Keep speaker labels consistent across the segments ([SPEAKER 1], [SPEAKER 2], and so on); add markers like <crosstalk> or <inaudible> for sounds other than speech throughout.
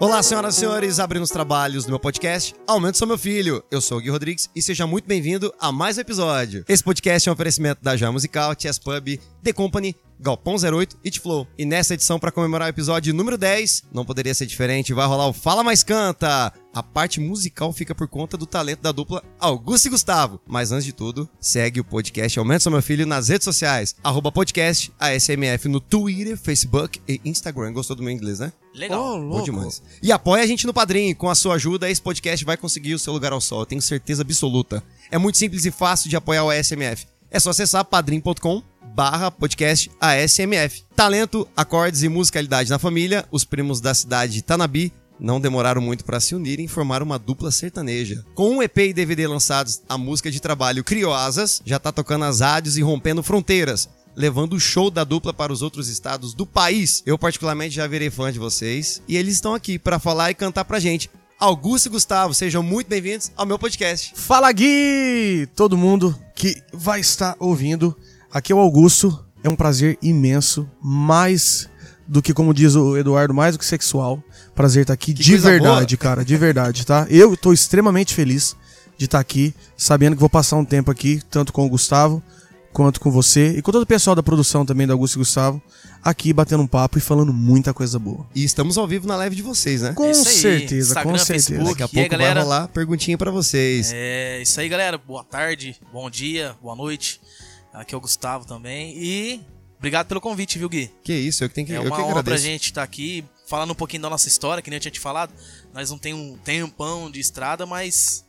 [SPEAKER 1] Olá, senhoras e senhores, abrindo os trabalhos do meu podcast Aumento Sou Meu Filho. Eu sou o Gui Rodrigues e seja muito bem-vindo a mais um episódio. Esse podcast é um oferecimento da Já Musical, Chess Pub, The Company, Galpão 08 e Flow. E nessa edição, para comemorar o episódio número 10, não poderia ser diferente, vai rolar o Fala Mais Canta. A parte musical fica por conta do talento da dupla Augusto e Gustavo. Mas antes de tudo, segue o podcast Aumento Sou Meu Filho nas redes sociais. Arroba podcast, ASMF no Twitter, Facebook e Instagram. Gostou do meu inglês, né?
[SPEAKER 2] Legal.
[SPEAKER 1] Bom
[SPEAKER 3] Ô, louco.
[SPEAKER 1] demais. E apoia a gente no Padrim. Com a sua ajuda, esse podcast vai conseguir o seu lugar ao sol. Eu tenho certeza absoluta. É muito simples e fácil de apoiar o ASMF. É só acessar padrim.com barra podcast ASMF. Talento, acordes e musicalidade na família. Os primos da cidade de Tanabi não demoraram muito para se unirem e formaram uma dupla sertaneja. Com um EP e DVD lançados, a música de trabalho Criosas já tá tocando as rádios e rompendo fronteiras levando o show da dupla para os outros estados do país. Eu particularmente já virei fã de vocês e eles estão aqui para falar e cantar pra gente. Augusto e Gustavo, sejam muito bem-vindos ao meu podcast.
[SPEAKER 3] Fala Gui! Todo mundo que vai estar ouvindo. Aqui é o Augusto. É um prazer imenso, mais do que, como diz o Eduardo, mais do que sexual. Prazer estar aqui de
[SPEAKER 1] coisa
[SPEAKER 3] verdade, cara, de verdade, tá? Eu tô extremamente feliz de estar aqui, sabendo que vou passar um tempo aqui, tanto com o Gustavo quanto com você e com todo o pessoal da produção também do Augusto e Gustavo, aqui batendo um papo e falando muita coisa boa.
[SPEAKER 1] E estamos ao vivo na live de vocês, né?
[SPEAKER 3] Com
[SPEAKER 2] É isso aí.
[SPEAKER 3] certeza,
[SPEAKER 2] Instagram,
[SPEAKER 3] com certeza.
[SPEAKER 2] Facebook.
[SPEAKER 1] Daqui a
[SPEAKER 2] E aí,
[SPEAKER 1] pouco
[SPEAKER 2] é, galera?
[SPEAKER 1] vai rolar perguntinha pra vocês.
[SPEAKER 2] É isso aí, galera. Boa tarde, bom dia, boa noite. Aqui é o Gustavo também. E obrigado pelo convite, viu, Gui?
[SPEAKER 1] Que isso, eu que tenho que,
[SPEAKER 2] É
[SPEAKER 1] eu que
[SPEAKER 2] uma honra pra
[SPEAKER 1] agradeço.
[SPEAKER 2] gente estar aqui falando um pouquinho da nossa história, que nem eu tinha te falado. Nós não tem um tempão de estrada, mas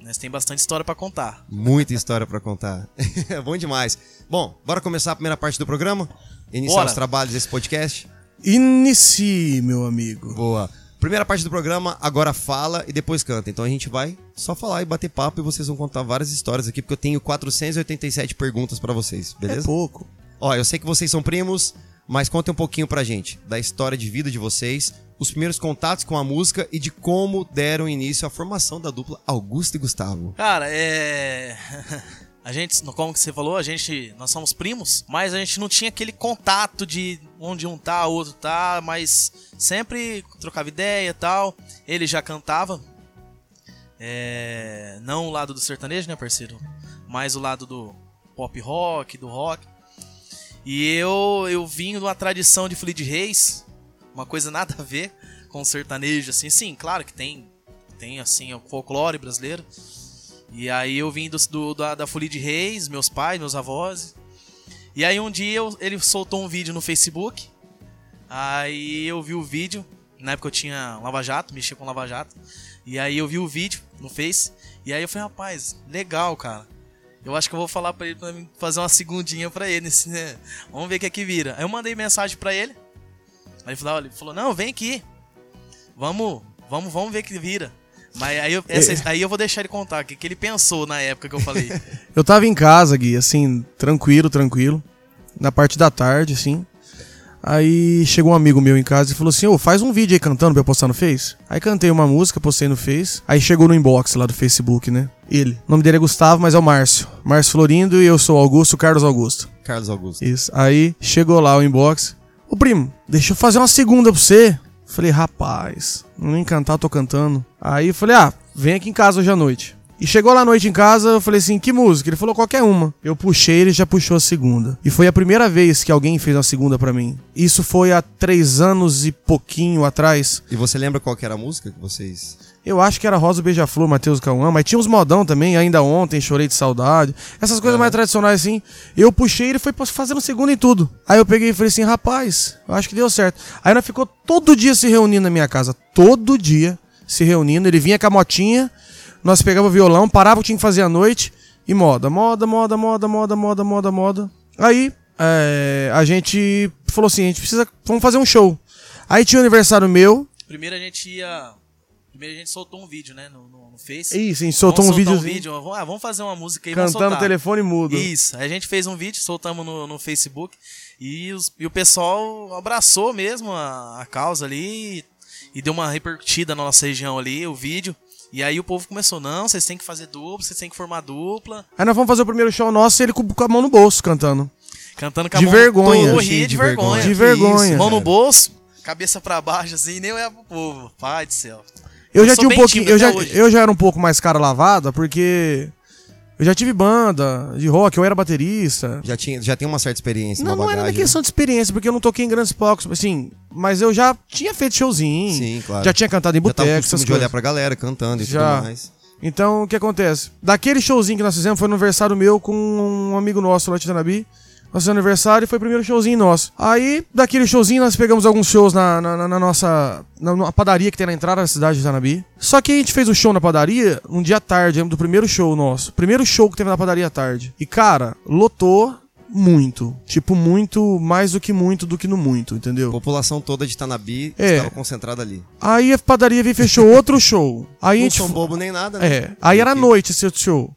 [SPEAKER 2] nós tem bastante história pra contar.
[SPEAKER 1] Muita história pra contar. <laughs> É Bom demais. Bom, bora começar a primeira parte do programa? Iniciar
[SPEAKER 2] Bora.
[SPEAKER 1] os trabalhos desse podcast?
[SPEAKER 3] Inicie, meu amigo.
[SPEAKER 1] Boa. Primeira parte do programa, agora fala e depois canta. Então a gente vai só falar e bater papo e vocês vão contar várias histórias aqui, porque eu tenho 487 perguntas pra vocês,
[SPEAKER 3] É
[SPEAKER 1] beleza?
[SPEAKER 3] pouco.
[SPEAKER 1] Ó, eu sei que vocês são primos, mas contem um pouquinho pra gente da história de vida de vocês, os primeiros contatos com a música e de como deram início à formação da dupla Augusto e Gustavo.
[SPEAKER 2] Cara, é. <laughs> A gente, como que você falou, a gente, nós somos primos, mas a gente não tinha aquele contato de onde um tá, o outro tá, mas sempre trocava ideia e tal. Ele já cantava, é, não o lado do sertanejo, né, parceiro? Mas o lado do pop rock, do rock. E eu eu vim de uma tradição de Fleet Reis, uma coisa nada a ver com sertanejo, assim. Sim, claro que tem, tem assim, o folclore brasileiro. E aí eu vim do, do- da, da Folia de Reis, meus pais, meus avós. E aí um dia eu- ele soltou um vídeo no Facebook. Aí eu vi o vídeo. Na época eu tinha Lava Jato, mexia com Lava Jato. E aí eu vi o vídeo no Face. E aí eu falei, rapaz, legal, cara. Eu acho que eu vou falar pra ele pra mim fazer uma segundinha pra ele. <laughs> assim, né? Vamos ver o que é que vira. Aí eu mandei mensagem pra ele. Aí ele falou, ele falou não, vem aqui. Vamos, vamos, vamos ver o que vira. Mas aí eu, essa- aí eu vou deixar ele contar o que, que ele pensou na época que eu falei.
[SPEAKER 3] Eu tava em casa, Gui, assim, tranquilo, tranquilo. Na parte da tarde, assim. Aí chegou um amigo meu em casa e falou assim: Ô, faz um vídeo aí cantando pra eu postar no Face. Aí cantei uma música, postei no Face. Aí chegou no inbox lá do Facebook, né? Ele. O nome dele é Gustavo, mas é o Márcio. Márcio Florindo e eu sou o Augusto, Carlos Augusto.
[SPEAKER 1] Carlos Augusto.
[SPEAKER 3] Isso. Aí chegou lá o inbox. Ô primo, deixa eu fazer uma segunda pra você. Falei, rapaz, nem cantar, eu tô cantando. Aí eu falei, ah, vem aqui em casa hoje à noite. E chegou lá à noite em casa, eu falei assim, que música? Ele falou, qualquer uma. Eu puxei, ele já puxou a segunda. E foi a primeira vez que alguém fez uma segunda pra mim. Isso foi há três anos e pouquinho atrás.
[SPEAKER 1] E você lembra qual que era a música que vocês.
[SPEAKER 3] Eu acho que era Rosa do Beija-Flor, Matheus Cauã, mas tinha uns modão também, ainda ontem, chorei de saudade. Essas
[SPEAKER 2] É.
[SPEAKER 3] coisas mais tradicionais, assim. Eu puxei, ele foi fazendo segunda em tudo. Aí eu peguei e falei assim, rapaz, eu acho que deu certo. Aí nós ficou todo dia se reunindo na minha casa, todo dia se reunindo. Ele vinha com a motinha, nós pegava o violão, parava o que tinha que fazer à noite e moda, moda, moda, moda, moda, moda, moda, moda. Aí é, a gente falou assim, a gente precisa, vamos fazer um show. Aí tinha o aniversário meu,
[SPEAKER 2] <laughs> Primeiro a gente ia. Primeiro a gente soltou um vídeo, né? No, no, no Face.
[SPEAKER 3] Isso, a gente soltou
[SPEAKER 2] Vamos
[SPEAKER 3] um
[SPEAKER 2] soltar
[SPEAKER 3] videozinho.
[SPEAKER 2] vídeo, ah, vamos fazer uma música aí, vamos
[SPEAKER 3] cantando
[SPEAKER 2] soltar.
[SPEAKER 3] telefone mudo.
[SPEAKER 2] Isso. Aí a gente fez um vídeo, soltamos no, no Facebook. E, os- e o pessoal abraçou mesmo a, a causa ali. E deu uma repercutida na nossa região ali, o vídeo. E aí o povo começou, não, vocês têm que fazer dupla, vocês têm que formar dupla.
[SPEAKER 3] Aí nós vamos fazer o primeiro show nosso e ele com com a mão no bolso cantando.
[SPEAKER 2] Cantando com a
[SPEAKER 3] De
[SPEAKER 2] mão no-
[SPEAKER 3] vergonha.
[SPEAKER 2] Eu
[SPEAKER 1] Cheio
[SPEAKER 2] ri de vergonha.
[SPEAKER 3] De
[SPEAKER 1] Que
[SPEAKER 3] vergonha.
[SPEAKER 1] isso,
[SPEAKER 2] Mão no
[SPEAKER 1] cara.
[SPEAKER 2] bolso, cabeça pra baixo, assim, nem olhava pro povo. Pai do céu.
[SPEAKER 3] Eu já
[SPEAKER 2] sou
[SPEAKER 3] tinha um
[SPEAKER 2] bem
[SPEAKER 3] pouquinho.
[SPEAKER 2] tímido
[SPEAKER 3] Eu já,
[SPEAKER 2] até hoje.
[SPEAKER 3] eu já era um pouco mais cara lavada, porque. Eu já tive banda de rock, eu era baterista.
[SPEAKER 1] Já, tinha, já tem uma certa experiência,
[SPEAKER 3] Não,
[SPEAKER 1] uma
[SPEAKER 3] não
[SPEAKER 1] bagagem.
[SPEAKER 3] era nem
[SPEAKER 1] né?
[SPEAKER 3] questão de experiência, porque eu não toquei em grandes palcos, assim, mas eu já tinha feito showzinho.
[SPEAKER 1] Sim, claro.
[SPEAKER 3] Já tinha cantado em
[SPEAKER 1] Já tava
[SPEAKER 3] boteco,
[SPEAKER 1] com
[SPEAKER 3] essas
[SPEAKER 1] costume de olhar
[SPEAKER 3] coisas.
[SPEAKER 1] pra galera cantando e
[SPEAKER 3] Já.
[SPEAKER 1] tudo mais.
[SPEAKER 3] Então, o que acontece? Daquele showzinho que nós fizemos, foi no aniversário meu com um amigo nosso lá de Tanabi. Nosso aniversário e foi o primeiro showzinho nosso. Aí, daquele showzinho, nós pegamos alguns shows na, na- na- na nossa. Na, na padaria que tem na entrada da cidade de Tanabi. Só que a gente fez o show na padaria um dia à tarde, lembro do primeiro show nosso. Primeiro show que teve na padaria à tarde. E, cara, lotou muito. Tipo, muito, mais do que muito, do que no muito, entendeu?
[SPEAKER 1] A população toda de Tanabi
[SPEAKER 3] É.
[SPEAKER 1] estava concentrada ali.
[SPEAKER 3] Aí a padaria veio e fechou outro show. Aí a
[SPEAKER 1] Não
[SPEAKER 3] gente.
[SPEAKER 1] são bobo nem nada, né?
[SPEAKER 3] É. Aí era noite esse outro show.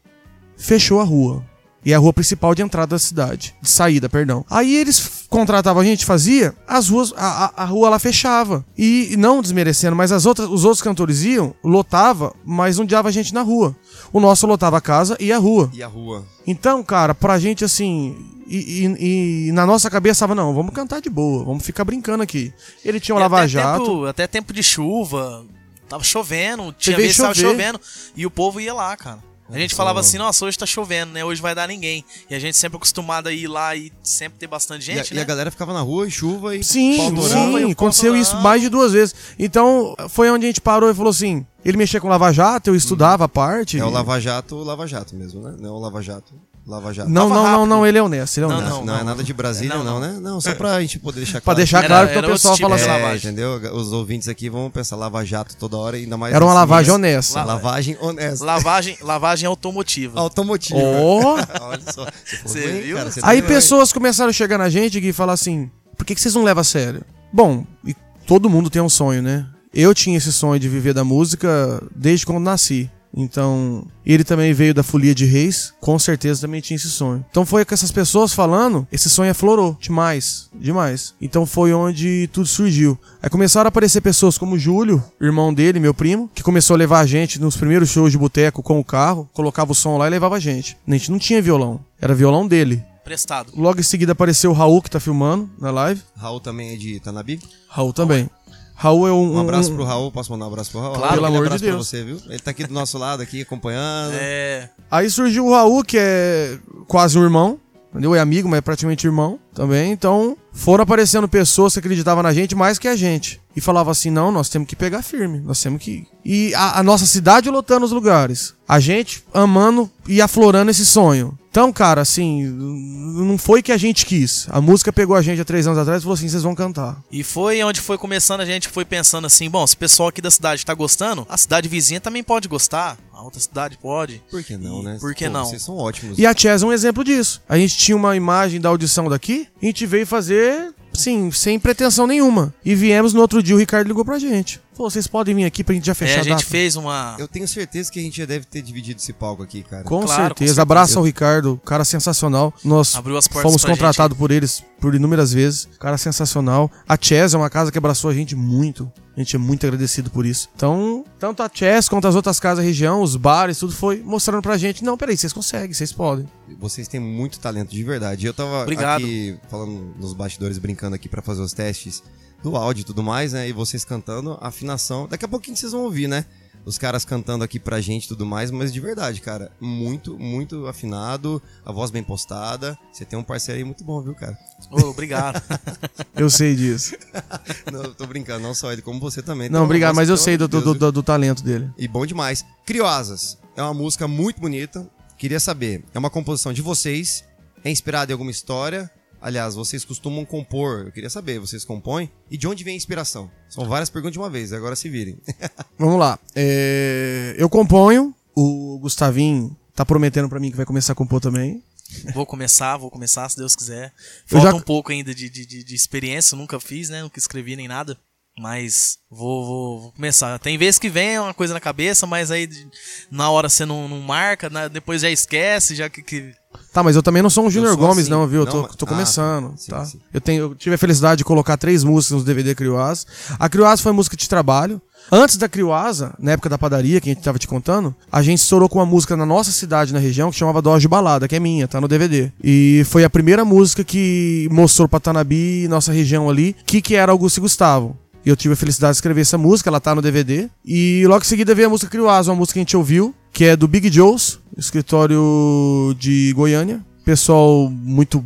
[SPEAKER 3] Fechou a rua. E é a rua principal de entrada da cidade. De saída, perdão. Aí eles f- contratavam a gente, fazia, as ruas, a, a- a rua lá fechava. E e não desmerecendo, mas as outras, os outros cantores iam, lotava, mas não diava a gente na rua. O nosso lotava a casa e a rua.
[SPEAKER 1] E a rua.
[SPEAKER 3] Então, cara, pra gente assim. E, e- e na nossa cabeça tava, não, vamos cantar de boa, vamos ficar brincando aqui. Ele tinha um
[SPEAKER 2] E até
[SPEAKER 3] lava-jato.
[SPEAKER 2] tempo, até tempo de chuva, tava chovendo, tinha
[SPEAKER 3] veio
[SPEAKER 2] vez que tava
[SPEAKER 3] chover.
[SPEAKER 2] chovendo, e o povo ia lá, cara. A gente falava assim, nossa, hoje tá chovendo, né? Hoje vai dar ninguém. E a gente sempre acostumado a ir lá e sempre ter bastante
[SPEAKER 1] E a-
[SPEAKER 2] gente,
[SPEAKER 1] e, a,
[SPEAKER 2] né?
[SPEAKER 1] galera ficava na rua e chuva e pau
[SPEAKER 3] Sim,
[SPEAKER 1] torando.
[SPEAKER 2] e o
[SPEAKER 3] sim,
[SPEAKER 2] pau
[SPEAKER 3] aconteceu
[SPEAKER 2] torando.
[SPEAKER 3] isso mais de duas vezes. Então, foi onde a gente parou e falou assim: ele mexia com Lava Jato, eu estudava a parte.
[SPEAKER 1] É o Lava Jato, o Lava Jato mesmo, né? Não é o Lava Jato, Lava Jato.
[SPEAKER 3] Não,
[SPEAKER 2] Tava
[SPEAKER 3] não, não,
[SPEAKER 2] rápido.
[SPEAKER 3] não, ele é honesto, ele é
[SPEAKER 2] Não,
[SPEAKER 1] não,
[SPEAKER 3] honesto.
[SPEAKER 1] não, é nada de Brasília,
[SPEAKER 2] Não,
[SPEAKER 1] não,
[SPEAKER 2] não.
[SPEAKER 1] né? Não, só pra gente poder deixar
[SPEAKER 3] <laughs> Pra
[SPEAKER 1] claro.
[SPEAKER 3] deixar
[SPEAKER 2] Era-
[SPEAKER 3] claro que
[SPEAKER 2] era
[SPEAKER 3] o pessoal
[SPEAKER 2] outro
[SPEAKER 3] fala
[SPEAKER 2] tipo
[SPEAKER 3] assim.
[SPEAKER 2] de
[SPEAKER 1] É,
[SPEAKER 2] lavagem.
[SPEAKER 1] entendeu? Os ouvintes aqui vão pensar Lava Jato toda hora, ainda mais.
[SPEAKER 3] Era uma
[SPEAKER 1] assim,
[SPEAKER 3] lavagem
[SPEAKER 1] mas-
[SPEAKER 3] honesta.
[SPEAKER 1] Lavagem honesta.
[SPEAKER 2] Lavagem, lavagem automotiva.
[SPEAKER 1] Automotiva.
[SPEAKER 3] Ó.
[SPEAKER 1] Olha só.
[SPEAKER 2] Você viu?
[SPEAKER 3] Aí
[SPEAKER 1] é
[SPEAKER 3] pessoas começaram a chegar na gente e falar assim: por que, que vocês não levam a sério? Bom, e todo mundo tem um sonho, né? Eu tinha esse sonho de viver da música desde quando nasci. Então, ele também veio da Folia de Reis, com certeza também tinha esse sonho. Então foi com essas pessoas falando, esse sonho aflorou demais, demais. Então foi onde tudo surgiu. Aí começaram a aparecer pessoas como o Júlio, irmão dele, meu primo, que começou a levar a gente nos primeiros shows de boteco com o carro, colocava o som lá e levava a gente. A gente não tinha violão, era violão dele.
[SPEAKER 2] Prestado.
[SPEAKER 3] Logo em seguida apareceu o Raul, que tá filmando na live.
[SPEAKER 1] Raul também é de Tanabi.
[SPEAKER 3] Raul também. Raul é um.
[SPEAKER 1] Um abraço
[SPEAKER 3] um-
[SPEAKER 1] pro Raul. Posso mandar um abraço pro Raul?
[SPEAKER 2] Claro,
[SPEAKER 1] Raul,
[SPEAKER 3] pelo
[SPEAKER 1] aquele
[SPEAKER 3] amor
[SPEAKER 1] abraço
[SPEAKER 3] de
[SPEAKER 1] pra
[SPEAKER 3] Deus.
[SPEAKER 1] você, viu? Ele tá aqui do nosso lado, aqui,
[SPEAKER 3] Uhum.
[SPEAKER 1] acompanhando.
[SPEAKER 2] É.
[SPEAKER 3] Aí surgiu o Raul, que é quase um irmão. Entendeu? É amigo, mas é praticamente irmão também. Então, foram aparecendo pessoas que acreditavam na gente mais que a gente. E falavam assim: não, nós temos que pegar firme, nós temos que. E a, a nossa cidade lotando os lugares. A gente amando e aflorando esse sonho. Então, cara, assim, n- não foi que a gente quis. A música pegou a gente há três anos atrás e falou assim: vocês vão cantar.
[SPEAKER 2] E foi onde foi começando, a gente foi pensando assim, bom, se o pessoal aqui da cidade tá gostando, a cidade vizinha também pode gostar, a outra cidade pode.
[SPEAKER 1] Por que não,
[SPEAKER 2] E
[SPEAKER 1] né?
[SPEAKER 2] por que
[SPEAKER 1] Pô,
[SPEAKER 2] não?
[SPEAKER 1] Vocês são ótimos.
[SPEAKER 3] E a Chess é um exemplo disso. A gente tinha uma imagem da audição daqui, a gente veio fazer, sim, sem pretensão nenhuma. E viemos no outro dia, o Ricardo ligou pra gente. Pô, vocês podem vir aqui pra gente já
[SPEAKER 2] É,
[SPEAKER 3] fechar
[SPEAKER 2] a
[SPEAKER 3] a data.
[SPEAKER 2] gente fez uma...
[SPEAKER 1] Eu tenho certeza que a gente já deve ter dividido esse palco aqui, cara.
[SPEAKER 3] Com,
[SPEAKER 2] Claro, com
[SPEAKER 3] certeza.
[SPEAKER 2] certeza.
[SPEAKER 3] Abraço ao Ricardo, cara sensacional. Nós
[SPEAKER 2] Abriu as portas
[SPEAKER 3] fomos
[SPEAKER 2] pra
[SPEAKER 3] contratados por eles por inúmeras vezes. Cara sensacional. A Chess é uma casa que abraçou a gente muito. A gente é muito agradecido por isso. Então, tanto a Chess quanto as outras casas da região, os bares, tudo foi mostrando pra gente. Não, peraí, vocês conseguem, vocês
[SPEAKER 2] <laughs>
[SPEAKER 3] podem.
[SPEAKER 1] Vocês têm muito talento, de verdade. Eu tava
[SPEAKER 2] Obrigado.
[SPEAKER 1] aqui falando nos bastidores, brincando aqui pra fazer os testes do áudio e tudo mais, né? E vocês cantando, a afinação. Daqui a pouquinho vocês vão ouvir, né? Os caras cantando aqui pra gente e tudo mais, mas de verdade, cara, muito, muito afinado, a voz bem postada. Você tem um parceiro aí muito bom, viu, cara? <laughs>
[SPEAKER 2] Ô, obrigado.
[SPEAKER 3] Eu sei disso.
[SPEAKER 1] Não, eu tô brincando, não só ele, como você também.
[SPEAKER 3] Não,
[SPEAKER 1] Então,
[SPEAKER 3] obrigado,
[SPEAKER 1] nossa,
[SPEAKER 3] mas eu
[SPEAKER 1] pelo
[SPEAKER 3] sei do,
[SPEAKER 1] amor de
[SPEAKER 3] do,
[SPEAKER 1] Deus, viu?
[SPEAKER 3] do- do talento dele.
[SPEAKER 1] E bom demais. Criosas é uma música muito bonita. Queria saber, é uma composição de vocês? É inspirada em alguma história? Aliás, vocês costumam compor. Eu queria saber, vocês compõem? E de onde vem a inspiração? São várias perguntas de uma vez, agora se virem.
[SPEAKER 3] Vamos lá. É, eu componho, o Gustavinho tá prometendo pra mim que vai começar a compor também.
[SPEAKER 2] Vou começar, vou começar, se Deus quiser.
[SPEAKER 3] Eu
[SPEAKER 2] Falta
[SPEAKER 3] já-
[SPEAKER 2] um pouco ainda de, de, de- de experiência, eu nunca fiz, né? Nunca escrevi nem nada. Mas vou, vou, vou começar. Tem vezes que vem uma coisa na cabeça, mas aí de- na hora você não, não marca, na- depois já esquece, já que. que-
[SPEAKER 3] Tá, mas eu também não sou um Júnior
[SPEAKER 1] sou
[SPEAKER 3] Gomes,
[SPEAKER 1] assim.
[SPEAKER 3] não, viu? Eu
[SPEAKER 1] Não,
[SPEAKER 3] tô,
[SPEAKER 1] mas-
[SPEAKER 3] tô
[SPEAKER 1] Ah,
[SPEAKER 3] começando,
[SPEAKER 1] sim,
[SPEAKER 3] tá?
[SPEAKER 1] sim.
[SPEAKER 3] Eu, tenho, eu tive a felicidade de colocar três músicas no DVD Crioasa. A Crioasa foi música de trabalho. Antes da Crioasa, na época da padaria, que a gente tava te contando, a gente estourou com uma música na nossa cidade, na região, que chamava Dose de Balada, que é minha, tá no DVD. E foi a primeira música que mostrou pra Tanabi, nossa região ali, o que, que era Augusto e Gustavo. E eu tive a felicidade de escrever essa música, ela tá no DVD. E logo em seguida veio a música Crioasa, uma música que a gente ouviu, que é do Big Joe's, escritório de Goiânia. Pessoal muito,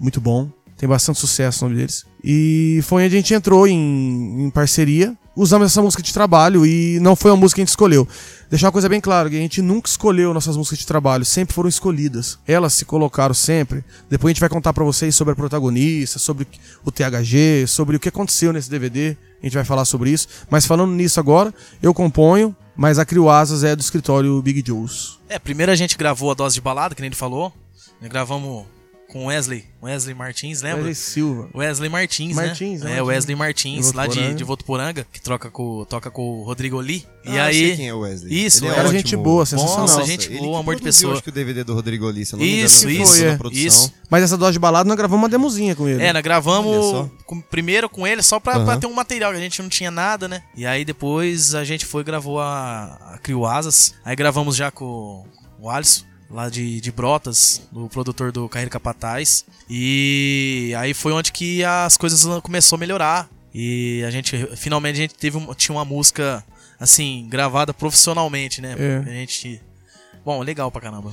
[SPEAKER 3] muito bom. Tem bastante sucesso o nome deles. E foi onde a gente entrou em, em parceria. Usamos essa música de trabalho e não foi uma música que a gente escolheu. Deixar uma coisa bem clara, que a gente nunca escolheu nossas músicas de trabalho, sempre foram escolhidas. Elas se colocaram sempre. Depois a gente vai contar pra vocês sobre a protagonista, sobre o THG, sobre o que aconteceu nesse DVD. A gente vai falar sobre isso. Mas falando nisso agora, eu componho, mas a Crioasas é do escritório Big Joe's.
[SPEAKER 2] É, primeiro a gente gravou a dose de balada, que nem ele falou. Nós gravamos com Wesley, Wesley Martins, lembra?
[SPEAKER 3] Wesley Silva.
[SPEAKER 2] Wesley Martins,
[SPEAKER 3] Martins,
[SPEAKER 2] né?
[SPEAKER 3] né?
[SPEAKER 2] É, Wesley Martins,
[SPEAKER 3] De
[SPEAKER 2] lá de,
[SPEAKER 3] Votuporanga.
[SPEAKER 2] de Votuporanga, que troca com, toca com o Rodrigo Lee.
[SPEAKER 1] Ah,
[SPEAKER 2] <laughs>
[SPEAKER 1] eu sei
[SPEAKER 2] e aí.
[SPEAKER 1] quem é o Wesley.
[SPEAKER 2] Isso,
[SPEAKER 1] Ele
[SPEAKER 2] era
[SPEAKER 1] ótimo.
[SPEAKER 3] gente boa, sensacional.
[SPEAKER 2] Nossa, gente
[SPEAKER 1] ele
[SPEAKER 2] boa,
[SPEAKER 1] que
[SPEAKER 2] amor
[SPEAKER 1] produziu,
[SPEAKER 2] de pessoa.
[SPEAKER 1] Acho que o DVD do Rodrigo Oli, se eu não me engano,
[SPEAKER 2] Isso,
[SPEAKER 1] ele
[SPEAKER 2] isso,
[SPEAKER 1] foi na
[SPEAKER 3] é,
[SPEAKER 1] produção.
[SPEAKER 2] isso.
[SPEAKER 3] Mas essa dose de balada nós gravamos uma demozinha com ele.
[SPEAKER 2] É, nós gravamos
[SPEAKER 1] Olha
[SPEAKER 2] com- primeiro com ele só pra, pra
[SPEAKER 1] Aham.
[SPEAKER 2] ter um material, que a gente não tinha nada, né? E aí depois a gente foi e gravou a, a Crioasas. Aí gravamos já com o Alisson, lá de, de Brotas, o produtor do Carreira Capataz. E aí foi onde que as coisas começou a melhorar. E a gente, finalmente, a gente teve, um- tinha uma música, assim, gravada profissionalmente, né?
[SPEAKER 3] É.
[SPEAKER 2] A gente... Bom, legal pra caramba.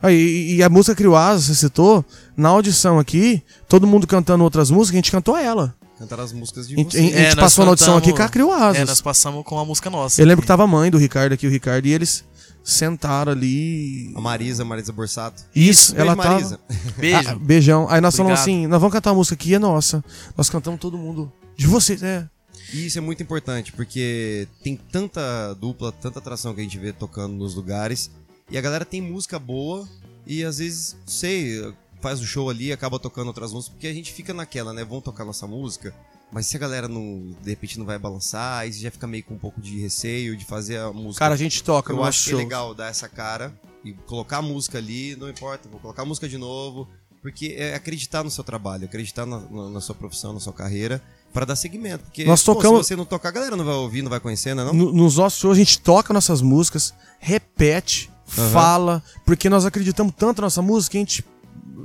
[SPEAKER 3] Aí, Ah, e- e a música Crioasa, você citou, na audição aqui, todo mundo cantando outras músicas, a gente cantou ela.
[SPEAKER 1] Cantar as músicas de
[SPEAKER 3] A gente, a
[SPEAKER 1] vocês.
[SPEAKER 3] gente
[SPEAKER 2] É, nós
[SPEAKER 3] passou na audição
[SPEAKER 2] cantamos-
[SPEAKER 3] aqui com a
[SPEAKER 2] É,
[SPEAKER 3] Crioasas.
[SPEAKER 2] nós passamos com a música nossa.
[SPEAKER 3] Eu lembro que tava a mãe do Ricardo aqui, o Ricardo, e eles sentaram ali.
[SPEAKER 1] A Marisa, Marisa Borsato.
[SPEAKER 3] Isso, ela
[SPEAKER 1] Beijo,
[SPEAKER 3] tava.
[SPEAKER 2] Beijo.
[SPEAKER 3] Ah, beijão. Aí nós falamos
[SPEAKER 2] Obrigado.
[SPEAKER 3] assim: nós vamos cantar uma música aqui, é nossa. Nós cantamos todo mundo. De vocês, é.
[SPEAKER 1] E isso é muito importante, porque tem tanta dupla, tanta atração que a gente vê tocando nos lugares. E a galera tem música boa e às vezes, sei, faz o show ali acaba tocando outras músicas, porque a gente fica naquela, né? Vão tocar nossa música, mas se a galera não, de repente não vai balançar, aí você já fica meio com um pouco de receio de fazer a música.
[SPEAKER 3] Cara, a gente toca
[SPEAKER 1] eu
[SPEAKER 3] no
[SPEAKER 1] acho
[SPEAKER 3] nosso
[SPEAKER 1] que é
[SPEAKER 3] show.
[SPEAKER 1] legal dar essa cara e colocar a música ali, não importa, vou colocar a música de novo, porque é acreditar no seu trabalho, acreditar na, na- na sua profissão, na sua carreira, pra dar seguimento. Porque
[SPEAKER 3] Nós
[SPEAKER 1] pô,
[SPEAKER 3] tocamos-
[SPEAKER 1] se você não tocar, a galera não vai ouvir, não vai conhecer, né? Não?
[SPEAKER 3] No- nos nossos shows a gente toca nossas músicas, repete,
[SPEAKER 1] Aham.
[SPEAKER 3] fala, porque nós acreditamos tanto na nossa música que a gente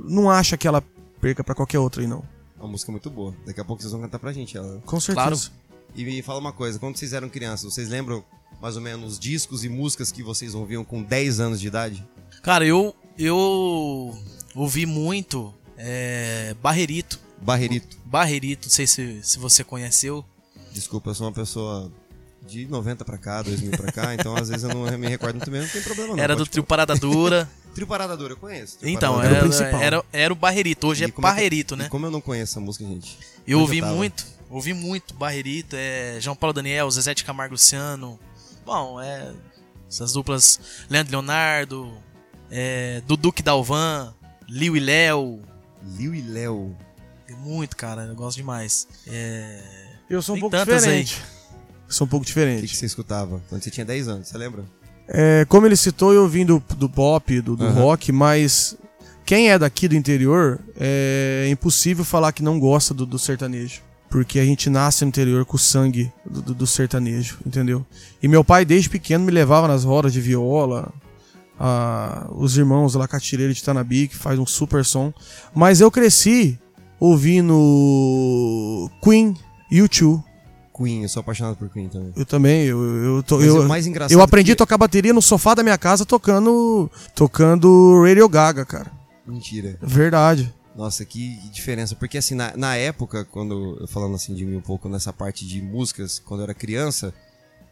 [SPEAKER 3] não acha que ela perca pra qualquer outra aí, não.
[SPEAKER 1] É uma música muito boa. Daqui a pouco vocês vão cantar pra gente ela. né?
[SPEAKER 3] Com certeza.
[SPEAKER 2] Claro.
[SPEAKER 1] E me fala uma coisa, quando vocês eram crianças, vocês lembram mais ou menos discos e músicas que vocês ouviam com 10 anos de idade?
[SPEAKER 2] Cara, eu, eu ouvi muito é, Barreirito.
[SPEAKER 1] Barreirito.
[SPEAKER 2] Barreirito, não sei se, se você conheceu.
[SPEAKER 1] Desculpa, eu sou uma pessoa de 90 pra cá, 2000 pra cá, então às vezes eu não me recordo muito bem, não tem problema não.
[SPEAKER 2] era do
[SPEAKER 1] pode-
[SPEAKER 2] trio Parada
[SPEAKER 1] <laughs>
[SPEAKER 2] Dura.
[SPEAKER 1] Trio Parada Dura, eu conheço. Trio
[SPEAKER 2] então,
[SPEAKER 1] Parada
[SPEAKER 3] Era o
[SPEAKER 2] era,
[SPEAKER 3] principal.
[SPEAKER 2] era, era, o Barreirito.
[SPEAKER 1] E
[SPEAKER 2] Hoje é
[SPEAKER 1] como é que-
[SPEAKER 2] Barreirito,
[SPEAKER 1] E
[SPEAKER 2] né?
[SPEAKER 1] como eu não conheço essa música, gente?
[SPEAKER 2] Eu
[SPEAKER 1] onde
[SPEAKER 2] ouvi
[SPEAKER 1] tava?
[SPEAKER 2] muito, ouvi muito Barreirito, é, João Paulo Daniel, Zezé de Camargo Luciano. Bom, é. Essas duplas. Leandro Leonardo, é, Duduque Dalvan, Liu e Léo.
[SPEAKER 1] Liu e Léo.
[SPEAKER 2] Muito, cara, eu gosto demais. É,
[SPEAKER 3] Eu sou um
[SPEAKER 2] Tem
[SPEAKER 3] pouco
[SPEAKER 2] tantas
[SPEAKER 3] diferente. Sou um pouco
[SPEAKER 1] O que,
[SPEAKER 3] diferente.
[SPEAKER 1] que você escutava quando você tinha 10 anos? Você lembra?
[SPEAKER 3] É, como ele citou, eu vim do, do pop, do, do
[SPEAKER 1] Aham.
[SPEAKER 3] rock, mas quem é daqui do interior é impossível falar que não gosta do, do sertanejo. Porque a gente nasce no interior com o sangue do, do- do sertanejo, entendeu? E meu pai, desde pequeno, me levava nas rodas de viola. a- os irmãos lá, Catireiro de Tanabi, que faz um super som. Mas eu cresci ouvindo Queen, U2.
[SPEAKER 1] Queen, eu sou apaixonado por Queen também.
[SPEAKER 3] Eu também, eu, eu, tô,
[SPEAKER 1] Mas
[SPEAKER 3] eu,
[SPEAKER 1] o mais engraçado é
[SPEAKER 3] eu aprendi
[SPEAKER 1] que-
[SPEAKER 3] a tocar bateria no sofá da minha casa tocando tocando Radio Gaga, cara.
[SPEAKER 1] Mentira.
[SPEAKER 3] Verdade.
[SPEAKER 1] Nossa, que diferença. Porque assim, na, na época, quando. eu Falando assim de mim um pouco nessa parte de músicas, quando eu era criança,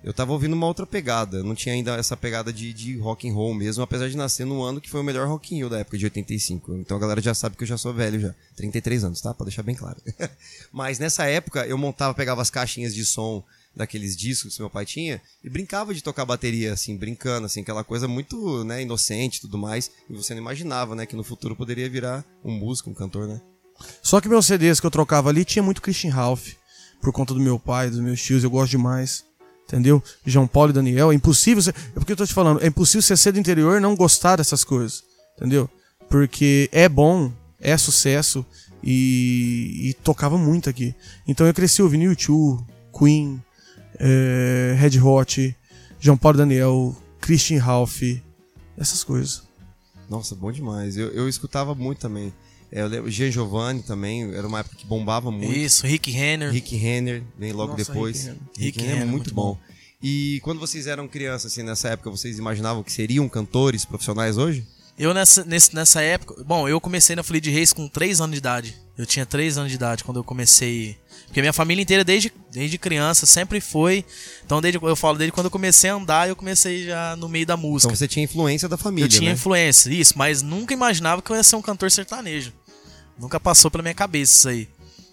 [SPEAKER 1] eu tava ouvindo uma outra pegada. Não tinha ainda essa pegada de, de rock and roll mesmo, apesar de nascer no ano que foi o melhor rock and roll da época de 85. Então a galera já sabe que eu já sou velho já. 33 anos, tá? Pra deixar bem claro. <laughs> Mas nessa época eu montava, pegava as caixinhas de som daqueles discos que meu pai tinha e brincava de tocar bateria, assim, brincando, assim, aquela coisa muito, né, inocente e tudo mais. E você não imaginava, né, que no futuro poderia virar um músico, um cantor, né?
[SPEAKER 3] Só que meus CDs que eu trocava ali tinha muito Christian Ralph, por conta do meu pai, dos meus tios, eu gosto demais. Entendeu? João Paulo e Daniel, é impossível. Você, é porque eu tô te falando, é impossível você ser do interior e não gostar dessas coisas. Entendeu? Porque é bom, é sucesso e, e tocava muito aqui. Então eu cresci ouvindo YouTube, Queen, eh, Red Hot, João Paulo e Daniel, Christian Ralph, essas coisas.
[SPEAKER 1] Nossa, bom demais. Eu, eu escutava muito também. É, eu lembro, Jean Giovanni também, era uma época que bombava muito.
[SPEAKER 2] Isso, Rick Renner.
[SPEAKER 1] Rick Renner, vem logo
[SPEAKER 3] Nossa,
[SPEAKER 1] depois.
[SPEAKER 3] Rick Renner.
[SPEAKER 2] Rick
[SPEAKER 1] é
[SPEAKER 2] Renner,
[SPEAKER 1] muito
[SPEAKER 2] muito
[SPEAKER 1] bom. E quando vocês eram crianças, assim, nessa época, vocês imaginavam que seriam cantores profissionais hoje?
[SPEAKER 2] Eu nessa, nesse- nessa época. Bom, eu comecei na Folia de Reis com 3 anos de idade. Eu tinha 3 anos de idade quando eu comecei. Porque minha família inteira, desde, desde criança, sempre foi. Então, desde, eu falo, desde quando eu comecei a andar, eu comecei já no meio da música.
[SPEAKER 1] Então você tinha influência da família,
[SPEAKER 2] eu tinha
[SPEAKER 1] né?
[SPEAKER 2] influência, isso, mas nunca imaginava que eu ia ser um cantor sertanejo. Nunca passou pela minha cabeça isso aí.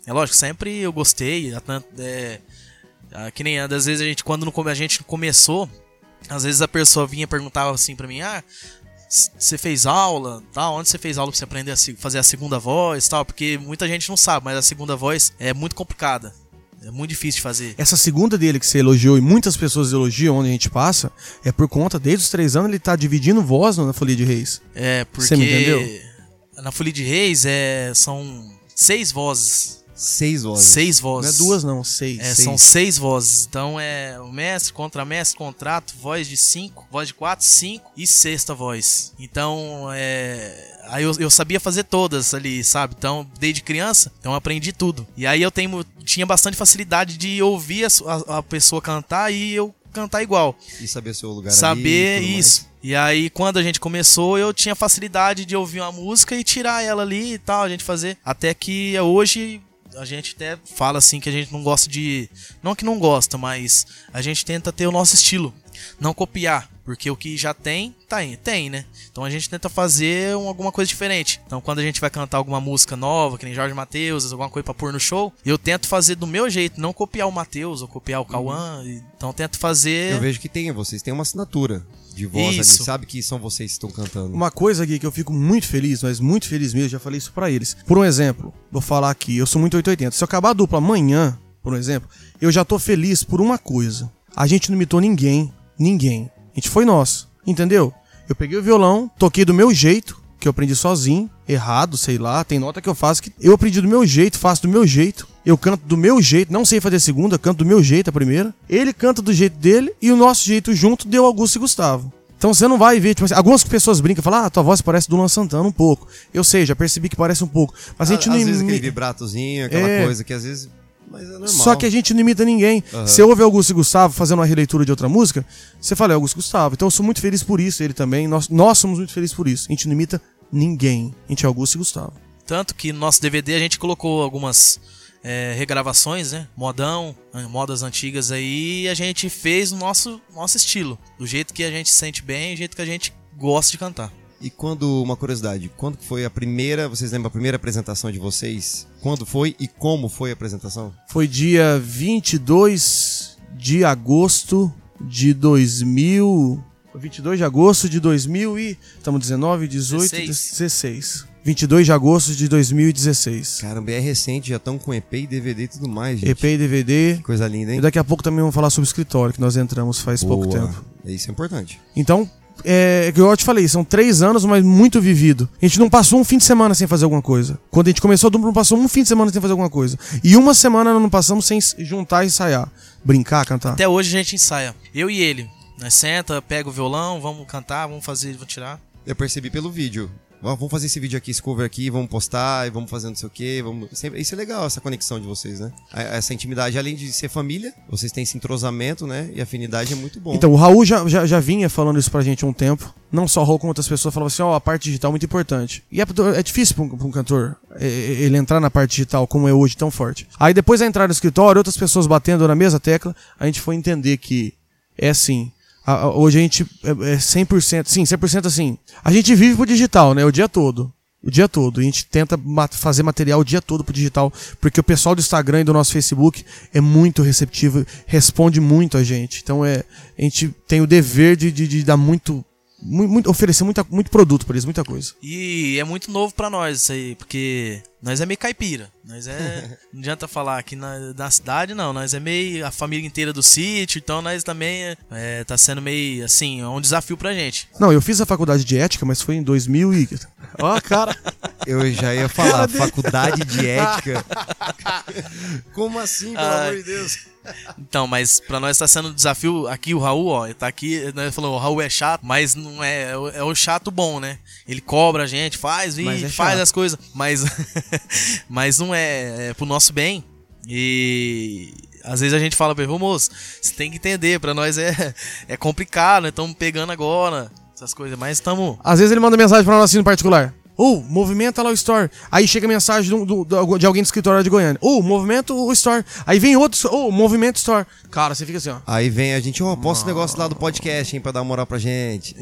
[SPEAKER 2] É lógico, sempre eu gostei. a tan- é, a- que nem às vezes a gente, quando no come- a gente começou, às vezes a pessoa vinha e perguntava assim pra mim, ah, s- você fez aula, tal, onde você fez aula pra você aprender a se- fazer a segunda voz, tal, porque muita gente não sabe, mas a segunda voz é muito complicada. É muito difícil de fazer.
[SPEAKER 3] Essa segunda dele que você elogiou e muitas pessoas elogiam onde a gente passa, é por conta, desde os três anos, ele tá dividindo voz na Folia de Reis.
[SPEAKER 2] É, porque
[SPEAKER 3] Você me entendeu?
[SPEAKER 2] na Folia de Reis é, são seis vozes.
[SPEAKER 1] Seis vozes.
[SPEAKER 2] Seis
[SPEAKER 3] Não é
[SPEAKER 2] vozes.
[SPEAKER 3] duas, não, seis.
[SPEAKER 2] É,
[SPEAKER 3] seis.
[SPEAKER 2] São seis vozes. Então é o mestre, contramestre, contrato, voz de cinco, voz de quatro, cinco e sexta voz. Então é. Aí eu, eu sabia fazer todas ali, sabe? Então, desde criança, então eu aprendi tudo. E aí eu tenho, tinha bastante facilidade de ouvir a su- a- a pessoa cantar e eu cantar igual
[SPEAKER 1] E saber seu lugar ali,
[SPEAKER 2] saber
[SPEAKER 1] e tudo mais.
[SPEAKER 2] isso. E aí, quando a gente começou, eu tinha facilidade de ouvir uma música e tirar ela ali e tal, a gente fazer. Até que hoje a gente até fala assim que a gente não gosta de. Não que não gosta, mas a gente tenta ter o nosso estilo. Não copiar, porque o que já tem, tá aí, tem, né? Então a gente tenta fazer um- alguma coisa diferente. Então quando a gente vai cantar alguma música nova, que nem Jorge Matheus, alguma coisa pra pôr no show, eu tento fazer do meu jeito, não copiar o Matheus ou copiar o Cauã. Então eu tento fazer.
[SPEAKER 1] Eu vejo que tem, vocês têm uma assinatura de voz
[SPEAKER 2] Isso.
[SPEAKER 1] ali. Sabe que são vocês que estão cantando.
[SPEAKER 3] Uma coisa aqui que eu fico muito feliz, mas muito feliz mesmo, já falei isso pra eles. Por um exemplo, vou falar aqui, eu sou muito 880. Se eu acabar a dupla amanhã, por um exemplo, eu já tô feliz por uma coisa. A gente não imitou ninguém, ninguém. A gente foi nós, entendeu? Eu peguei o violão, toquei do meu jeito, que eu aprendi sozinho, errado, sei lá, tem nota que eu faço que eu aprendi do meu jeito, faço do meu jeito. Eu canto do meu jeito, não sei fazer a segunda, canto do meu jeito a primeira. Ele canta do jeito dele e o nosso jeito junto deu Augusto e Gustavo. Então você não vai ver, tipo assim, algumas pessoas brincam e falam, ah, tua voz parece do Luan Santana um pouco. Eu sei, já percebi que parece um pouco. Mas a gente
[SPEAKER 1] Ah, Às
[SPEAKER 3] não
[SPEAKER 1] vezes aquele
[SPEAKER 3] imi-
[SPEAKER 1] vibratozinho, aquela
[SPEAKER 3] É.
[SPEAKER 1] coisa que às vezes. Mas é normal.
[SPEAKER 3] Só que a gente não imita ninguém. Você ouve Augusto e Gustavo fazendo uma releitura de outra música, você fala, é Augusto e Gustavo. Então eu sou muito feliz por isso, ele também. Nós, nós somos muito felizes por isso. A gente não imita ninguém. A gente é Augusto e Gustavo.
[SPEAKER 2] Tanto que no nosso DVD a gente colocou algumas é, regravações, né? Modão, an- modas antigas aí, e a gente fez o nosso, nosso estilo. Do jeito que a gente se sente bem, do jeito que a gente gosta de cantar.
[SPEAKER 1] E quando, uma curiosidade, quando que foi a primeira, vocês lembram a primeira apresentação de vocês? Quando foi e como foi a apresentação?
[SPEAKER 3] Foi dia 22 de agosto de 2000. 22 de agosto de 2000 e. Estamos 19, 18,
[SPEAKER 2] 16.
[SPEAKER 3] 16. 22 de agosto de 2016.
[SPEAKER 1] Caramba, é recente, já estão com EP e DVD e tudo mais, gente.
[SPEAKER 3] EP e DVD.
[SPEAKER 1] Que coisa linda,
[SPEAKER 3] E
[SPEAKER 1] hein?
[SPEAKER 3] daqui a pouco também vamos falar sobre o escritório que nós entramos faz pouco
[SPEAKER 1] Boa.
[SPEAKER 3] tempo.
[SPEAKER 1] Isso é importante.
[SPEAKER 3] Então, é que eu te falei, são três anos, mas muito vivido. A gente não passou um fim de semana sem fazer alguma coisa. Quando a gente começou a dupla, não passou um fim de semana sem fazer alguma coisa. E uma semana nós não passamos sem se juntar e ensaiar. Brincar, cantar.
[SPEAKER 2] Até hoje a gente ensaia. Eu e ele. Nós senta, pega o violão, vamos cantar, vamos fazer, vamos tirar.
[SPEAKER 1] Eu percebi pelo vídeo. Ó, vamos fazer esse vídeo aqui, esse cover aqui, vamos postar e vamos fazer não sei o quê. Vamos... sempre- Isso é legal, essa conexão de vocês, né? A- Essa intimidade, além de ser família, vocês têm esse entrosamento, né? E afinidade é muito bom.
[SPEAKER 3] Então, o Raul já, já, já vinha falando isso pra gente há um tempo. Não só o Raul, como outras pessoas falavam assim, ó, a parte digital é muito importante. E é, é difícil pra um, pra um cantor é, é, ele entrar na parte digital, como é hoje, tão forte. Aí depois da entrada no escritório, outras pessoas batendo na mesma tecla, a gente foi entender que é assim. a- a- hoje a gente é, é 100%, sim, 100% assim. A gente vive pro digital, né, o dia todo. O dia todo. E a gente tenta ma- fazer material o dia todo pro digital, porque o pessoal do Instagram e do nosso Facebook é muito receptivo, responde muito a gente. Então é, a gente tem o dever de, de- de dar muito, mu- muito- oferecer muita, muito produto pra eles, muita coisa.
[SPEAKER 2] E é muito novo pra nós isso aí, porque nós é meio caipira. Nós é. não adianta falar aqui na, na cidade, não. Nós é meio a família inteira do sítio, então nós também é, tá sendo meio assim, é um desafio pra gente.
[SPEAKER 3] Não, eu fiz a faculdade de ética, mas foi em 2000 e... Ó, cara...
[SPEAKER 1] <laughs> Eu já ia falar, faculdade de
[SPEAKER 3] <laughs>
[SPEAKER 1] ética. Como assim, pelo
[SPEAKER 2] Ai.
[SPEAKER 1] amor de Deus?
[SPEAKER 2] Então, mas pra nós tá sendo um desafio aqui o Raul, ó, ele tá aqui, né, ele falou, o Raul é chato, mas não é, é o, é o chato bom, né? Ele cobra a gente, faz
[SPEAKER 3] Mas
[SPEAKER 2] vídeo,
[SPEAKER 3] é
[SPEAKER 2] faz
[SPEAKER 3] chato.
[SPEAKER 2] as coisas, mas <laughs> mas não é, é pro nosso bem. E às vezes a gente fala pra ele, ô moço, você tem que entender, pra nós é <laughs> é complicado, né? Estamos pegando agora essas coisas, mas
[SPEAKER 3] <laughs>
[SPEAKER 2] estamos
[SPEAKER 3] Às vezes ele manda mensagem pra nós assim no particular. Ou, movimenta lá o store. Aí chega mensagem de, um- do- do- de alguém do escritório de Goiânia. Ou, movimenta o store. Aí vem outro, ou, movimenta o store. Cara, você fica assim, ó.
[SPEAKER 1] Aí vem a gente, ó, posta o negócio lá do podcast, hein, pra dar moral pra gente.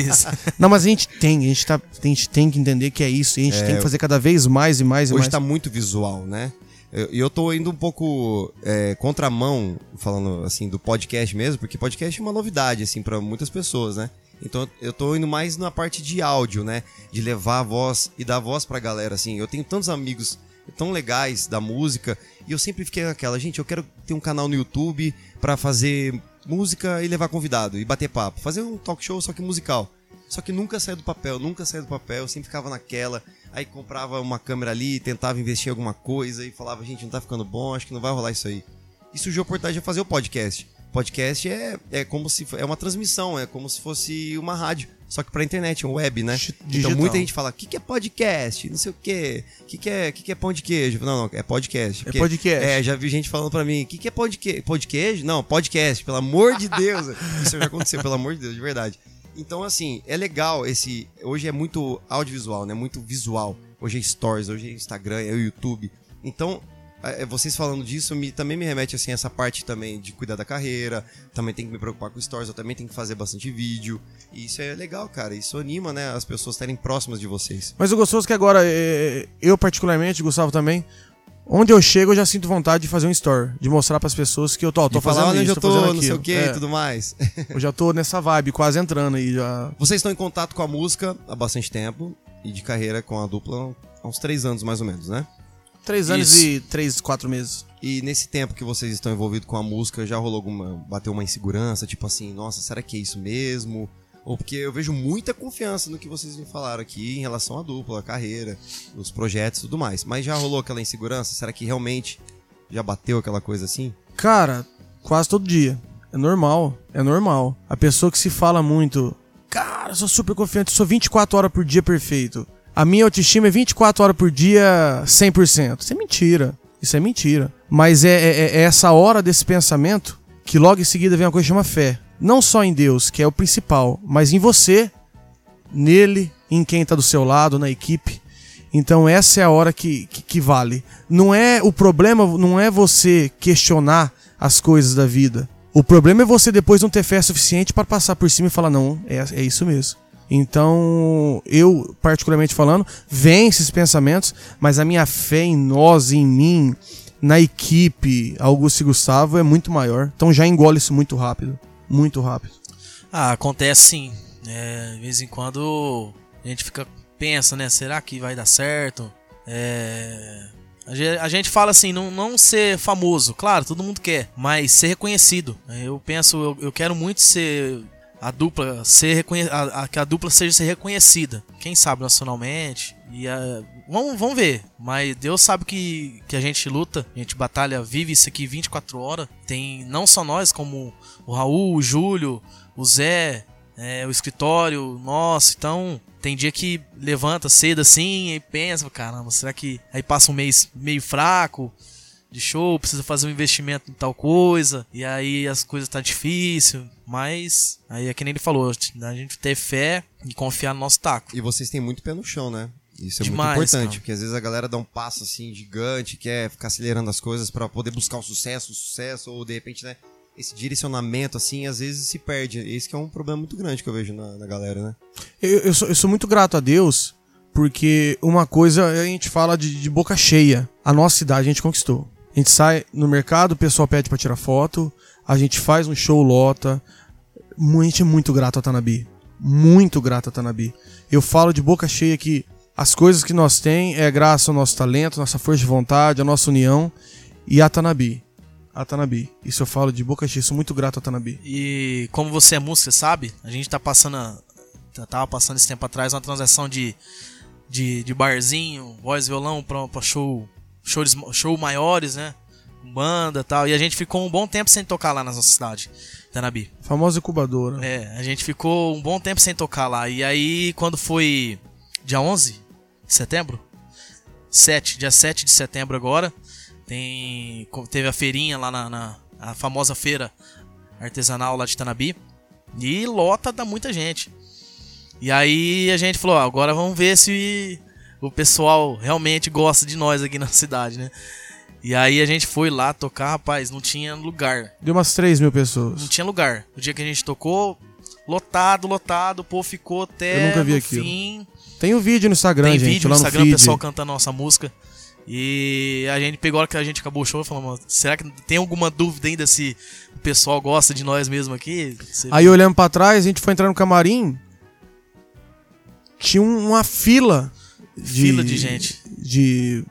[SPEAKER 2] isso.
[SPEAKER 3] Não, mas a gente tem, a gente, tá, a gente tem que entender que é isso. E a gente tem que fazer cada vez mais e mais e
[SPEAKER 1] Hoje
[SPEAKER 3] mais.
[SPEAKER 1] tá muito visual, né? Eu- E eu, tô indo um pouco é, contramão, falando assim, do podcast mesmo, porque podcast é uma novidade, assim, pra muitas pessoas, né? Então eu tô indo mais na parte de áudio, né? De levar a voz e dar voz pra galera, assim. Eu tenho tantos amigos tão legais da música, e eu sempre fiquei naquela, gente, eu quero ter um canal no YouTube pra fazer música e levar convidado, e bater papo. Fazer um talk show, só que musical. Só que nunca saiu do papel, nunca saiu do papel, eu sempre ficava naquela. Aí comprava uma câmera ali, tentava investir em alguma coisa e falava, gente, não tá ficando bom, acho que não vai rolar isso aí. E surgiu a oportunidade de fazer o podcast. Podcast é, é como se fo- é uma transmissão, é como se fosse uma rádio, só que pra internet, um web, né?
[SPEAKER 3] Digi-
[SPEAKER 1] Então
[SPEAKER 3] digital.
[SPEAKER 1] muita gente fala, o que, que é podcast? Não sei o quê. O que, que, é, que, que é pão de queijo? Não, não, é podcast. Porque-
[SPEAKER 3] podcast.
[SPEAKER 1] É, já vi gente falando pra mim, o que, que é pão de, que... pão de queijo? Não, podcast, pelo amor de Deus.
[SPEAKER 3] <laughs>
[SPEAKER 1] Isso já aconteceu, pelo amor de Deus, de verdade. Então, assim, é legal esse. Hoje é muito audiovisual, né? Muito visual. Hoje é stories, hoje é Instagram, é o YouTube. Então, é, vocês falando disso me, também me remete assim a essa parte também de cuidar da carreira. Também tem que me preocupar com stories, eu também tenho que fazer bastante vídeo. E isso é legal, cara. Isso anima, né? As pessoas estarem próximas de vocês.
[SPEAKER 3] Mas o gostoso é que agora, é, eu particularmente, Gustavo também, onde eu chego eu já sinto vontade de fazer um store, de mostrar pras pessoas que eu tô, ó, tô
[SPEAKER 1] De
[SPEAKER 3] fazendo
[SPEAKER 1] falar, olha onde
[SPEAKER 3] isso,
[SPEAKER 1] eu
[SPEAKER 3] tô,
[SPEAKER 1] tô,
[SPEAKER 3] fazendo
[SPEAKER 1] não sei o
[SPEAKER 3] aquilo.
[SPEAKER 1] que
[SPEAKER 3] É,
[SPEAKER 1] e tudo mais.
[SPEAKER 3] Eu já tô nessa vibe, quase entrando aí já.
[SPEAKER 1] Vocês estão em contato com a música há bastante tempo e de carreira com a dupla há uns três anos mais ou menos, né?
[SPEAKER 3] Três anos
[SPEAKER 2] Isso.
[SPEAKER 3] e três, quatro meses.
[SPEAKER 1] E nesse tempo que vocês estão envolvidos com a música, já rolou alguma. bateu uma insegurança, tipo assim, nossa, será que é isso mesmo? Ou porque eu vejo muita confiança no que vocês me falaram aqui em relação à dupla, à carreira, os projetos e tudo mais. Mas já rolou aquela insegurança? Será que realmente já bateu aquela coisa assim?
[SPEAKER 3] Cara, quase todo dia. É normal, é normal. A pessoa que se fala muito, cara, eu sou super confiante, eu sou 24 horas por dia perfeito. A minha autoestima é 24 horas por dia 100%. Isso é mentira. Isso é mentira. Mas é, é- é essa hora desse pensamento que logo em seguida vem uma coisa que chama fé. Não só em Deus, que é o principal, mas em você, nele, em quem tá do seu lado, na equipe. Então essa é a hora que, que, que vale. Não é o problema, não é você questionar as coisas da vida. O problema é você depois não ter fé suficiente para passar por cima e falar não, é, é isso mesmo. Então eu particularmente falando vem esses pensamentos, mas a minha fé em nós, em mim, na equipe Augusto e Gustavo é muito maior. Então já engole isso muito rápido, muito rápido.
[SPEAKER 2] Ah, acontece sim. É, de vez em quando a gente fica pensa, né? Será que vai dar certo? É, a ge- a gente fala assim, não, não ser famoso, claro, todo mundo quer, mas ser reconhecido. Eu penso, eu, eu quero muito ser a dupla, ser reconhe a, a- que a dupla seja ser reconhecida. Quem sabe nacionalmente. E ah, vamos, vamos ver. Mas Deus sabe que, que a gente luta, a gente batalha, vive isso aqui 24 horas. Tem não só nós, como o Raul, o Júlio, o Zé, é, o escritório, nosso, então tem dia que levanta cedo assim e pensa, caramba, será que aí passa um mês meio fraco de show, precisa fazer um investimento em tal coisa, e aí as coisas tá difícil, mas aí é que nem ele falou, a gente ter fé e confiar no nosso taco.
[SPEAKER 1] E vocês têm muito pé no chão, né? Isso é
[SPEAKER 2] Demais,
[SPEAKER 1] muito importante,
[SPEAKER 2] cara.
[SPEAKER 1] porque às vezes a galera dá um passo assim gigante, quer ficar acelerando as coisas pra poder buscar o sucesso, o sucesso, ou de repente, né? Esse direcionamento, assim, às vezes se perde. Esse que é um problema muito grande que eu vejo na, na galera, né?
[SPEAKER 3] Eu, eu sou, eu sou muito grato a Deus, porque uma coisa a gente fala de, de boca cheia. A nossa cidade a gente conquistou. A gente sai no mercado, o pessoal pede pra tirar foto, a gente faz um show lota. Mu- A gente é muito grato a Tanabi. Muito grato a Tanabi. Eu falo de boca cheia que as coisas que nós tem é graças ao nosso talento, nossa força de vontade, a nossa união e a Tanabi. A Tanabi. Isso eu falo de boca cheia, sou muito grato a Tanabi.
[SPEAKER 2] E como você é música, sabe? A gente tá passando. a- tá- Tava passando esse tempo atrás uma transação de de, de barzinho, voz e violão pra, pra show, shows, show maiores, né? Com Banda e tal. E a gente ficou um bom tempo sem tocar lá na nossa cidade, Tanabi.
[SPEAKER 3] Famosa incubadora.
[SPEAKER 2] É, a gente ficou um bom tempo sem tocar lá. E aí, quando foi dia 11 de setembro? 7, dia 7 de setembro agora, tem co- teve a feirinha lá na, na- a famosa feira artesanal lá de Tanabi. E lota da muita gente. E aí a gente falou, ó, agora vamos ver se o pessoal realmente gosta de nós aqui na <laughs> cidade, né? E aí a gente foi lá tocar, rapaz, não tinha lugar.
[SPEAKER 3] Deu umas 3 mil
[SPEAKER 2] Não
[SPEAKER 3] pessoas.
[SPEAKER 2] tinha lugar. O dia que a gente tocou, lotado, lotado, o povo ficou até
[SPEAKER 3] Eu nunca vi
[SPEAKER 2] no
[SPEAKER 3] aquilo.
[SPEAKER 2] fim.
[SPEAKER 3] Tem um vídeo no Instagram,
[SPEAKER 2] Tem
[SPEAKER 3] gente.
[SPEAKER 2] vídeo
[SPEAKER 3] lá
[SPEAKER 2] no
[SPEAKER 3] no
[SPEAKER 2] Instagram, o
[SPEAKER 3] feed.
[SPEAKER 2] pessoal cantando a nossa música. E a gente pegou a hora que a gente acabou o show e falamos, será que tem alguma dúvida ainda se o pessoal gosta de nós mesmo aqui? Se-
[SPEAKER 3] Aí olhando pra trás, a gente foi entrar no camarim. Tinha um- uma fila de.
[SPEAKER 2] Fila de gente.
[SPEAKER 3] De.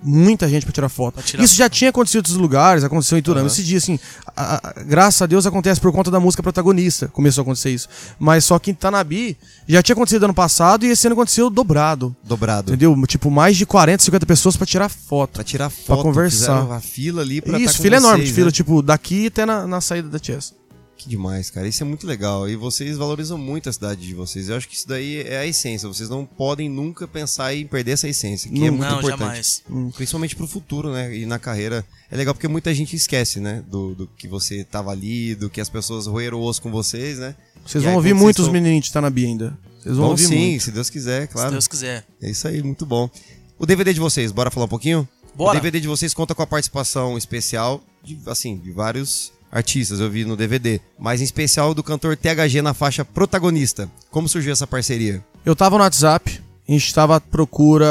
[SPEAKER 3] Muita gente pra tirar foto.
[SPEAKER 2] Pra tirar
[SPEAKER 3] Isso já
[SPEAKER 2] foto.
[SPEAKER 3] tinha acontecido em outros lugares, aconteceu em Turama.
[SPEAKER 1] Aham.
[SPEAKER 3] Esse dia, assim, a- a- graças a Deus acontece por conta da música protagonista. Começou a acontecer isso. Mas só que em Tanabi já tinha acontecido ano passado e esse ano aconteceu dobrado.
[SPEAKER 1] Dobrado.
[SPEAKER 3] Entendeu? Tipo, mais de 40, 50 pessoas pra tirar foto.
[SPEAKER 1] Pra tirar foto.
[SPEAKER 3] conversar.
[SPEAKER 1] fizeram A fila ali pra
[SPEAKER 3] isso,
[SPEAKER 1] tá com
[SPEAKER 3] fila enorme,
[SPEAKER 1] vocês,
[SPEAKER 3] fila,
[SPEAKER 1] né?
[SPEAKER 3] tipo, daqui até na, na saída da Chess.
[SPEAKER 1] Que demais, cara. Isso é muito legal. E vocês valorizam muito a cidade de vocês. Eu acho que isso daí é a essência. Vocês não podem nunca pensar em perder essa essência, que é
[SPEAKER 3] Não.
[SPEAKER 1] muito
[SPEAKER 2] não,
[SPEAKER 1] importante.
[SPEAKER 2] jamais.
[SPEAKER 1] Principalmente pro futuro, né? E na carreira. É legal porque muita gente esquece, né? Do, do que você tava ali, do que as pessoas roeram o osso com vocês, né?
[SPEAKER 3] Vocês
[SPEAKER 1] E
[SPEAKER 3] vão
[SPEAKER 1] aí,
[SPEAKER 3] ouvir
[SPEAKER 1] quando vocês
[SPEAKER 3] muitos
[SPEAKER 1] estão-
[SPEAKER 3] menininhos de Tanabi ainda. Vocês vão
[SPEAKER 1] Bom,
[SPEAKER 3] ouvir
[SPEAKER 1] sim,
[SPEAKER 3] muito.
[SPEAKER 1] se Deus quiser,
[SPEAKER 2] Se
[SPEAKER 1] claro.
[SPEAKER 2] Deus quiser.
[SPEAKER 1] É isso aí, muito bom. O DVD de vocês, bora falar um pouquinho? O
[SPEAKER 2] Bora.
[SPEAKER 1] DVD de vocês conta com a participação especial de, assim, de vários artistas, eu vi no DVD. Mas em especial do cantor THG na faixa protagonista. Como surgiu essa parceria?
[SPEAKER 3] Eu tava no WhatsApp, a gente tava à procura.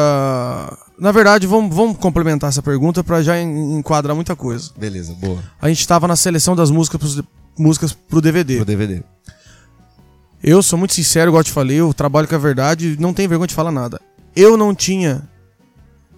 [SPEAKER 3] Na verdade, vamos, vamos complementar essa pergunta pra já en- enquadrar muita coisa.
[SPEAKER 1] Beleza, boa.
[SPEAKER 3] A gente tava na seleção das músicas, pros, músicas pro DVD.
[SPEAKER 1] Pro DVD.
[SPEAKER 3] Eu sou muito sincero, igual eu te falei, eu trabalho com a verdade, não tenho vergonha de falar nada. Eu não tinha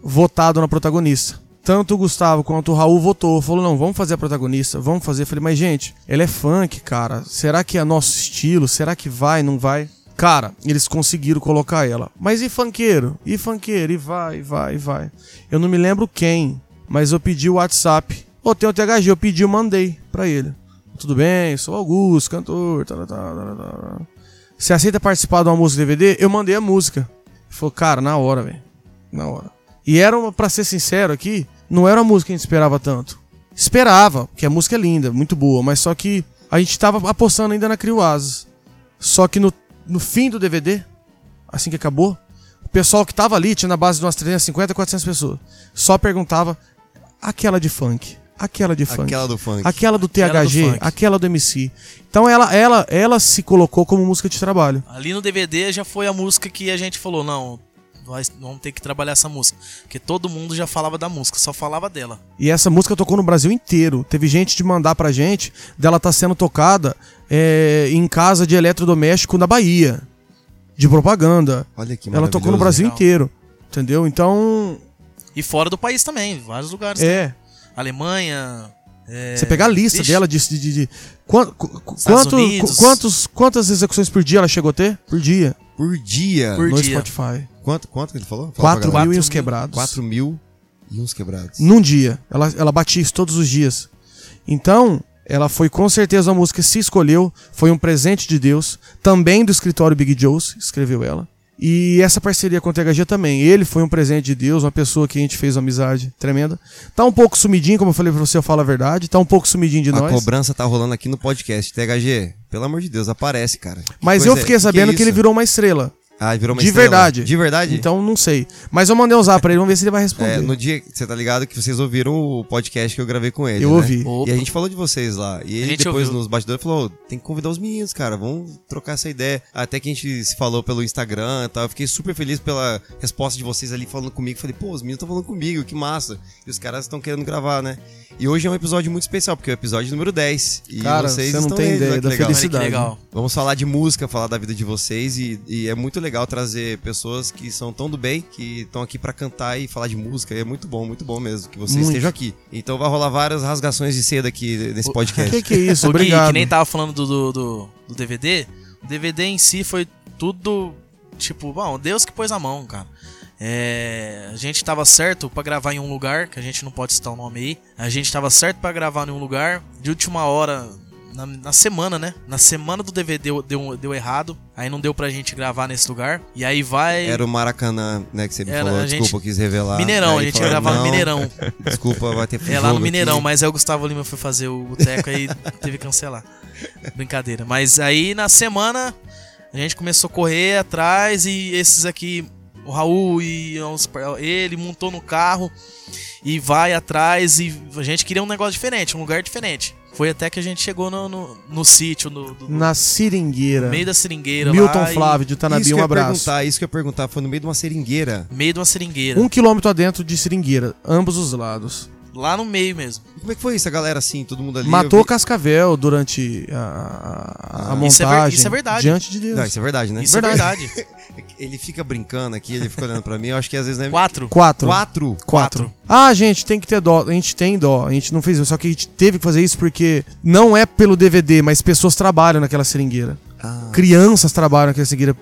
[SPEAKER 3] votado na protagonista. Tanto o Gustavo quanto o Raul votou. Falou, não, vamos fazer a protagonista, vamos fazer. Eu falei, mas gente, ela é funk, cara. Será que é nosso estilo? Será que vai, não vai? Cara, eles conseguiram colocar ela. Mas e funkeiro? E funkeiro? E vai, vai, vai. Eu não me lembro quem, mas eu pedi o WhatsApp. Ô, tem o THG, eu pedi, eu mandei pra ele. Tudo bem, sou Augusto, cantor. Tá, tá, tá, tá, tá. Você aceita participar de uma música DVD? Eu mandei a música. Ele falou, cara, na hora, velho. Na hora. E era, uma, pra ser sincero aqui, não era uma música que a gente esperava tanto. Esperava, porque a música é linda, muito boa, mas só que a gente tava apostando ainda na Crioasas. Só que no, no fim do DVD, assim que acabou, o pessoal que tava ali, tinha na base de umas 350, 400 pessoas, só perguntava aquela de funk, aquela de funk
[SPEAKER 1] Aquela do funk.
[SPEAKER 3] aquela do
[SPEAKER 2] Aquela do
[SPEAKER 3] THG,
[SPEAKER 2] funk.
[SPEAKER 3] aquela do MC. Então ela, ela, ela se colocou como música de trabalho.
[SPEAKER 2] Ali no DVD já foi a música que a gente falou, não, nós vamos ter que trabalhar essa música. Porque todo mundo já falava da música, só falava dela.
[SPEAKER 3] E essa música tocou no Brasil inteiro. Teve gente de mandar pra gente dela tá sendo tocada é, em casa de eletrodoméstico na Bahia. De propaganda.
[SPEAKER 1] Olha que
[SPEAKER 3] Ela tocou no
[SPEAKER 1] maravilhoso.
[SPEAKER 3] Brasil
[SPEAKER 2] Legal.
[SPEAKER 3] inteiro. Entendeu? Então.
[SPEAKER 2] E fora do país também, vários lugares.
[SPEAKER 3] É.
[SPEAKER 2] Alemanha. é,
[SPEAKER 3] Você pegar a lista
[SPEAKER 2] vixe,
[SPEAKER 3] dela de. de, de, de- quan- qu- qu-
[SPEAKER 2] Estados
[SPEAKER 3] quanto-
[SPEAKER 2] Unidos.
[SPEAKER 3] qu- quantos, quantas execuções por dia ela chegou a ter? Por dia.
[SPEAKER 1] Por dia.
[SPEAKER 2] Por
[SPEAKER 3] no
[SPEAKER 2] dia.
[SPEAKER 3] Spotify.
[SPEAKER 1] Quanto, quanto que ele falou? Fala pra
[SPEAKER 3] 4
[SPEAKER 1] galera.
[SPEAKER 3] mil e
[SPEAKER 2] Quatro
[SPEAKER 3] uns
[SPEAKER 2] mil-
[SPEAKER 3] quebrados.
[SPEAKER 1] Quatro mil e uns quebrados.
[SPEAKER 3] num dia. Ela, ela batia isso todos os dias. Então, ela foi com certeza a música que se escolheu, foi um presente de Deus, também do escritório Big Joe's, escreveu ela. E essa parceria com o THG também. Ele foi um presente de Deus, uma pessoa que a gente fez uma amizade tremenda. Tá um pouco sumidinho, como eu falei pra você, eu falo a verdade. Tá um pouco sumidinho de
[SPEAKER 1] a
[SPEAKER 3] nós.
[SPEAKER 1] cobrança tá rolando aqui no podcast. THG, pelo amor de Deus, aparece, cara. Que
[SPEAKER 3] Mas
[SPEAKER 1] coisa
[SPEAKER 3] eu
[SPEAKER 1] é-
[SPEAKER 3] fiquei
[SPEAKER 1] que
[SPEAKER 3] sabendo que,
[SPEAKER 1] isso?
[SPEAKER 3] ele virou uma estrela.
[SPEAKER 1] Ah, virou uma
[SPEAKER 3] de
[SPEAKER 1] estrela.
[SPEAKER 3] verdade.
[SPEAKER 1] De verdade?
[SPEAKER 3] Então não sei. Mas eu mandei um zap pra ele, vamos ver se ele vai responder.
[SPEAKER 1] É, no dia que você tá ligado que vocês ouviram o podcast que eu gravei com ele.
[SPEAKER 3] Eu
[SPEAKER 1] né?
[SPEAKER 3] ouvi.
[SPEAKER 2] Opa.
[SPEAKER 1] E a gente falou de vocês lá. E ele
[SPEAKER 2] gente
[SPEAKER 1] depois
[SPEAKER 2] ouviu.
[SPEAKER 1] nos bastidores falou: "Ô, tem que convidar os meninos, cara. Vamos trocar essa ideia. Até que a gente se falou pelo Instagram e tal. Eu fiquei super feliz pela resposta de vocês ali falando comigo. Falei, pô, os meninos estão falando comigo, que massa. E os caras estão querendo gravar, né? E hoje é um episódio muito especial, porque é o episódio número 10. E
[SPEAKER 3] Cara,
[SPEAKER 1] vocês
[SPEAKER 3] você não
[SPEAKER 1] estão
[SPEAKER 3] tem
[SPEAKER 1] neles,
[SPEAKER 3] ideia
[SPEAKER 1] olha que
[SPEAKER 3] da
[SPEAKER 1] legal.
[SPEAKER 2] Olha que
[SPEAKER 3] cidade,
[SPEAKER 2] legal.
[SPEAKER 1] Vamos falar de música, falar da vida de vocês e, e é muito legal trazer pessoas que são tão do bem, que estão aqui pra cantar e falar de música. E é muito bom, muito bom mesmo que vocês
[SPEAKER 3] Muito.
[SPEAKER 1] estejam aqui. Então vai rolar várias rasgações de seda aqui nesse
[SPEAKER 3] O que,
[SPEAKER 1] podcast.
[SPEAKER 3] que é isso?
[SPEAKER 2] Ô, Gui,
[SPEAKER 3] Obrigado.
[SPEAKER 2] que nem tava falando do, do, do- do DVD, o DVD em si foi tudo Tipo, bom, Deus que pôs a mão, cara. É, a gente tava certo pra gravar em um lugar, que a gente não pode citar o nome aí. A gente tava certo pra gravar em um lugar, de última hora, na, na semana, né? Na semana do DVD deu, deu, deu errado, aí não deu pra gente gravar nesse lugar. E aí vai.
[SPEAKER 1] Era o Maracanã, né, que você me
[SPEAKER 2] Era,
[SPEAKER 1] falou.
[SPEAKER 2] a gente-
[SPEAKER 1] Desculpa, eu quis revelar.
[SPEAKER 2] Mineirão,
[SPEAKER 1] Aí
[SPEAKER 2] a gente ia
[SPEAKER 1] falaram,
[SPEAKER 2] gravar no
[SPEAKER 1] "Não, <laughs>
[SPEAKER 2] Mineirão.
[SPEAKER 1] Desculpa, vai ter
[SPEAKER 2] <laughs> É lá no
[SPEAKER 1] jogo
[SPEAKER 2] Mineirão,
[SPEAKER 1] aqui."
[SPEAKER 2] mas aí o Gustavo Lima foi fazer o boteco
[SPEAKER 1] <laughs>
[SPEAKER 2] e teve que cancelar. Brincadeira. Mas aí na semana a gente começou a correr atrás e esses aqui, o Raul e uns par- ele montou no carro e vai atrás e a gente queria um negócio diferente, um lugar diferente. Foi até que a gente chegou no, no, no sítio, no, do-
[SPEAKER 3] Na
[SPEAKER 2] no
[SPEAKER 3] Seringueira.
[SPEAKER 2] meio da seringueira
[SPEAKER 3] Milton
[SPEAKER 2] lá. e-
[SPEAKER 3] Flávio, de
[SPEAKER 1] Isso
[SPEAKER 3] Tanabi,
[SPEAKER 1] que
[SPEAKER 3] um
[SPEAKER 1] eu ia
[SPEAKER 3] abraço.
[SPEAKER 1] perguntar, isso que eu ia perguntar. Foi no meio de uma seringueira.
[SPEAKER 2] Meio de uma seringueira.
[SPEAKER 3] Um quilômetro adentro de Seringueira, ambos os lados.
[SPEAKER 2] Lá no meio mesmo.
[SPEAKER 1] Como é que foi isso, a galera assim, todo mundo ali?
[SPEAKER 3] Matou
[SPEAKER 1] Eu vi-
[SPEAKER 3] Cascavel durante a, a- a
[SPEAKER 1] Ah.
[SPEAKER 3] montagem.
[SPEAKER 2] Isso é ver- isso é verdade.
[SPEAKER 3] Diante de Deus.
[SPEAKER 1] Não, isso é verdade, né?
[SPEAKER 2] Isso é
[SPEAKER 1] Verdade. <laughs>
[SPEAKER 2] verdade.
[SPEAKER 1] Ele fica brincando aqui, ele fica olhando pra mim. Eu acho que às vezes... Né?
[SPEAKER 2] Quatro.
[SPEAKER 3] Quatro.
[SPEAKER 1] Quatro?
[SPEAKER 3] Quatro. Ah, gente, tem que ter dó. A gente tem dó. A gente não fez isso. Só que a gente teve que fazer isso porque não é pelo DVD, mas pessoas trabalham naquela seringueira.
[SPEAKER 1] Ah.
[SPEAKER 3] Crianças trabalham naquela seringueira.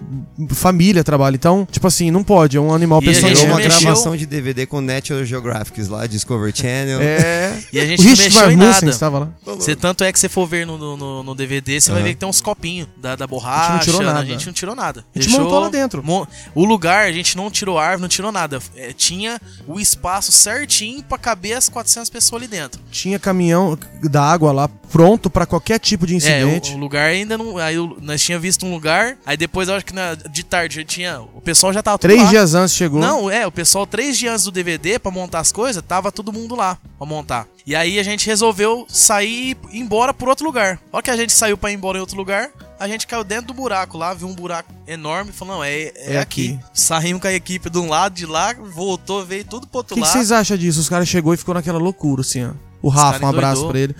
[SPEAKER 3] Família trabalha. Então, tipo assim, não pode. É um animal
[SPEAKER 2] E a
[SPEAKER 1] Estourou
[SPEAKER 2] gente
[SPEAKER 1] uma
[SPEAKER 3] peçonhento.
[SPEAKER 2] mexeu-
[SPEAKER 1] gravação de DVD com Natural Geographic lá, Discovery Channel.
[SPEAKER 3] É.
[SPEAKER 2] E a gente
[SPEAKER 3] O
[SPEAKER 2] não
[SPEAKER 3] Richard
[SPEAKER 2] mexeu em
[SPEAKER 3] Rasmussen
[SPEAKER 2] nada.
[SPEAKER 3] estava lá.
[SPEAKER 2] Cê, tanto é que você for ver no, no- no, no DVD, você vai
[SPEAKER 1] Aham.
[SPEAKER 2] ver que tem uns copinhos da, da borracha.
[SPEAKER 3] tirou
[SPEAKER 2] né?
[SPEAKER 3] nada.
[SPEAKER 2] A gente não tirou nada.
[SPEAKER 3] A gente montou lá dentro.
[SPEAKER 2] mo- o lugar, a gente não tirou árvore, não tirou nada. É, tinha o espaço certinho pra caber as 400 pessoas ali dentro.
[SPEAKER 3] Tinha caminhão da água lá pronto pra qualquer tipo de
[SPEAKER 2] É,
[SPEAKER 3] incidente.
[SPEAKER 2] o, o lugar ainda não. Aí o- nós tinha visto um lugar, aí depois eu acho que na- de tarde já tinha. O pessoal já tava tudo
[SPEAKER 3] Três
[SPEAKER 2] lá.
[SPEAKER 3] dias antes chegou.
[SPEAKER 2] Não, é, o pessoal três dias antes do DVD pra montar as coisas, tava todo mundo lá pra montar. E aí a gente resolveu sair e ir embora por outro lugar. Olha que a gente saiu pra ir embora em outro lugar, a gente caiu dentro do buraco lá, viu um buraco enorme, falou, não, é, é,
[SPEAKER 3] É aqui.
[SPEAKER 2] aqui. Saímos com a equipe de um lado, de lá, voltou, veio tudo pro
[SPEAKER 3] O
[SPEAKER 2] outro
[SPEAKER 3] que que
[SPEAKER 2] lado.
[SPEAKER 3] vocês acham disso? Os caras chegou e ficou naquela loucura, assim, ó. O Rafa,
[SPEAKER 2] cara
[SPEAKER 3] um abraço
[SPEAKER 2] endoidou.
[SPEAKER 3] pra ele.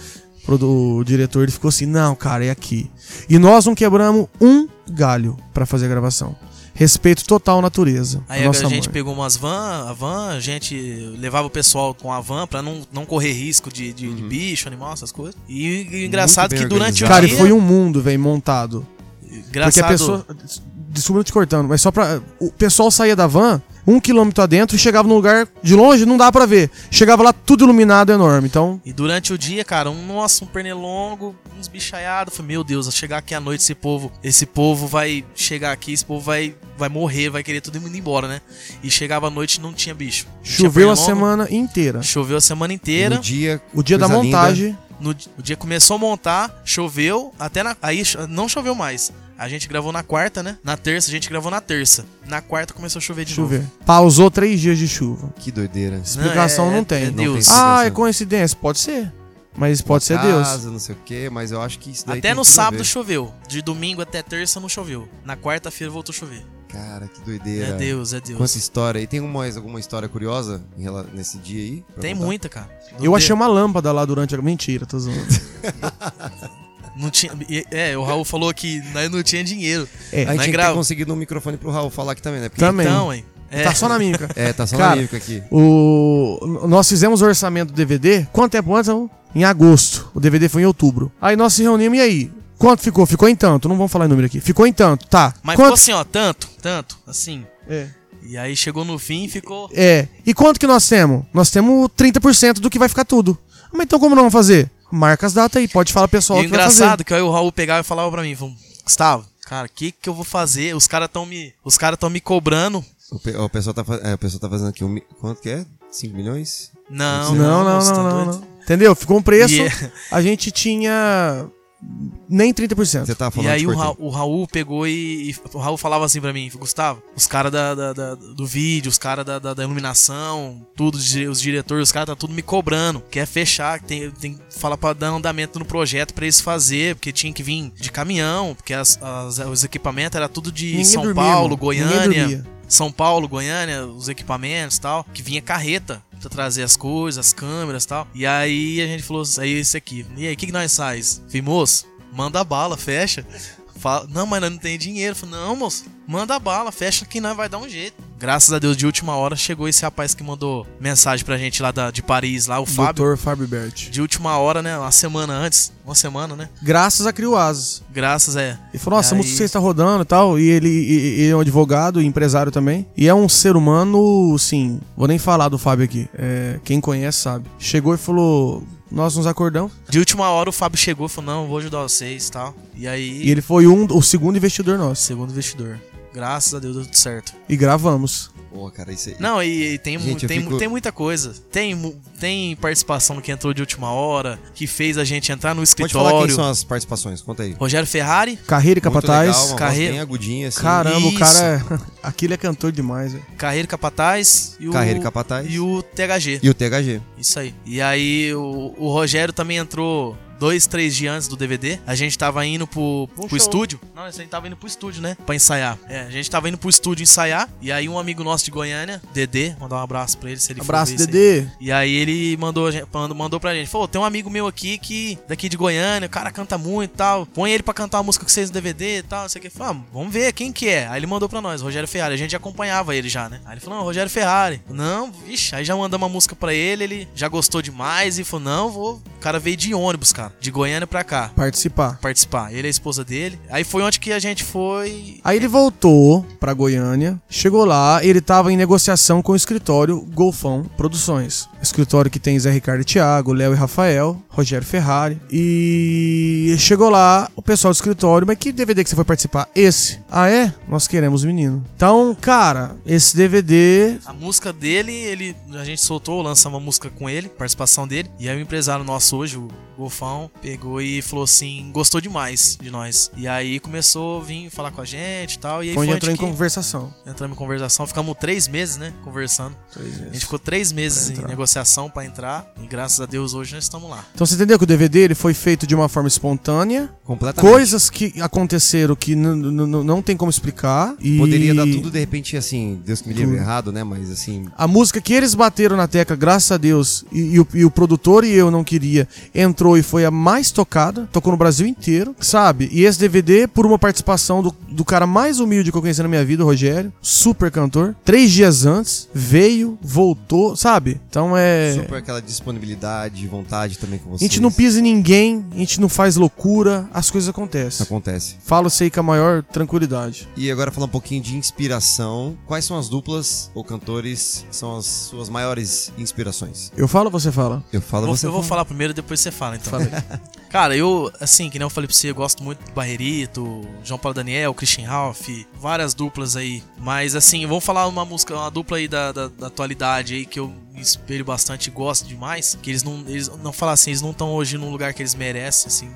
[SPEAKER 3] Pro do- o diretor, ele ficou assim, não, cara, é aqui. E nós não quebramos um galho pra fazer a gravação. Respeito total à natureza.
[SPEAKER 2] Aí
[SPEAKER 3] à
[SPEAKER 2] a
[SPEAKER 3] nossa
[SPEAKER 2] gente
[SPEAKER 3] mãe.
[SPEAKER 2] pegou umas van, a van, a gente levava o pessoal com a van pra não, não correr risco de, de- de bicho, animal, essas coisas. E, e engraçado
[SPEAKER 1] bem
[SPEAKER 2] que durante
[SPEAKER 1] organizado.
[SPEAKER 3] Cara,
[SPEAKER 2] o
[SPEAKER 3] e
[SPEAKER 2] dia...
[SPEAKER 3] foi um mundo, velho, montado. Porque a
[SPEAKER 2] engraçado-
[SPEAKER 3] pessoa. des- Desculpa eu te cortando, mas só pra. O pessoal saía da van, um quilômetro adentro, e chegava num lugar de longe, não dá pra ver. Chegava lá tudo iluminado, enorme. Então,
[SPEAKER 2] E durante o dia, cara, um, nossa, um pernilongo, uns bichaiados. Falei, meu Deus, chegar aqui à noite, esse povo, esse povo vai chegar aqui, esse povo vai, vai morrer, vai querer todo mundo ir embora, né? E chegava à noite não tinha bicho. Não tinha
[SPEAKER 3] choveu a
[SPEAKER 2] pernilongo,
[SPEAKER 3] semana inteira.
[SPEAKER 2] Choveu a semana
[SPEAKER 1] No
[SPEAKER 2] inteira.
[SPEAKER 1] dia...
[SPEAKER 3] O dia da
[SPEAKER 1] Coisa linda.
[SPEAKER 3] montagem.
[SPEAKER 2] No, di- o dia começou a montar, choveu, até na. Aí cho- não choveu mais. A gente gravou na quarta, né? Na terça, a gente gravou na terça. Na quarta começou a chover de
[SPEAKER 3] Deixa eu
[SPEAKER 2] novo.
[SPEAKER 3] ver. Pausou três dias de chuva.
[SPEAKER 1] Que doideira.
[SPEAKER 3] Explicação não tem.
[SPEAKER 2] É
[SPEAKER 3] Não
[SPEAKER 2] Deus.
[SPEAKER 1] tem. Explicação.
[SPEAKER 3] Ah, é coincidência. Pode ser. Mas pode ser Deus.
[SPEAKER 1] Casa, não sei o quê, mas eu acho que isso daí
[SPEAKER 2] até
[SPEAKER 1] tem
[SPEAKER 2] no
[SPEAKER 1] tudo a
[SPEAKER 2] sábado
[SPEAKER 1] ver.
[SPEAKER 2] choveu. De domingo até terça não choveu. Na quarta-feira voltou a chover.
[SPEAKER 1] Cara, que
[SPEAKER 2] É
[SPEAKER 1] doideira.
[SPEAKER 2] Deus, é Deus.
[SPEAKER 1] Quanta história. E tem mais alguma história curiosa em rela- nesse dia aí? pra
[SPEAKER 2] Tem
[SPEAKER 1] contar?
[SPEAKER 2] muita, cara. Não
[SPEAKER 3] Eu
[SPEAKER 2] tem-
[SPEAKER 3] achei uma lâmpada lá durante a. Mentira, tô zoando.
[SPEAKER 2] Não tinha. e- É, o Raul falou que nós não tinha dinheiro.
[SPEAKER 1] A
[SPEAKER 3] É,
[SPEAKER 1] gente
[SPEAKER 2] Mas
[SPEAKER 1] tinha que ter
[SPEAKER 2] grava.
[SPEAKER 1] conseguido um microfone pro Raul falar aqui também, né? Porque-
[SPEAKER 3] Também.
[SPEAKER 2] Então, hein? É,
[SPEAKER 3] Tá só na minha, cara.
[SPEAKER 1] É, tá só
[SPEAKER 3] Cara,
[SPEAKER 1] na mímica aqui.
[SPEAKER 3] O... Nós fizemos o orçamento do DVD. Quanto tempo antes? Raul? Em agosto. O DVD foi em outubro. Aí nós se reunimos e aí? Quanto ficou? Ficou em tanto. Não vamos falar em número aqui. Ficou em tanto. Tá.
[SPEAKER 2] Mas ficou
[SPEAKER 3] quanto...
[SPEAKER 2] assim, ó, tanto, tanto, assim.
[SPEAKER 3] É.
[SPEAKER 2] E aí chegou no fim e ficou.
[SPEAKER 3] É. E quanto que nós temos? Nós temos 30% do que vai ficar tudo. Ah, Mas então como não vamos fazer? Marca as datas aí. Pode falar pro
[SPEAKER 2] E
[SPEAKER 3] pessoal
[SPEAKER 2] o
[SPEAKER 3] o que vai fazer.
[SPEAKER 2] engraçado que aí o Raul pegava e falava pra mim, falou, Gustavo, cara, o que que eu vou fazer? Os caras tão me. Os caras tão me cobrando.
[SPEAKER 1] O, pe- o pessoal tá, fa- é, o pessoal tá fazendo aqui um. mi- Quanto que é? 5 milhões?
[SPEAKER 2] Não,
[SPEAKER 3] Não, não,
[SPEAKER 2] você
[SPEAKER 3] não,
[SPEAKER 2] tá
[SPEAKER 3] não,
[SPEAKER 2] doido?
[SPEAKER 3] não. Entendeu? Ficou um preço,
[SPEAKER 2] E- é.
[SPEAKER 3] a gente tinha nem 30%.
[SPEAKER 1] Você tava
[SPEAKER 2] E
[SPEAKER 1] falando
[SPEAKER 2] aí
[SPEAKER 1] te
[SPEAKER 2] o,
[SPEAKER 1] cortei.
[SPEAKER 2] Ra- o Raul pegou e, e O Raul falava assim pra mim, Gustavo, os caras da, da- da- do vídeo, os caras da, da- da iluminação, tudo, os dire- os diretores, os caras tá tudo me cobrando. Quer fechar, tem, tem que falar pra dar andamento no projeto pra eles fazer, porque tinha que vir de caminhão, porque as- as- os equipamentos era tudo de
[SPEAKER 3] Ninguém
[SPEAKER 2] São
[SPEAKER 3] dormia,
[SPEAKER 2] Paulo,
[SPEAKER 3] mano. Ninguém
[SPEAKER 2] Goiânia.
[SPEAKER 3] dormia.
[SPEAKER 2] São Paulo, Goiânia, os equipamentos e tal, que vinha carreta pra trazer as coisas, as câmeras e tal. E aí a gente falou, aí esse aqui. E aí, o que, que nós faz? Falei, moço, manda bala, fecha. Fala, não, mas nós não tem dinheiro. Falei, não, moço, manda bala, fecha que nós vai dar um jeito. Graças a Deus, de última hora chegou esse rapaz que mandou mensagem pra gente lá da- de Paris, lá, o tá Fábio.
[SPEAKER 3] Doutor Fábio Berti.
[SPEAKER 2] De última hora, né? Uma semana antes. Uma semana, né?
[SPEAKER 3] Graças a Crioasas.
[SPEAKER 2] Graças é.
[SPEAKER 3] Ele falou, nossa, a
[SPEAKER 2] Aí-
[SPEAKER 3] música que você está rodando e tal. E ele, e- e- é um advogado e empresário também. E é um ser humano, sim. Vou nem falar do Fábio aqui. É, quem conhece sabe. Chegou e falou, nós nos acordamos.
[SPEAKER 2] De última hora o Fábio chegou e falou, não, vou ajudar vocês e tal. E aí,
[SPEAKER 3] E ele foi um, o segundo investidor nosso.
[SPEAKER 2] segundo investidor. Graças a Deus deu tudo certo.
[SPEAKER 3] E gravamos.
[SPEAKER 1] Porra, cara, isso aí.
[SPEAKER 2] Não, e, e tem, mu-
[SPEAKER 1] Gente, eu
[SPEAKER 2] tem, mu-
[SPEAKER 1] fico-
[SPEAKER 2] tem muita coisa. Tem, mu- tem participação que entrou de última hora, que fez a gente entrar no
[SPEAKER 1] Pode falar quem
[SPEAKER 2] escritório.
[SPEAKER 1] são as participações, conta aí.
[SPEAKER 2] Rogério Ferrari,
[SPEAKER 3] Carreira e
[SPEAKER 1] Muito legal, uma
[SPEAKER 3] Capataz.
[SPEAKER 1] voz
[SPEAKER 2] carreira-
[SPEAKER 1] bem agudinha, assim.
[SPEAKER 3] Caramba,
[SPEAKER 2] Isso.
[SPEAKER 3] o cara é... <laughs> Aquilo é cantor demais, velho.
[SPEAKER 2] Carreiro Capataz e o,
[SPEAKER 1] Carreiro Capataz.
[SPEAKER 2] e o THG.
[SPEAKER 1] E o THG.
[SPEAKER 2] Isso aí. E aí o, o Rogério também entrou dois, três dias antes do DVD. A gente tava indo pro, pro
[SPEAKER 3] show.
[SPEAKER 2] estúdio. Não, a gente tava indo pro estúdio, né? Pra ensaiar. É, a gente tava indo pro estúdio ensaiar. E aí um amigo nosso de Goiânia, Dedê, mandar um abraço pra ele se ele for
[SPEAKER 3] Abraço,
[SPEAKER 2] ver isso aí.
[SPEAKER 3] Dedê.
[SPEAKER 2] E aí ele mandou, a gen- mandou- mandou pra gente. Falou, tem um amigo meu aqui que daqui de Goiânia, o cara canta muito e tal. Põe ele pra cantar uma música com vocês no DVD e tal, não sei o que. Falei, ah, vamos ver quem que é. Aí ele mandou pra nós, Rogério Ferrari. A gente já acompanhava ele já, né? Aí ele falou, não, Rogério Ferrari. Não, vixe. Aí já mandamos uma música pra ele, ele já gostou demais e falou, não, vou... O cara veio de ônibus, cara, de Goiânia pra cá
[SPEAKER 3] Participar.
[SPEAKER 2] participar. Ele é a esposa dele. Aí foi onde que a gente foi...
[SPEAKER 3] Aí ele voltou pra Goiânia, chegou lá, ele tava em negociação com o escritório Golfão Produções. Escritório que tem Zé Ricardo e Thiago, Léo e Rafael, Rogério Ferrari. E chegou lá o pessoal do escritório, mas que DVD que você foi participar? Esse. Ah é? Nós queremos o menino. Então, cara, esse DVD
[SPEAKER 2] A música dele, ele a gente soltou, lançamos uma música com ele, participação dele. E aí o empresário nosso hoje, o Golfão, pegou e falou assim, gostou demais de nós. E aí começou a vir falar com a gente e tal. E aí
[SPEAKER 3] foi
[SPEAKER 2] foi
[SPEAKER 3] onde entrou em
[SPEAKER 2] que
[SPEAKER 3] conversação.
[SPEAKER 2] entramos em conversação. Ficamos três meses, né, conversando. A gente ficou três meses
[SPEAKER 3] Pra
[SPEAKER 2] em
[SPEAKER 3] entrar.
[SPEAKER 2] negociação pra entrar. E graças a Deus hoje nós estamos lá.
[SPEAKER 3] Então você entendeu que o DVD ele foi feito de uma forma espontânea,
[SPEAKER 1] Completamente.
[SPEAKER 3] coisas que aconteceram que n- n- n- não tem como explicar e
[SPEAKER 1] Poderia dar tudo de repente, assim, Deus que me livre
[SPEAKER 3] Tudo.
[SPEAKER 1] errado, né? Mas assim.
[SPEAKER 3] A música que eles bateram na teca, graças a Deus, e, e o, e o produtor e eu não queria, entrou e foi a mais tocada, tocou no Brasil inteiro, sabe? E esse DVD, por uma participação do, do cara mais humilde que eu conheci na minha vida, o Rogério, super cantor, três dias antes, veio, voltou, sabe? Então é.
[SPEAKER 1] Super aquela disponibilidade, vontade também com
[SPEAKER 3] A
[SPEAKER 1] vocês.
[SPEAKER 3] gente não pisa em ninguém, a gente não faz loucura, as coisas acontecem.
[SPEAKER 1] Tá Acontece.
[SPEAKER 3] Falo isso aí com a maior tranquilidade.
[SPEAKER 1] E agora falar um pouquinho de inspiração. Quais são as duplas ou cantores que são as suas maiores inspirações?
[SPEAKER 3] Eu falo ou você fala?
[SPEAKER 1] Eu falo
[SPEAKER 2] Vou-
[SPEAKER 1] você.
[SPEAKER 2] eu vou
[SPEAKER 1] fala.
[SPEAKER 2] falar primeiro, depois você fala, então.
[SPEAKER 3] Fala aí.
[SPEAKER 2] <laughs> Cara, eu, assim, que nem eu falei pra você, eu gosto muito do Barrerito, João Paulo Daniel, Christian Ralph, várias duplas aí. Mas, assim, vamos falar uma música, uma dupla aí da, da, da atualidade aí que eu me espelho bastante e gosto demais. Que eles não, eles não falar assim, eles não estão hoje num lugar que eles merecem, assim.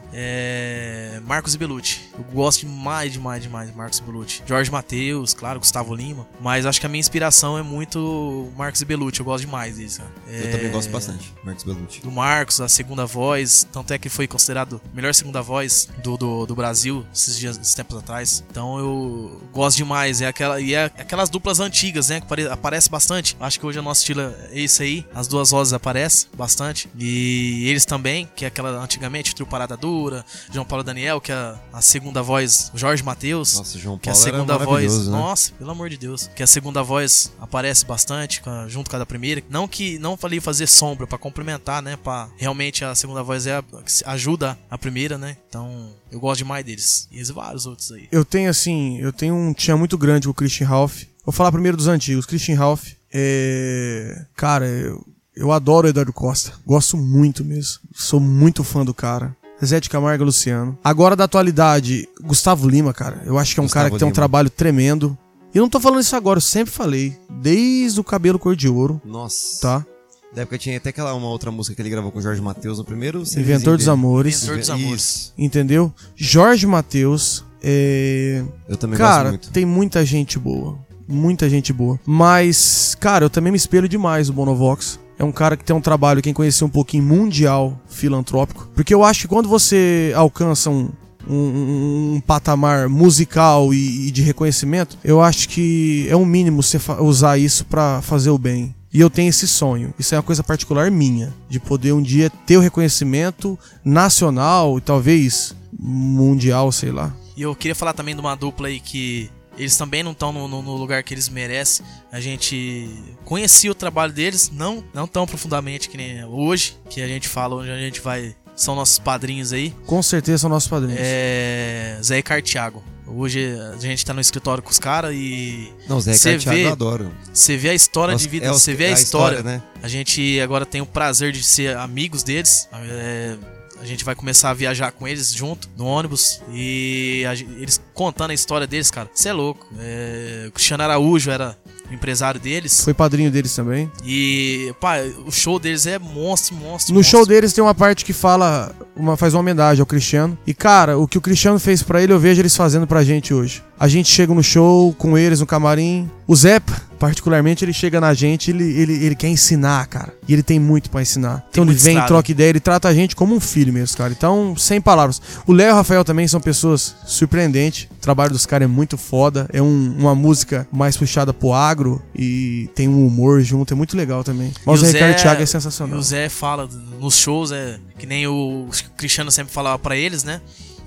[SPEAKER 2] É. Marcos e Belucci. Eu gosto demais, demais, demais de Marcos e Belucci. Jorge Matheus, claro, Gustavo Lima. Mas acho que a minha inspiração é muito Marcos e Belucci, eu gosto demais deles, cara.
[SPEAKER 1] Eu
[SPEAKER 2] É,
[SPEAKER 1] também gosto bastante, Marcos Bellucci.
[SPEAKER 2] do Marcos, a segunda voz, tanto é que foi considerado a melhor segunda voz do, do, do Brasil esses dias, esses tempos atrás. Então eu gosto demais, é aquela e é aquelas duplas antigas, né, que apare- aparece bastante. Acho que hoje o nosso estilo é esse aí, as duas vozes aparecem bastante e eles também, que é aquela antigamente Trio Parada Dura, João Paulo Daniel, que é a, a segunda voz, Jorge Matheus.
[SPEAKER 1] Nossa, João
[SPEAKER 2] Que a
[SPEAKER 1] Paulo
[SPEAKER 2] segunda
[SPEAKER 1] era
[SPEAKER 2] voz.
[SPEAKER 1] maravilhoso, né?
[SPEAKER 2] Nossa, pelo amor de Deus. Que a segunda voz aparece bastante com a- junto com a da primeira. Não que não falei fazer sombra pra complementar, né? Pra, realmente a segunda voz é a, que se- ajuda a primeira, né? Então eu gosto demais deles. E esses vários outros aí.
[SPEAKER 3] Eu tenho assim, eu tenho um tchan muito grande com o Christian Ralph. Vou falar primeiro dos antigos. Christian Ralph é. Cara, eu, eu adoro o Eduardo Costa. Gosto muito mesmo. Sou muito fã do cara. Zé de Camargo e Luciano. Agora da atualidade, Gustavo Lima, cara. Eu acho que é um
[SPEAKER 1] Gustavo
[SPEAKER 3] cara que tem um
[SPEAKER 1] Lima.
[SPEAKER 3] trabalho tremendo. E eu não tô falando isso agora, eu sempre falei. Desde o cabelo cor de ouro,
[SPEAKER 1] Nossa.
[SPEAKER 3] tá?
[SPEAKER 1] Da época tinha até aquela uma outra música que ele gravou com o Jorge Matheus no primeiro. CDzinho
[SPEAKER 3] Inventor dos
[SPEAKER 1] dele.
[SPEAKER 3] Amores.
[SPEAKER 2] Inventor dos Amores.
[SPEAKER 1] Isso.
[SPEAKER 3] Entendeu? Jorge Matheus. É.
[SPEAKER 1] Eu também
[SPEAKER 3] Cara,
[SPEAKER 1] gosto Um muito.
[SPEAKER 3] tem muita gente boa. Muita gente boa. Mas, cara, eu também me espelho demais o Bonovox. É um cara que tem um trabalho, quem conhecer um pouquinho, mundial, filantrópico. Porque eu acho que quando você alcança um, um- um- um patamar musical e, e de reconhecimento, eu acho que é um mínimo você fa- usar isso pra fazer o bem. E eu tenho esse sonho. Isso é uma coisa particular minha. De poder um dia ter o reconhecimento nacional e talvez mundial, sei lá.
[SPEAKER 2] E eu queria falar também de uma dupla aí que Eles também não estão no, no- no lugar que eles merecem. A gente conhecia o trabalho deles, não, não tão profundamente que nem é hoje, que a gente fala onde a gente vai. São nossos padrinhos aí.
[SPEAKER 3] Com certeza são nossos padrinhos.
[SPEAKER 2] É. Zé e Cartiago. Hoje a gente tá no escritório com os caras e.
[SPEAKER 1] Não, Zé
[SPEAKER 2] Cê
[SPEAKER 1] Cartiago
[SPEAKER 2] vê-
[SPEAKER 1] eu adoro. é
[SPEAKER 2] Você vê a história de vida, você vê a, história.
[SPEAKER 1] né?
[SPEAKER 2] A gente agora tem o prazer de ser amigos deles. É, a gente vai começar a viajar com eles junto no ônibus e a gen- eles contando a história deles, cara. Você é louco. É, o Cristiano Araújo era o empresário deles.
[SPEAKER 3] Foi padrinho deles também.
[SPEAKER 2] E, pá, o show deles é monstro, monstro.
[SPEAKER 3] No
[SPEAKER 2] monstro.
[SPEAKER 3] show deles tem uma parte que fala, uma faz uma homenagem ao Cristiano. E cara, o que o Cristiano fez pra ele, eu vejo eles fazendo pra gente hoje. A gente chega no show com eles no camarim. O Zé, particularmente, ele chega na gente, ele, ele, ele quer ensinar, cara. E ele tem muito pra ensinar. Então ele
[SPEAKER 2] muita
[SPEAKER 3] vem,
[SPEAKER 2] estrada.
[SPEAKER 3] troca ideia, ele trata a gente como um filho mesmo, cara. Então, sem palavras. O Léo e o Rafael também são pessoas surpreendentes. O trabalho dos caras é muito foda. É um- uma música mais puxada pro agro e tem um humor junto, é muito legal também.
[SPEAKER 2] E
[SPEAKER 3] Mas o
[SPEAKER 2] o Zé-
[SPEAKER 3] Ricardo Thiago é
[SPEAKER 2] E
[SPEAKER 3] sensacional.
[SPEAKER 2] o Zé fala nos shows, é que nem o Cristiano sempre falava pra eles, né?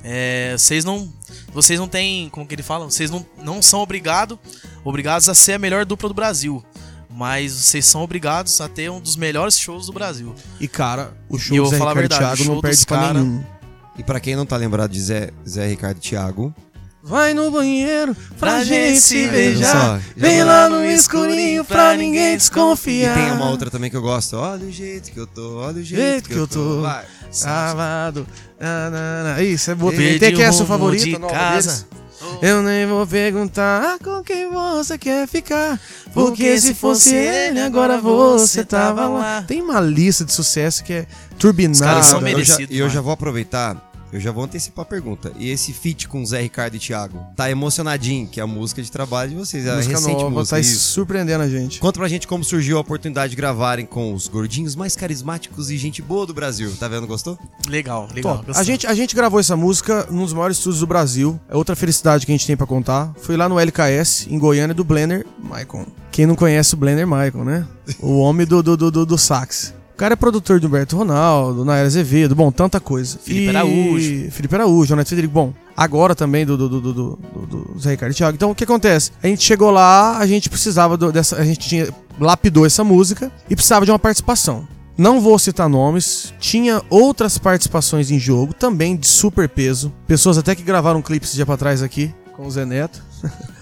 [SPEAKER 2] É, vocês não vocês não têm, como que ele fala? Vocês não, não são obrigado, obrigados a ser a melhor dupla do Brasil, mas vocês são obrigados a ter um dos melhores shows do Brasil.
[SPEAKER 3] E, cara, o
[SPEAKER 2] E
[SPEAKER 3] show
[SPEAKER 2] eu
[SPEAKER 3] do
[SPEAKER 2] vou
[SPEAKER 3] Zé
[SPEAKER 2] falar a
[SPEAKER 3] Ricardo
[SPEAKER 2] verdade, o
[SPEAKER 3] Thiago
[SPEAKER 2] show
[SPEAKER 3] não perde
[SPEAKER 2] dos
[SPEAKER 3] pra
[SPEAKER 2] cara-
[SPEAKER 3] nenhum.
[SPEAKER 1] E pra quem não tá lembrado de Zé, Zé Ricardo e Thiago.
[SPEAKER 3] Vai no banheiro
[SPEAKER 2] pra gente se
[SPEAKER 1] beijar.
[SPEAKER 2] Vem lá no escurinho pra ninguém
[SPEAKER 1] E
[SPEAKER 2] desconfiar.
[SPEAKER 1] tem uma outra também que eu gosto. Olha o jeito que eu tô, olha o jeito, que, eu tô. Vai.
[SPEAKER 3] Sábado. na, na, na. Isso, é boa.
[SPEAKER 2] Perdi
[SPEAKER 3] Tem que é
[SPEAKER 2] o
[SPEAKER 3] a sua
[SPEAKER 2] rumo
[SPEAKER 3] favorita?
[SPEAKER 2] de
[SPEAKER 3] nova
[SPEAKER 2] casa.
[SPEAKER 3] deles? Eu nem vou perguntar com quem você quer ficar. Porque se fosse ele, agora você tava lá. Tem uma lista de sucesso que é turbinada.
[SPEAKER 2] caras são
[SPEAKER 1] Eu já-
[SPEAKER 2] merecido,
[SPEAKER 1] E eu, já
[SPEAKER 2] mano.
[SPEAKER 1] vou aproveitar, eu já vou antecipar a pergunta. E esse feat com Zé Ricardo e Thiago, tá emocionadinho, que é a música de trabalho de vocês, é a
[SPEAKER 3] música
[SPEAKER 1] recente
[SPEAKER 3] nova,
[SPEAKER 1] música.
[SPEAKER 3] tá
[SPEAKER 1] isso.
[SPEAKER 3] surpreendendo a gente.
[SPEAKER 1] Conta pra gente como surgiu a oportunidade de gravarem com os gordinhos mais carismáticos e gente boa do Brasil. Tá vendo? Gostou?
[SPEAKER 2] Legal, legal.
[SPEAKER 3] Top. a,
[SPEAKER 2] gostei.
[SPEAKER 3] gente, a gente gravou essa música num dos maiores estúdios do Brasil. É outra felicidade que a gente tem pra contar. Foi lá no LKS, em Goiânia, do Blender Michael. Quem não conhece o Blender Michael, né? O homem do, do, do, do, do sax. O cara é produtor de Humberto Ronaldo, Nayara Azevedo, bom, tanta coisa.
[SPEAKER 2] Felipe Araújo.
[SPEAKER 3] Felipe Araújo, Jonathan Federico. Bom, agora também do, do, do, do, do- do- do Zé Ricardo e Thiago. Então, o que acontece? A gente chegou lá, a gente precisava do- dessa... A gente tinha, lapidou essa música e precisava de uma participação. Não vou citar nomes, tinha outras participações em jogo, também de super peso. Pessoas até que gravaram um clipe esse dia pra trás aqui, com o Zé Neto. <laughs>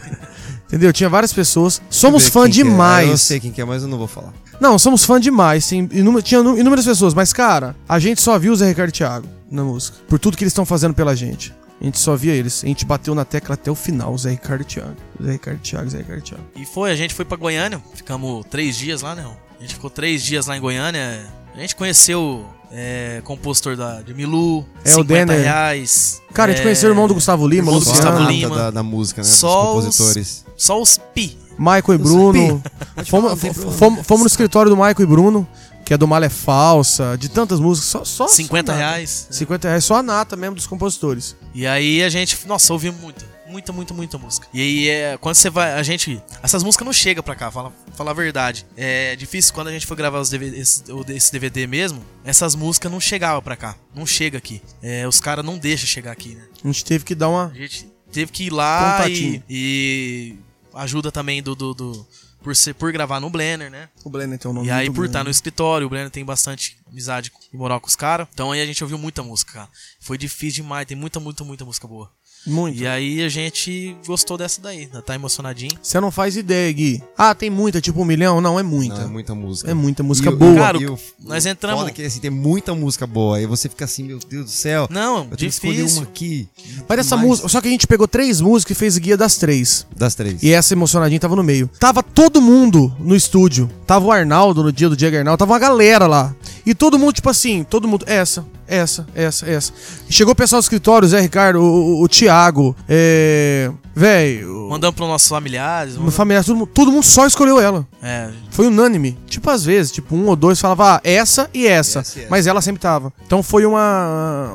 [SPEAKER 3] Entendeu? Tinha várias pessoas. Somos
[SPEAKER 1] Deixa eu ver
[SPEAKER 3] fã
[SPEAKER 1] quem que é.
[SPEAKER 3] demais.
[SPEAKER 1] Eu sei quem que é, mas eu não vou falar.
[SPEAKER 3] Não, somos fã demais. Tem inúmer- tinha inú- inúmeras pessoas, mas, cara, a gente só viu o Zé Ricardo e Thiago na música. Por tudo que eles estão fazendo pela gente. A gente só via eles. A gente bateu na tecla até o final, o Zé Ricardo e Thiago. Zé Ricardo e Thiago, Zé Ricardo e Thiago.
[SPEAKER 2] E foi, a gente foi pra Goiânia, ficamos três dias lá, né? A gente ficou três dias lá em Goiânia. A gente conheceu é, compositor da, de Milu,
[SPEAKER 3] É, o
[SPEAKER 2] 50
[SPEAKER 3] Denner.
[SPEAKER 2] reais. É,
[SPEAKER 3] Cara, a gente conheceu o irmão do Gustavo Lima,
[SPEAKER 2] irmão do
[SPEAKER 1] Só a
[SPEAKER 2] Gustavo
[SPEAKER 3] Luciano,
[SPEAKER 1] nata
[SPEAKER 2] Lima.
[SPEAKER 1] Da, da música, né?
[SPEAKER 2] Só os-
[SPEAKER 1] dos compositores.
[SPEAKER 2] Só os pi.
[SPEAKER 3] Michael e Bruno. Fomos,
[SPEAKER 1] tem
[SPEAKER 3] fo-
[SPEAKER 1] problema.
[SPEAKER 3] fomos- fomos no escritório do Michael e Bruno, que é do Malha Falsa, de tantas músicas. Só, só
[SPEAKER 2] 50
[SPEAKER 3] só a nata.
[SPEAKER 2] reais.
[SPEAKER 3] 50 reais, só a nata mesmo dos compositores.
[SPEAKER 2] E aí a gente, nossa, ouvimos muita, muita, muita, muita música. E aí é, quando você vai, a gente, essas músicas não chegam pra cá, fala, fala a verdade. É difícil quando a gente foi gravar os DVD, esse, o- esse DVD mesmo, essas músicas não chegavam pra cá, não chega aqui. É, os caras não deixam chegar aqui, né?
[SPEAKER 3] A gente teve que dar uma.
[SPEAKER 2] A gente teve que ir lá e,
[SPEAKER 3] Contatinho.
[SPEAKER 2] e ajuda também do, do, do- por ser por gravar no Blender, né?
[SPEAKER 3] O Blender tem um nome
[SPEAKER 2] E aí
[SPEAKER 3] muito
[SPEAKER 2] por
[SPEAKER 3] grande.
[SPEAKER 2] estar no escritório, o Blender tem bastante amizade e moral com os caras. Então aí a gente ouviu muita música, cara. Foi difícil demais, tem muita, muita, muita música boa.
[SPEAKER 3] Muito.
[SPEAKER 2] E aí a gente gostou dessa daí, ainda tá emocionadinho.
[SPEAKER 3] Você não faz ideia, Gui. Ah, tem muita, tipo um milhão? Não, é muita.
[SPEAKER 1] Não, é muita música.
[SPEAKER 3] É muita música
[SPEAKER 1] o-
[SPEAKER 3] boa.
[SPEAKER 2] Cara,
[SPEAKER 1] e o-
[SPEAKER 2] nós
[SPEAKER 1] o
[SPEAKER 2] entramos-
[SPEAKER 1] Foda que assim, tem muita música boa. Aí você fica assim, meu Deus do céu.
[SPEAKER 2] Não,
[SPEAKER 1] eu tenho que escolher uma
[SPEAKER 2] difícil.
[SPEAKER 1] aqui.
[SPEAKER 3] Mas essa
[SPEAKER 1] Demais.
[SPEAKER 3] música. Só que a gente pegou três músicas e fez guia das três.
[SPEAKER 1] Das três.
[SPEAKER 3] E essa emocionadinha tava no meio. Tava todo mundo no estúdio. Tava o Arnaldo no dia do Diego Arnaldo, tava uma galera lá. E todo mundo, tipo assim, todo mundo. Essa, essa, essa, essa. Chegou o pessoal do escritório, o Zé Ricardo, o, o- o Thiago, é. Véi, o
[SPEAKER 2] Mandamos pros nossos familiares.
[SPEAKER 3] <laughs> meu familiar, todo mundo, todo mundo só escolheu ela.
[SPEAKER 2] É,
[SPEAKER 3] Foi unânime. Tipo, às vezes, tipo, um ou dois falava ah, essa e essa.
[SPEAKER 1] Essa e essa.
[SPEAKER 3] Mas ela sempre tava. Então foi uma.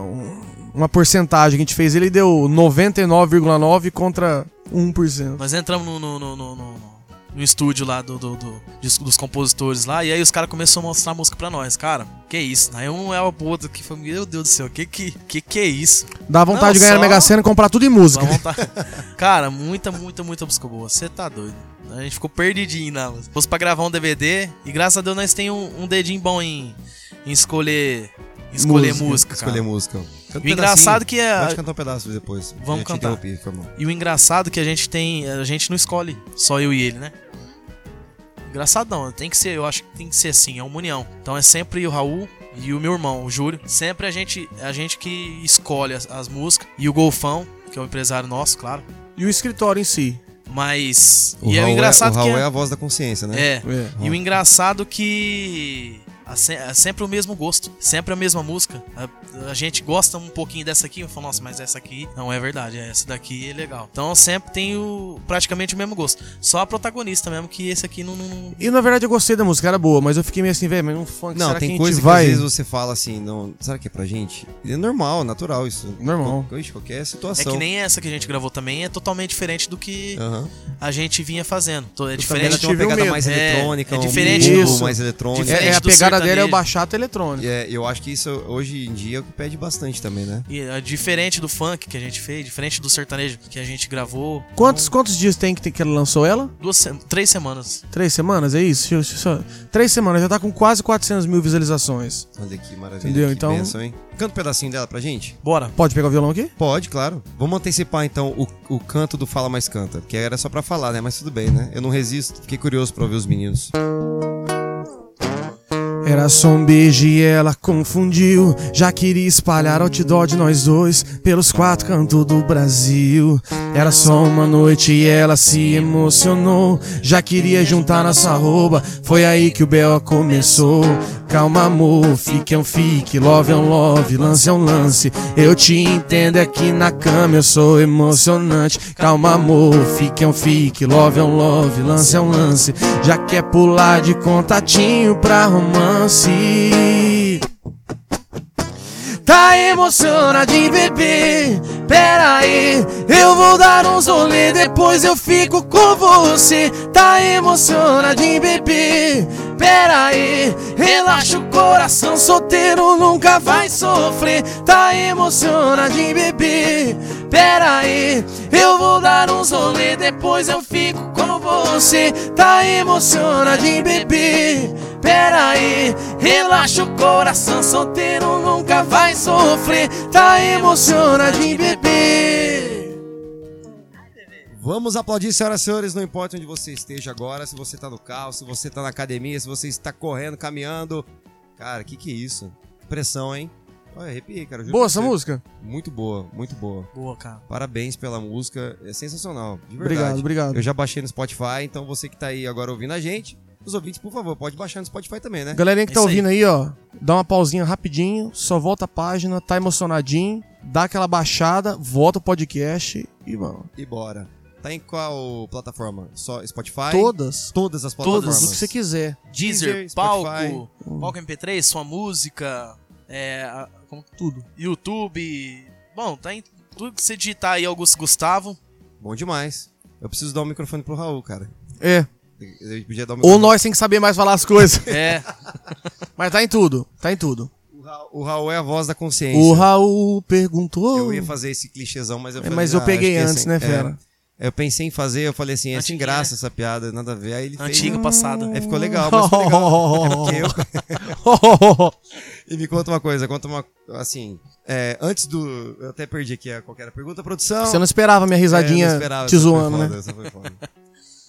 [SPEAKER 3] Uma porcentagem que a gente fez. Ele deu 99,9 contra 1%.
[SPEAKER 2] nós entramos no, no, no, no, no- no- no estúdio lá do, do- do- dos, dos compositores lá, e aí os caras começaram a mostrar a música pra nós. Cara, que isso? Aí um é o outro que foi, meu Deus do céu, que que, que, que é isso?
[SPEAKER 3] Dá vontade
[SPEAKER 2] Não,
[SPEAKER 3] de ganhar
[SPEAKER 2] só-
[SPEAKER 3] na Mega Sena e comprar tudo em música.
[SPEAKER 2] Vamos tá- Cara, muita, muita, muita música boa. Você tá doido. A gente ficou perdidinho na música. Fosse pra gravar um DVD, e graças a Deus nós tem um, um dedinho bom em, em escolher, em escolher música, cara.
[SPEAKER 1] Escolher música. Canta um
[SPEAKER 2] E o
[SPEAKER 1] pedacinho.
[SPEAKER 2] engraçado que é.
[SPEAKER 1] Pode cantar um pedaço depois.
[SPEAKER 2] Vamos
[SPEAKER 1] Já te
[SPEAKER 2] cantar.
[SPEAKER 1] interrompi, foi mal.
[SPEAKER 2] E o engraçado é que a gente tem, a gente não escolhe só eu e ele, né? Engraçado não, tem que ser, eu acho que tem que ser assim, é uma união. Então é sempre o Raul e o meu irmão, o Júlio. Sempre a gente, a gente que escolhe as, as músicas e o Golfão, que é o empresário nosso, claro.
[SPEAKER 3] E o escritório em si.
[SPEAKER 2] Mas
[SPEAKER 1] O
[SPEAKER 2] e é o
[SPEAKER 1] Raul
[SPEAKER 2] engraçado
[SPEAKER 1] é, o
[SPEAKER 2] que
[SPEAKER 1] Raul é a voz da consciência, né?
[SPEAKER 2] é, e o engraçado que a se- é sempre o mesmo gosto, sempre a mesma música. A, a gente gosta um pouquinho dessa aqui, eu falo, nossa, mas essa aqui não é verdade, essa daqui é legal. Então sempre tem o, praticamente o mesmo gosto. Só a protagonista mesmo, que esse aqui não. não- não-
[SPEAKER 3] E na verdade eu gostei da música, era boa, mas eu fiquei meio assim, velho, mas um funk,
[SPEAKER 1] Não,
[SPEAKER 3] será que
[SPEAKER 1] tem
[SPEAKER 3] a gente
[SPEAKER 1] coisa
[SPEAKER 3] vai?
[SPEAKER 1] que às vezes você fala assim, não, será que é pra gente? E É normal, natural isso.
[SPEAKER 3] Normal.
[SPEAKER 1] Qual- ixi, Qualquer
[SPEAKER 2] É
[SPEAKER 1] situação.
[SPEAKER 2] que nem essa que a gente gravou também, é totalmente diferente do que
[SPEAKER 1] Aham.
[SPEAKER 2] a gente vinha fazendo. Então, É
[SPEAKER 1] Ela
[SPEAKER 2] diferente.
[SPEAKER 1] tem uma
[SPEAKER 3] tive um
[SPEAKER 1] pegada
[SPEAKER 3] medo.
[SPEAKER 1] mais
[SPEAKER 2] É,
[SPEAKER 1] eletrônica,
[SPEAKER 2] é
[SPEAKER 1] um
[SPEAKER 2] diferente
[SPEAKER 1] bumbo
[SPEAKER 3] isso.
[SPEAKER 1] mais eletrônico.
[SPEAKER 3] É, é, a
[SPEAKER 2] diferente do
[SPEAKER 3] pegada dela é o
[SPEAKER 2] sertanejo.
[SPEAKER 3] baixato eletrônico.
[SPEAKER 1] E é, eu acho que isso hoje em dia é o que pede bastante também, né?
[SPEAKER 2] e é Diferente do funk que a gente fez, diferente do sertanejo que a gente gravou.
[SPEAKER 3] Quantos, quantos dias tem que, tem que ela lançou ela?
[SPEAKER 2] Duas, se- três semanas.
[SPEAKER 3] Três semanas, é isso? Deixa eu- deixa eu só- Três semanas, já tá com quase 400 mil visualizações.
[SPEAKER 1] Olha que maravilha.
[SPEAKER 3] Entendeu?
[SPEAKER 1] Que
[SPEAKER 3] Então-
[SPEAKER 1] bênção, hein? Canta um pedacinho dela pra gente?
[SPEAKER 2] Bora.
[SPEAKER 3] Pode pegar o violão aqui?
[SPEAKER 1] Pode, claro. Vamos antecipar então o, o canto do Fala Mais Canta, porque era só pra falar, né? Mas tudo bem, né? Eu não resisto, fiquei curioso pra ouvir os meninos.
[SPEAKER 3] Era só um beijo e ela confundiu. Já queria espalhar outdoor de nós dois pelos quatro cantos do Brasil. Era só uma noite e ela se emocionou. Já queria juntar nossa roupa. Foi aí que o Bel começou. Calma, amor, fique é um fique, love é um love, lance é um lance. Eu te entendo aqui na cama, eu sou emocionante. Calma, amor, fique é um fique, love é um love, lance é um lance. Já quer pular de contatinho pra romance. Tá emocionadinho, bebê. Pera aí, eu vou dar um rolê, depois eu fico com você. Tá emocionadinho, bebê. Pera aí, relaxa o coração, solteiro nunca vai sofrer. Tá emocionadinho, bebê. Pera aí, eu vou dar um rolê, depois eu fico com você. Tá emocionadinho, bebê. Pera aí, relaxa o coração, solteiro nunca vai sofrer. Tá emocionadinho, bebê.
[SPEAKER 1] Vamos aplaudir, senhoras e senhores, não importa onde você esteja agora, se você tá no carro, se você tá na academia, se você está correndo, caminhando. Cara, que que é isso? Pressão, hein? Olha, arrepiei, cara. juro
[SPEAKER 3] Boa
[SPEAKER 1] pra
[SPEAKER 3] essa
[SPEAKER 1] você.
[SPEAKER 3] música?
[SPEAKER 1] Muito boa, muito boa.
[SPEAKER 2] Boa, cara.
[SPEAKER 1] Parabéns pela música, é sensacional, de
[SPEAKER 3] Obrigado,
[SPEAKER 1] verdade.
[SPEAKER 3] obrigado.
[SPEAKER 1] Eu já baixei no Spotify, então você que tá aí agora ouvindo a gente, os ouvintes, por favor, pode baixar no Spotify também, né?
[SPEAKER 3] Galerinha que tá
[SPEAKER 2] É isso aí.
[SPEAKER 3] ouvindo aí, ó, dá uma pausinha rapidinho, só volta a página, tá emocionadinho, dá aquela baixada, volta o podcast e mano.
[SPEAKER 1] E bora. Tá em qual plataforma? Só Spotify?
[SPEAKER 3] Todas,
[SPEAKER 1] Todas as plataformas.
[SPEAKER 2] Todas.
[SPEAKER 3] tudo que você quiser.
[SPEAKER 2] Deezer,
[SPEAKER 1] Deezer,
[SPEAKER 2] palco, palco MP3, sua música, é, a- como-
[SPEAKER 3] Tudo.
[SPEAKER 2] YouTube. Bom, tá em tudo que você digitar aí, Augusto Gustavo.
[SPEAKER 1] Bom demais. Eu preciso dar o microfone pro Raul, cara.
[SPEAKER 3] É.
[SPEAKER 1] Eu podia dar o
[SPEAKER 3] Ou
[SPEAKER 1] microfone.
[SPEAKER 3] nós tem que saber mais falar as coisas.
[SPEAKER 1] <laughs>
[SPEAKER 2] É,
[SPEAKER 3] <laughs> Mas tá em tudo, tá em tudo.
[SPEAKER 1] O Ra- O Raul é a voz da consciência.
[SPEAKER 3] O Raul perguntou.
[SPEAKER 1] Eu ia fazer esse clichêzão, mas eu
[SPEAKER 3] É,
[SPEAKER 1] falei,
[SPEAKER 3] mas eu
[SPEAKER 1] "Ah,
[SPEAKER 3] peguei
[SPEAKER 1] acho que é
[SPEAKER 3] antes,
[SPEAKER 1] sem-
[SPEAKER 3] né,
[SPEAKER 1] é,
[SPEAKER 3] fera?
[SPEAKER 1] eu pensei em fazer, eu falei assim, é sem
[SPEAKER 2] Antiguinha,
[SPEAKER 1] graça essa piada, nada a ver. Aí ele fez,
[SPEAKER 2] antiga, passada.
[SPEAKER 1] Aí ficou
[SPEAKER 3] <laughs>
[SPEAKER 1] legal, mas tá É ficou legal. Porque eu- E me conta uma coisa, conta uma. Assim, é, antes do. Eu até perdi aqui a qualquer pergunta, produção.
[SPEAKER 3] Você não esperava minha
[SPEAKER 1] É, eu
[SPEAKER 3] risadinha
[SPEAKER 1] não esperava,
[SPEAKER 3] te
[SPEAKER 1] essa foi
[SPEAKER 3] zoando,
[SPEAKER 1] foda,
[SPEAKER 3] né?
[SPEAKER 1] essa foi foda.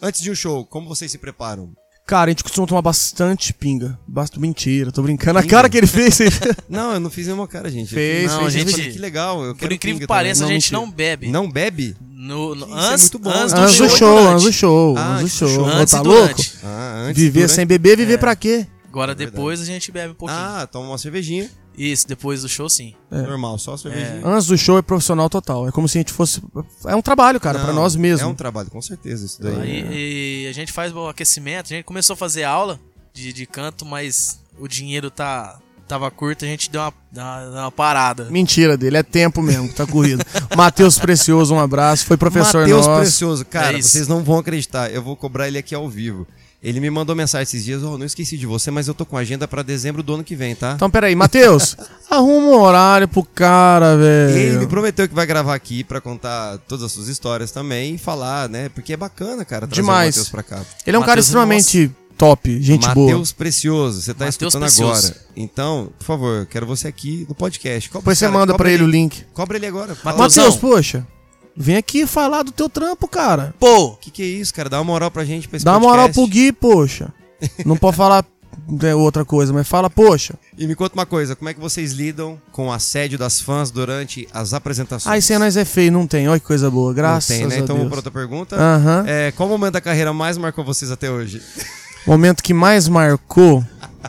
[SPEAKER 1] Antes de um show, como vocês se preparam?
[SPEAKER 3] Cara, a gente costuma tomar bastante pinga. Basta mentira, tô brincando. A
[SPEAKER 1] Pinga?
[SPEAKER 3] cara que ele fez.
[SPEAKER 1] <laughs>
[SPEAKER 3] ele-
[SPEAKER 1] Não, eu não fiz nenhuma cara, gente.
[SPEAKER 3] Fez,
[SPEAKER 1] não,
[SPEAKER 2] fez,
[SPEAKER 1] gente.
[SPEAKER 2] fez.
[SPEAKER 1] falei, que legal. Eu
[SPEAKER 2] Por
[SPEAKER 1] quero
[SPEAKER 2] incrível
[SPEAKER 1] pinga
[SPEAKER 2] que pareça,
[SPEAKER 3] também.
[SPEAKER 2] a gente
[SPEAKER 3] Não,
[SPEAKER 2] não bebe.
[SPEAKER 1] também. Não bebe?
[SPEAKER 2] No, no,
[SPEAKER 1] Isso é
[SPEAKER 2] antes,
[SPEAKER 1] muito bom.
[SPEAKER 2] antes do
[SPEAKER 3] Antes do show, antes do show,
[SPEAKER 1] Ah,
[SPEAKER 3] antes
[SPEAKER 1] antes
[SPEAKER 3] do
[SPEAKER 1] do
[SPEAKER 3] show.
[SPEAKER 1] show.
[SPEAKER 3] Ô,
[SPEAKER 2] Antes
[SPEAKER 3] Tá
[SPEAKER 2] e
[SPEAKER 3] louco? É
[SPEAKER 2] durante.
[SPEAKER 1] Ah, antes.
[SPEAKER 3] Viver
[SPEAKER 1] durante-
[SPEAKER 3] sem beber, viver pra quê?
[SPEAKER 2] Agora depois a gente bebe um pouquinho.
[SPEAKER 1] Ah, toma uma cervejinha.
[SPEAKER 2] Isso, depois do show sim.
[SPEAKER 1] Normal, só cervejinha.
[SPEAKER 3] Antes do show é profissional total. É como se a gente fosse. É um trabalho, cara, pra
[SPEAKER 1] Não,
[SPEAKER 3] nós mesmos.
[SPEAKER 1] É um trabalho, com certeza, isso
[SPEAKER 3] É.
[SPEAKER 1] daí.
[SPEAKER 2] Aí, e a gente faz o aquecimento, a gente começou a fazer aula de, de canto, mas o dinheiro tá tava curto, a gente deu uma, uma- uma parada.
[SPEAKER 3] Mentira dele, é tempo mesmo, tá corrido. Matheus Precioso, um abraço. Foi professor
[SPEAKER 1] Matheus
[SPEAKER 3] nosso.
[SPEAKER 1] Precioso, cara,
[SPEAKER 2] É isso.
[SPEAKER 1] vocês não vão acreditar. Eu vou cobrar ele aqui ao vivo. Ele me mandou mensagem esses dias, oh, não esqueci de você, mas eu tô com agenda pra dezembro do ano que vem, tá?
[SPEAKER 3] Então, peraí, Matheus, arruma um horário pro cara,
[SPEAKER 1] Ele me
[SPEAKER 3] velho.
[SPEAKER 1] prometeu que vai gravar aqui pra contar todas as suas histórias também e falar, né? Porque é bacana, cara, trazer
[SPEAKER 3] Demais.
[SPEAKER 1] o Matheus pra cá.
[SPEAKER 3] Ele é um cara
[SPEAKER 2] Matheus,
[SPEAKER 3] extremamente top, gente boa.
[SPEAKER 1] Matheus Precioso, você tá
[SPEAKER 2] Matheus
[SPEAKER 1] escutando
[SPEAKER 2] Precioso.
[SPEAKER 1] agora. Então, por favor, quero você aqui no podcast. Cobra
[SPEAKER 3] Depois
[SPEAKER 1] esse
[SPEAKER 3] você
[SPEAKER 1] é um cara,
[SPEAKER 3] manda
[SPEAKER 1] cobra
[SPEAKER 3] pra ele o link.
[SPEAKER 1] Cobra ele agora. fala.
[SPEAKER 2] Mateusão.
[SPEAKER 3] Matheus, poxa, vem aqui falar do teu trampo, cara.
[SPEAKER 2] Pô!
[SPEAKER 1] O que, que é isso, cara? Dá uma moral pra gente pra esse
[SPEAKER 3] Dá uma moral pro
[SPEAKER 1] podcast.
[SPEAKER 3] Gui, poxa. Não pode falar é, outra coisa, mas fala, poxa.
[SPEAKER 1] E me conta uma coisa, como é que vocês lidam com o assédio das fãs durante as apresentações?
[SPEAKER 3] Aí cenas é feio, não tem. Olha que coisa boa,
[SPEAKER 1] Não
[SPEAKER 3] graças
[SPEAKER 1] tem, né?
[SPEAKER 3] a
[SPEAKER 1] Então vamos
[SPEAKER 3] Deus.
[SPEAKER 1] pra outra pergunta.
[SPEAKER 3] Aham.
[SPEAKER 1] É, qual momento da carreira mais marcou vocês até hoje?
[SPEAKER 3] Momento que mais marcou,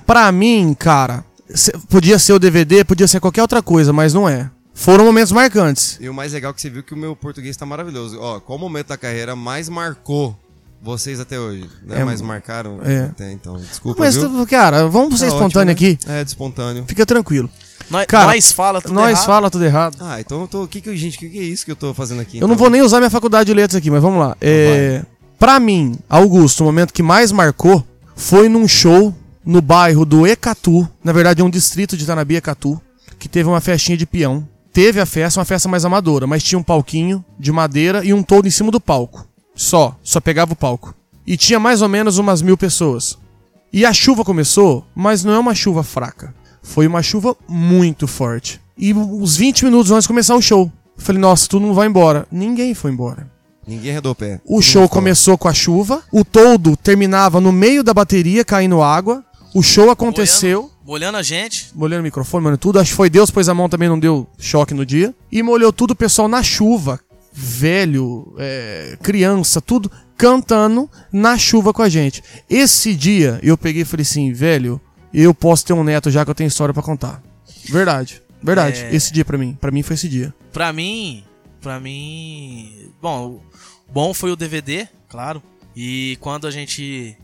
[SPEAKER 3] pra mim, cara, se- podia ser o DVD, podia ser qualquer outra coisa, mas não é. Foram momentos marcantes.
[SPEAKER 1] E o mais legal é que você viu que o meu português tá maravilhoso. Ó, qual momento da carreira mais marcou vocês até hoje? Né?
[SPEAKER 3] É,
[SPEAKER 1] mais marcaram?
[SPEAKER 3] é.
[SPEAKER 1] Até, então, desculpa,
[SPEAKER 3] Mas,
[SPEAKER 1] viu?
[SPEAKER 3] cara, vamos ser
[SPEAKER 1] Tá
[SPEAKER 3] espontâneo
[SPEAKER 1] ótimo, né?
[SPEAKER 3] aqui.
[SPEAKER 1] É, de espontâneo.
[SPEAKER 3] Fica tranquilo.
[SPEAKER 2] Nós,
[SPEAKER 3] Cara,
[SPEAKER 2] nós fala tudo
[SPEAKER 3] Nós
[SPEAKER 2] errado.
[SPEAKER 3] fala tudo errado.
[SPEAKER 1] Ah, então eu tô... Que que, gente, o que, que é isso que eu tô fazendo aqui?
[SPEAKER 3] Eu não
[SPEAKER 1] então?
[SPEAKER 3] vou nem usar minha faculdade de letras aqui, mas vamos lá. É, pra mim, Augusto, o momento que mais marcou foi num show no bairro do Ecatu. Na verdade, é um distrito de Itanabi, Ecatu, que teve uma festinha de peão. Teve a festa, uma festa mais amadora, mas tinha um palquinho de madeira e um todo em cima do palco. Só, só pegava o palco. E tinha mais ou menos umas mil pessoas. E a chuva começou, mas não é uma chuva fraca. Foi uma chuva muito forte. E uns 20 minutos antes de começar o show. Eu falei, nossa, tu não vai embora. Ninguém foi embora.
[SPEAKER 1] Ninguém arredou o pé.
[SPEAKER 3] O show começou com a chuva, o todo terminava no meio da bateria caindo água. O show aconteceu.
[SPEAKER 2] Molhando, molhando a gente.
[SPEAKER 3] Molhando o microfone, mano, tudo. Acho que foi Deus, pôs a mão também, não deu choque no dia. E molhou tudo, o pessoal na chuva. Velho, é, criança, tudo cantando na chuva com a gente. Esse dia eu peguei e falei assim, velho, eu posso ter um neto já que eu tenho história pra contar. Verdade, verdade.
[SPEAKER 2] É.
[SPEAKER 3] Esse dia pra mim, Pra mim foi esse dia.
[SPEAKER 2] Pra mim, pra mim, bom, o bom foi o DVD, claro. E quando a gente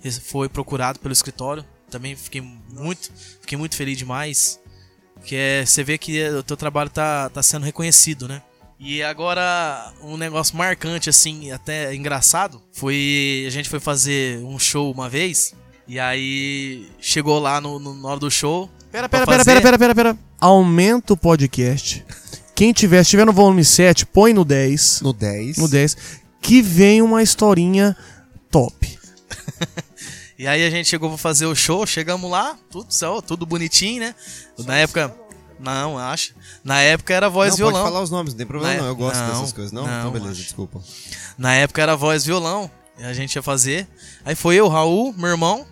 [SPEAKER 2] res- foi procurado pelo escritório, também fiquei muito, fiquei muito feliz demais, que é, você vê que eh, o teu trabalho tá, tá sendo reconhecido, né? E agora um negócio marcante assim, até engraçado, foi a gente foi fazer um show uma vez e aí chegou lá no, no na hora do show.
[SPEAKER 3] Pera,
[SPEAKER 2] pra
[SPEAKER 3] pera, pera,
[SPEAKER 2] fazer-
[SPEAKER 3] pera, pera, pera, pera. Aumenta o podcast. Quem tiver, se tiver no volume 7, põe no 10.
[SPEAKER 1] No 10.
[SPEAKER 3] No 10. Que vem uma historinha top.
[SPEAKER 2] E aí a gente chegou pra fazer o show, chegamos lá, tudo, só- tudo bonitinho, né? Na época. Não, acha. Na época era voz
[SPEAKER 1] não,
[SPEAKER 2] e violão.
[SPEAKER 1] pode falar os nomes, não tem problema
[SPEAKER 2] Não é-
[SPEAKER 1] não. Eu gosto
[SPEAKER 2] não,
[SPEAKER 1] dessas coisas. Não?
[SPEAKER 2] não,
[SPEAKER 1] então beleza,
[SPEAKER 2] acho.
[SPEAKER 1] desculpa.
[SPEAKER 2] Na época era voz e violão. e A gente ia fazer. Aí foi eu, Raul, meu irmão.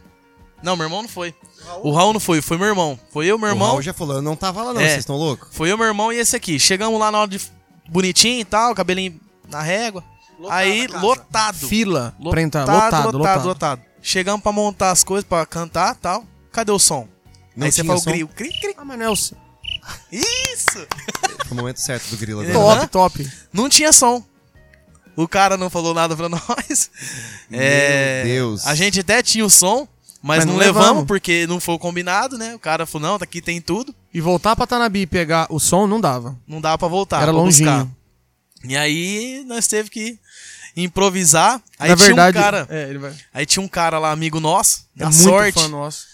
[SPEAKER 2] Não, meu irmão não foi. O Raul não foi, foi meu irmão. Foi eu, meu
[SPEAKER 1] O
[SPEAKER 2] irmão.
[SPEAKER 1] Raul já falou, eu não tava lá não,
[SPEAKER 2] É.
[SPEAKER 1] vocês estão loucos?
[SPEAKER 2] Foi eu, meu irmão e esse aqui. Chegamos lá na hora de. Bonitinho e tal, cabelinho na régua. aí, lotado.
[SPEAKER 3] Fila
[SPEAKER 2] Lotado,
[SPEAKER 3] pra entrar. Lotado, lotado.
[SPEAKER 2] lotado. Chegamos pra montar as coisas, pra cantar e tal. Cadê o som?
[SPEAKER 1] Não
[SPEAKER 2] aí você
[SPEAKER 1] tinha
[SPEAKER 2] fala
[SPEAKER 1] som?
[SPEAKER 2] o grilo. Cri, cri.
[SPEAKER 3] Ah, mas não é o s-
[SPEAKER 2] Isso!
[SPEAKER 1] Foi o momento certo do
[SPEAKER 2] <laughs>
[SPEAKER 1] grilo
[SPEAKER 2] Tô.
[SPEAKER 1] agora.
[SPEAKER 3] Top,
[SPEAKER 2] É. Aham.
[SPEAKER 3] top.
[SPEAKER 2] Não tinha som. O cara não falou nada pra <laughs> nós.
[SPEAKER 1] Meu
[SPEAKER 2] É,
[SPEAKER 1] Deus.
[SPEAKER 2] A gente até tinha o som, mas,
[SPEAKER 3] Mas
[SPEAKER 2] não,
[SPEAKER 3] não
[SPEAKER 2] levamos,
[SPEAKER 3] levamos.
[SPEAKER 2] porque não foi o combinado, né? O cara falou, não, tá aqui tem tudo,
[SPEAKER 3] E voltar pra Tanabi e pegar o som não dava.
[SPEAKER 2] não dá pra voltar.
[SPEAKER 3] Era
[SPEAKER 2] pra
[SPEAKER 3] longinho.
[SPEAKER 2] Tá, buscar. E aí nós teve que improvisar. Aí
[SPEAKER 3] Na
[SPEAKER 2] tinha
[SPEAKER 3] verdade,
[SPEAKER 2] um cara,
[SPEAKER 3] é, ele vai...
[SPEAKER 2] aí tinha um cara lá amigo nosso,
[SPEAKER 3] é
[SPEAKER 2] da
[SPEAKER 3] muito
[SPEAKER 2] sorte.
[SPEAKER 3] fã nosso.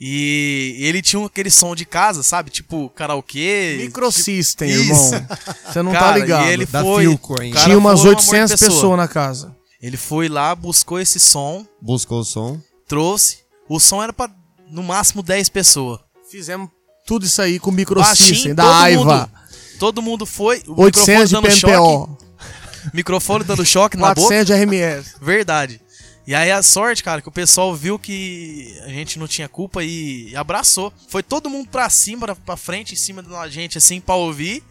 [SPEAKER 2] E ele tinha um- aquele som de casa, sabe? Tipo karaokê.
[SPEAKER 3] Microsystem,
[SPEAKER 2] Isso.
[SPEAKER 3] irmão. Você não tá
[SPEAKER 2] Cara,
[SPEAKER 3] ligado.
[SPEAKER 2] E ele
[SPEAKER 1] Da
[SPEAKER 2] foi,
[SPEAKER 1] Philco ainda.
[SPEAKER 2] o cara
[SPEAKER 3] Tinha umas
[SPEAKER 2] foi um amor de
[SPEAKER 3] 800 pessoas
[SPEAKER 2] pessoa.
[SPEAKER 3] na casa.
[SPEAKER 2] Ele foi lá, buscou esse som,
[SPEAKER 1] Buscou o som.
[SPEAKER 2] trouxe. O som era pra no máximo 10 pessoas.
[SPEAKER 3] Fizemos tudo isso aí com o
[SPEAKER 2] Baixinho,
[SPEAKER 3] Microsystem,
[SPEAKER 2] todo
[SPEAKER 3] da Aiva.
[SPEAKER 2] mundo. Todo mundo foi. O
[SPEAKER 3] 800 de
[SPEAKER 2] microfone dando choque.
[SPEAKER 3] PMPO.
[SPEAKER 2] Microfone dando choque na boca.
[SPEAKER 3] 400 de RMS.
[SPEAKER 2] Verdade. E aí a sorte, cara, que o pessoal viu que a gente não tinha culpa e abraçou. Foi todo mundo pra cima, pra- pra frente, em cima da gente, assim, pra ouvir.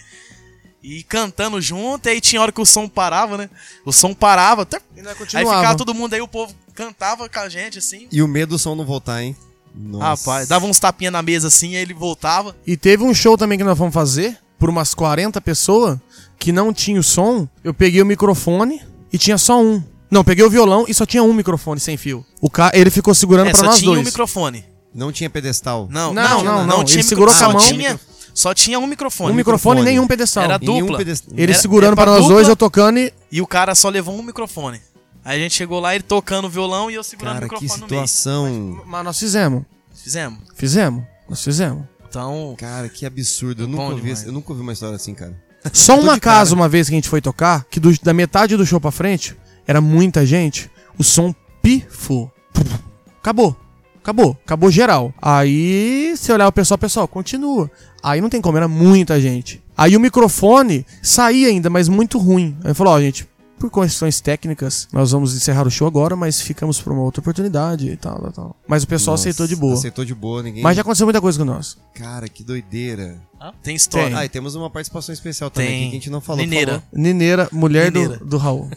[SPEAKER 2] E cantando junto. E aí tinha hora que o som parava, né? O som parava. até-
[SPEAKER 3] Ainda
[SPEAKER 2] Aí
[SPEAKER 3] continuava.
[SPEAKER 2] ficava todo mundo aí, o povo cantava com a gente, assim.
[SPEAKER 1] E o medo do som não voltar, hein? Nossa.
[SPEAKER 2] Rapaz, dava uns tapinha na mesa assim, aí ele voltava.
[SPEAKER 3] E teve um show também que nós fomos fazer, por umas 40 pessoas, que não tinha o som. Eu peguei o microfone e tinha só um. Não, peguei o violão e só tinha um microfone sem fio. O cara, ele ficou segurando
[SPEAKER 2] É,
[SPEAKER 3] pra
[SPEAKER 2] só
[SPEAKER 3] nós
[SPEAKER 2] tinha um
[SPEAKER 3] dois.
[SPEAKER 2] microfone.
[SPEAKER 1] Não tinha pedestal.
[SPEAKER 2] Não,
[SPEAKER 3] Não, não, não, ele
[SPEAKER 2] tinha
[SPEAKER 3] segurou
[SPEAKER 2] micro-
[SPEAKER 3] com a
[SPEAKER 2] só
[SPEAKER 3] mão.
[SPEAKER 2] Tinha, só tinha um microfone.
[SPEAKER 3] um microfone e
[SPEAKER 1] microfone.
[SPEAKER 3] nenhum pedestal.
[SPEAKER 2] Era
[SPEAKER 1] E nenhum
[SPEAKER 2] dupla.
[SPEAKER 1] pedestal.
[SPEAKER 3] Ele
[SPEAKER 2] era-
[SPEAKER 3] segurando
[SPEAKER 2] era
[SPEAKER 3] pra
[SPEAKER 2] pra
[SPEAKER 3] nós
[SPEAKER 2] dupla.
[SPEAKER 3] dois, eu tocando e.
[SPEAKER 2] E o cara só levou um microfone. Aí a gente chegou lá, ele tocando o violão e eu segurando
[SPEAKER 1] Cara,
[SPEAKER 2] o
[SPEAKER 1] que
[SPEAKER 2] microfone no meio.
[SPEAKER 1] situação.
[SPEAKER 3] Mas nós fizemos.
[SPEAKER 2] Fizemos.
[SPEAKER 3] Fizemos. Nós fizemos.
[SPEAKER 2] Então,
[SPEAKER 1] Cara, que absurdo. Eu
[SPEAKER 2] Bom
[SPEAKER 1] nunca, vi,
[SPEAKER 2] demais.
[SPEAKER 1] eu nunca ouvi uma história assim, cara.
[SPEAKER 3] Só
[SPEAKER 1] de
[SPEAKER 3] uma
[SPEAKER 1] cara.
[SPEAKER 3] casa, uma vez que a gente foi tocar, que do- da metade do show pra frente, era muita gente, o som pifou. Acabou. Acabou. Acabou geral. Aí, se olhar o pessoal, pessoal, continua. Aí não tem como, era muita gente. Aí o microfone saía ainda, mas muito ruim. Aí falou, ó, gente, por questões técnicas, nós vamos encerrar o show agora, mas ficamos pra uma outra oportunidade e tal, tal, tal. Mas o pessoal
[SPEAKER 1] Nossa,
[SPEAKER 3] aceitou de boa.
[SPEAKER 1] Aceitou de boa, ninguém.
[SPEAKER 3] Mas já aconteceu muita coisa com nós.
[SPEAKER 1] Cara, que doideira.
[SPEAKER 2] tem história.
[SPEAKER 3] Tem.
[SPEAKER 1] Ah, e temos uma participação especial também
[SPEAKER 2] Tem.
[SPEAKER 1] aqui que a gente não falou. por
[SPEAKER 2] Mineira.
[SPEAKER 1] favor.
[SPEAKER 3] Nineira, mulher
[SPEAKER 2] Nineira.
[SPEAKER 3] Do,
[SPEAKER 1] <laughs>
[SPEAKER 3] do Raul.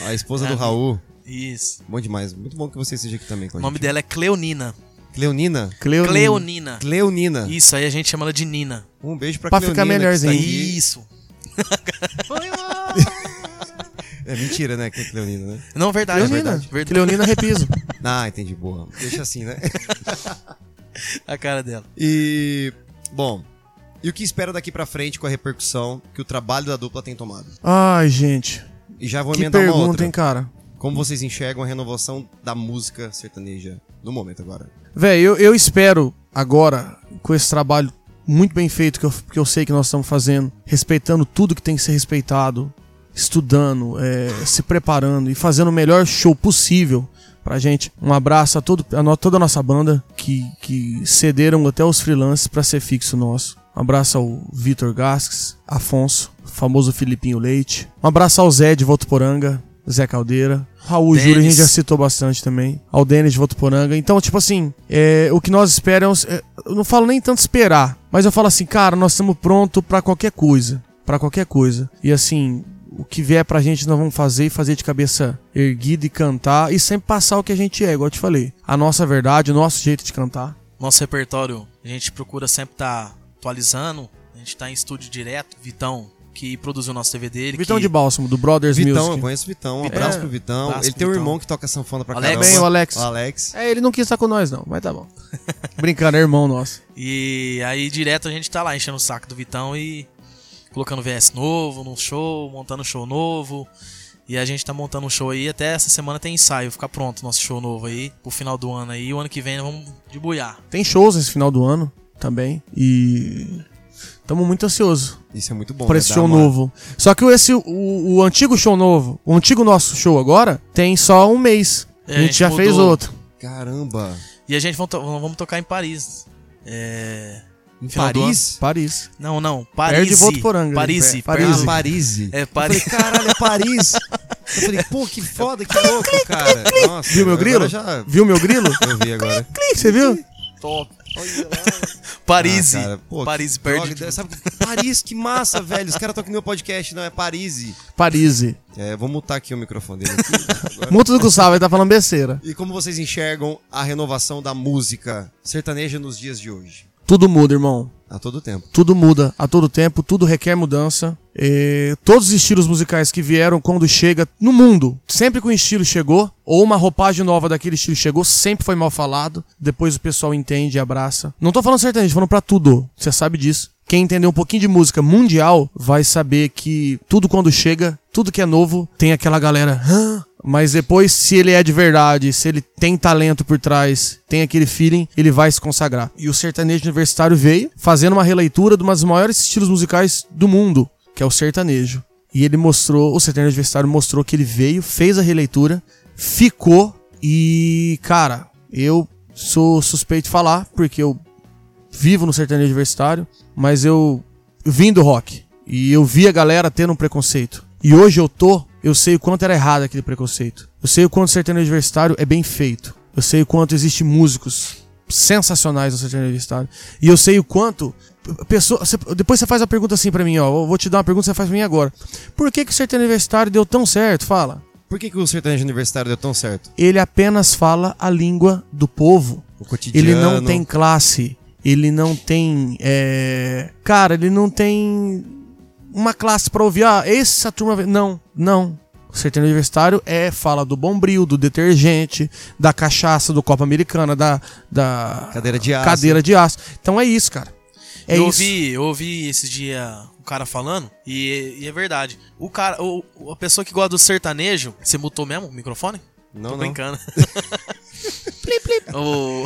[SPEAKER 1] A
[SPEAKER 2] É.
[SPEAKER 1] esposa do Raul.
[SPEAKER 2] Isso.
[SPEAKER 1] Bom demais. Muito bom que você esteja aqui também com
[SPEAKER 2] O
[SPEAKER 1] a
[SPEAKER 2] nome
[SPEAKER 1] gente.
[SPEAKER 2] dela é Cleonina.
[SPEAKER 1] Cleonina.
[SPEAKER 3] Cleonina.
[SPEAKER 2] Cleonina.
[SPEAKER 1] Cleonina.
[SPEAKER 2] Isso, aí a gente chama ela de Nina.
[SPEAKER 1] Um beijo pra,
[SPEAKER 3] Pra
[SPEAKER 1] Cleonina.
[SPEAKER 3] ficar melhorzinho.
[SPEAKER 1] que está aqui.
[SPEAKER 2] Isso.
[SPEAKER 1] É mentira, né? Que é Cleonina, né?
[SPEAKER 2] Não, verdade.
[SPEAKER 3] Cleonina.
[SPEAKER 2] Verdade. verdade.
[SPEAKER 3] Cleonina Repiso.
[SPEAKER 1] Ah, entendi. Boa. Deixa assim, né? <laughs>
[SPEAKER 2] A cara dela.
[SPEAKER 1] E. Bom. E o que espera daqui pra frente com a repercussão que o trabalho da dupla tem tomado?
[SPEAKER 3] Ai, gente.
[SPEAKER 1] E já vou
[SPEAKER 3] que
[SPEAKER 1] emendar uma
[SPEAKER 3] pergunta,
[SPEAKER 1] outra.
[SPEAKER 3] hein, cara?
[SPEAKER 1] Como vocês enxergam a renovação da música sertaneja no momento agora?
[SPEAKER 3] Véi, eu, eu espero agora, com esse trabalho muito bem feito que eu, que eu sei que nós estamos fazendo, respeitando tudo que tem que ser respeitado, estudando, é, se preparando e fazendo o melhor show possível pra gente. Um abraço a, todo, a no- toda a nossa banda que, que cederam até os freelances pra ser fixo nosso. Um abraço ao Vitor Gasques, Afonso, famoso Filipinho Leite. Um abraço ao Zé de Votuporanga, Zé Caldeira. Raul
[SPEAKER 2] Denis.
[SPEAKER 3] Júlio, a gente já citou bastante também. Ao Denis de Votuporanga. Então, tipo assim, é, o que nós esperamos. é, eu não falo nem tanto esperar, mas eu falo assim, cara, nós estamos prontos pra qualquer coisa. Pra qualquer coisa. E assim, o que vier pra gente nós vamos fazer e fazer de cabeça erguida e cantar. E sempre passar o que a gente é, igual eu te falei. A nossa verdade, o nosso jeito de cantar.
[SPEAKER 2] Nosso repertório, a gente procura sempre estar atualizando. A gente tá em estúdio direto. Vitão, que produziu nosso DVD. Ele
[SPEAKER 3] Vitão
[SPEAKER 2] que...
[SPEAKER 3] de Bálsamo, do Brothers
[SPEAKER 1] Vitão, eu
[SPEAKER 3] Music.
[SPEAKER 1] conheço o Vitão. Um abraço pro Vitão.
[SPEAKER 2] É. abraço
[SPEAKER 1] Ele
[SPEAKER 2] pro
[SPEAKER 1] tem um
[SPEAKER 2] Vitão.
[SPEAKER 1] irmão que toca sanfona pra
[SPEAKER 2] Alex.
[SPEAKER 1] caramba.
[SPEAKER 2] Bem,
[SPEAKER 3] o Alex.
[SPEAKER 1] O Alex.
[SPEAKER 3] É, ele não quis estar com nós, não, mas tá bom. Brincando, é irmão nosso.
[SPEAKER 2] E aí direto a gente tá lá enchendo o saco do Vitão e colocando VS novo num show, montando show novo. E a gente tá montando um show aí, até essa semana tem ensaio, ficar pronto o nosso show novo aí, pro final do ano aí, o ano que vem nós vamos debuiar.
[SPEAKER 3] Tem shows nesse final do ano também. E. Estamos muito ansiosos
[SPEAKER 1] Isso é muito bom.
[SPEAKER 3] por
[SPEAKER 1] né?
[SPEAKER 3] esse
[SPEAKER 1] Dá
[SPEAKER 3] show
[SPEAKER 1] uma-
[SPEAKER 3] novo. Só que esse, o, o antigo show novo, o antigo nosso show agora, tem só um mês. a
[SPEAKER 2] É,
[SPEAKER 3] gente,
[SPEAKER 2] a gente
[SPEAKER 3] já fez
[SPEAKER 2] mudou.
[SPEAKER 3] outro.
[SPEAKER 1] Caramba.
[SPEAKER 2] E a gente vamos, to- vamos tocar em Paris. É...
[SPEAKER 1] Em
[SPEAKER 2] Final do
[SPEAKER 1] Paris?
[SPEAKER 3] Paris.
[SPEAKER 2] Não, não, Paris.
[SPEAKER 3] Votuporanga,
[SPEAKER 2] Paris,
[SPEAKER 3] ali,
[SPEAKER 2] Paris.
[SPEAKER 3] perto.
[SPEAKER 1] Ah, Paris.
[SPEAKER 2] É,
[SPEAKER 1] Eu
[SPEAKER 2] Paris.
[SPEAKER 1] falei, caralho, é Paris. Eu falei, pô, que foda, que
[SPEAKER 2] <laughs>
[SPEAKER 1] louco, cara. Nossa,
[SPEAKER 3] Viu meu
[SPEAKER 1] agora
[SPEAKER 3] grilo?
[SPEAKER 1] Já...
[SPEAKER 3] Viu meu grilo?
[SPEAKER 1] Eu vi agora.
[SPEAKER 3] Clique, Você viu?
[SPEAKER 2] Paris.
[SPEAKER 1] Ah, cara, pô,
[SPEAKER 2] Paris
[SPEAKER 1] que
[SPEAKER 2] perde.
[SPEAKER 1] droga, sabe- Paris, que massa, velho. Os caras estão aqui no meu podcast, não é Paris.
[SPEAKER 3] Paris.
[SPEAKER 1] É, vou mutar aqui o microfone dele.
[SPEAKER 2] <laughs>
[SPEAKER 1] aqui. Agora.
[SPEAKER 3] Multa do Gustavo, ele tá falando besteira.
[SPEAKER 1] E como vocês enxergam a renovação da música sertaneja nos dias de hoje?
[SPEAKER 3] Tudo muda, irmão.
[SPEAKER 1] A todo tempo.
[SPEAKER 3] Tudo muda a todo tempo, tudo requer mudança. É, todos os estilos musicais que vieram quando chega no mundo, sempre que um estilo chegou, ou uma roupagem nova daquele estilo chegou, sempre foi mal falado. Depois o pessoal entende e abraça. Não tô falando sertanejo, tô falando pra tudo. Você sabe disso. Quem entender um pouquinho de música mundial vai saber que tudo quando chega, tudo que é novo, tem aquela galera. "Hã?" Mas depois, se ele é de verdade, se ele tem talento por trás, tem aquele feeling, ele vai se consagrar. E o sertanejo universitário veio fazendo uma releitura de um dos maiores estilos musicais do mundo, que é o sertanejo. E ele mostrou, o sertanejo universitário mostrou que ele veio, fez a releitura, ficou e, cara, eu sou suspeito de falar, porque eu vivo no sertanejo universitário, mas eu vim do rock. E eu vi a galera tendo um preconceito. E hoje eu tô, eu sei o quanto era errado aquele preconceito. Eu sei o quanto o sertanejo universitário é bem feito. Eu sei o quanto existe músicos sensacionais no sertanejo universitário. E eu sei o quanto. a Pessoa, você- depois você faz a pergunta assim pra mim, ó. Eu vou te dar uma pergunta, você faz pra mim agora. Por que, que o sertanejo universitário deu tão certo? Fala.
[SPEAKER 1] Por que, que o sertanejo universitário deu tão certo?
[SPEAKER 3] Ele apenas fala a língua do povo.
[SPEAKER 1] O cotidiano.
[SPEAKER 3] Ele não tem classe. Ele não tem. é, Cara, ele não tem uma classe pra ouvir. Ah, essa turma. vem- Não, não. O sertanejo universitário é fala do bombril, do detergente, da cachaça, do copa americana, da, da
[SPEAKER 1] Cadeira de aço.
[SPEAKER 3] cadeira de aço. Então é isso, cara. É
[SPEAKER 2] eu,
[SPEAKER 3] isso.
[SPEAKER 2] ouvi, eu ouvi esse dia um cara falando, e, e é verdade. O cara, o, a pessoa que gosta do sertanejo. Você mutou mesmo o microfone?
[SPEAKER 1] Não,
[SPEAKER 2] Tô
[SPEAKER 1] não. <laughs>
[SPEAKER 2] brincando. o,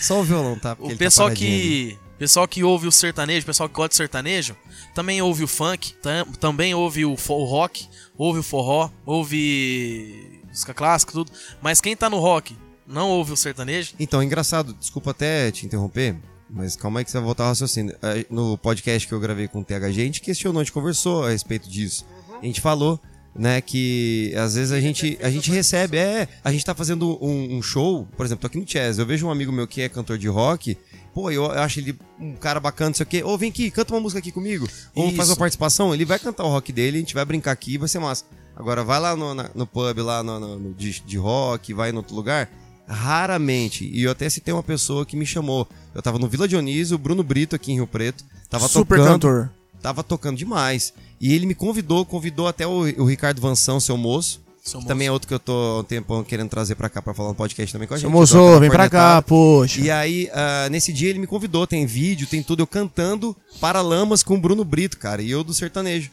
[SPEAKER 1] Só o violão, tá? Porque
[SPEAKER 2] o
[SPEAKER 1] ele tá
[SPEAKER 2] pessoal
[SPEAKER 1] paradinho ali.
[SPEAKER 2] que. Pessoal que ouve o sertanejo, pessoal que gosta de sertanejo, também ouve o funk, tam- também ouve o, fo- o rock, ouve o forró, ouve música clássica, tudo. Mas quem tá no rock não ouve o sertanejo,
[SPEAKER 1] Então, é engraçado, desculpa até te interromper, mas calma aí que você vai voltar ao raciocínio. Ah, No podcast que eu gravei com o TH, a gente questionou, a gente conversou a respeito disso. A gente falou, né, que às vezes a gente, a gente recebe, é, a gente tá fazendo um, um show, por exemplo, tô aqui no Chess, eu vejo um amigo meu que é cantor de rock, pô, eu, eu acho ele um cara bacana, não sei o quê, ou vem aqui, canta uma música aqui comigo, ou faz
[SPEAKER 2] Isso.
[SPEAKER 1] uma participação, ele vai cantar o rock dele, a gente vai brincar aqui, vai ser massa. Agora, vai lá no, na- no pub, lá no, no- no de, de rock, vai em outro lugar, raramente, e eu até citei uma pessoa que me chamou, eu tava no Vila Dionísio, o Bruno Brito aqui em Rio Preto, tava
[SPEAKER 3] Super
[SPEAKER 1] tocando,
[SPEAKER 3] cantor.
[SPEAKER 1] tava tocando demais. E ele me convidou, convidou até o, o Ricardo Vanção, seu moço,
[SPEAKER 2] Seu
[SPEAKER 1] que
[SPEAKER 2] moço.
[SPEAKER 1] também é outro que eu tô há um tempão querendo trazer pra cá pra falar no podcast também com a gente.
[SPEAKER 3] Seu moço,
[SPEAKER 1] Então,
[SPEAKER 3] vem pra cá,
[SPEAKER 1] cornetada.
[SPEAKER 3] poxa.
[SPEAKER 1] E aí, ah, nesse dia ele me convidou, tem vídeo, tem tudo, eu cantando Paralamas com o Bruno Brito, cara, e eu do sertanejo.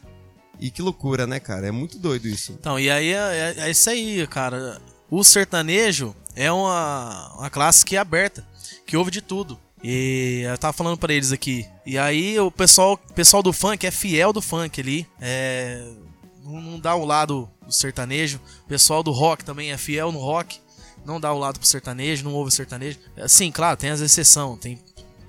[SPEAKER 1] E que loucura, né, cara? É muito doido isso.
[SPEAKER 2] Então, e aí é, é- é isso aí, cara. O sertanejo é uma, uma classe que é aberta, que ouve de tudo. E eu tava falando pra eles aqui. E aí o pessoal, o pessoal do funk é fiel do funk ali. É, não, não dá o lado do sertanejo. O pessoal do rock também é fiel no rock. Não dá o lado pro sertanejo, não ouve sertanejo. Assim, claro, tem as exceções. Tem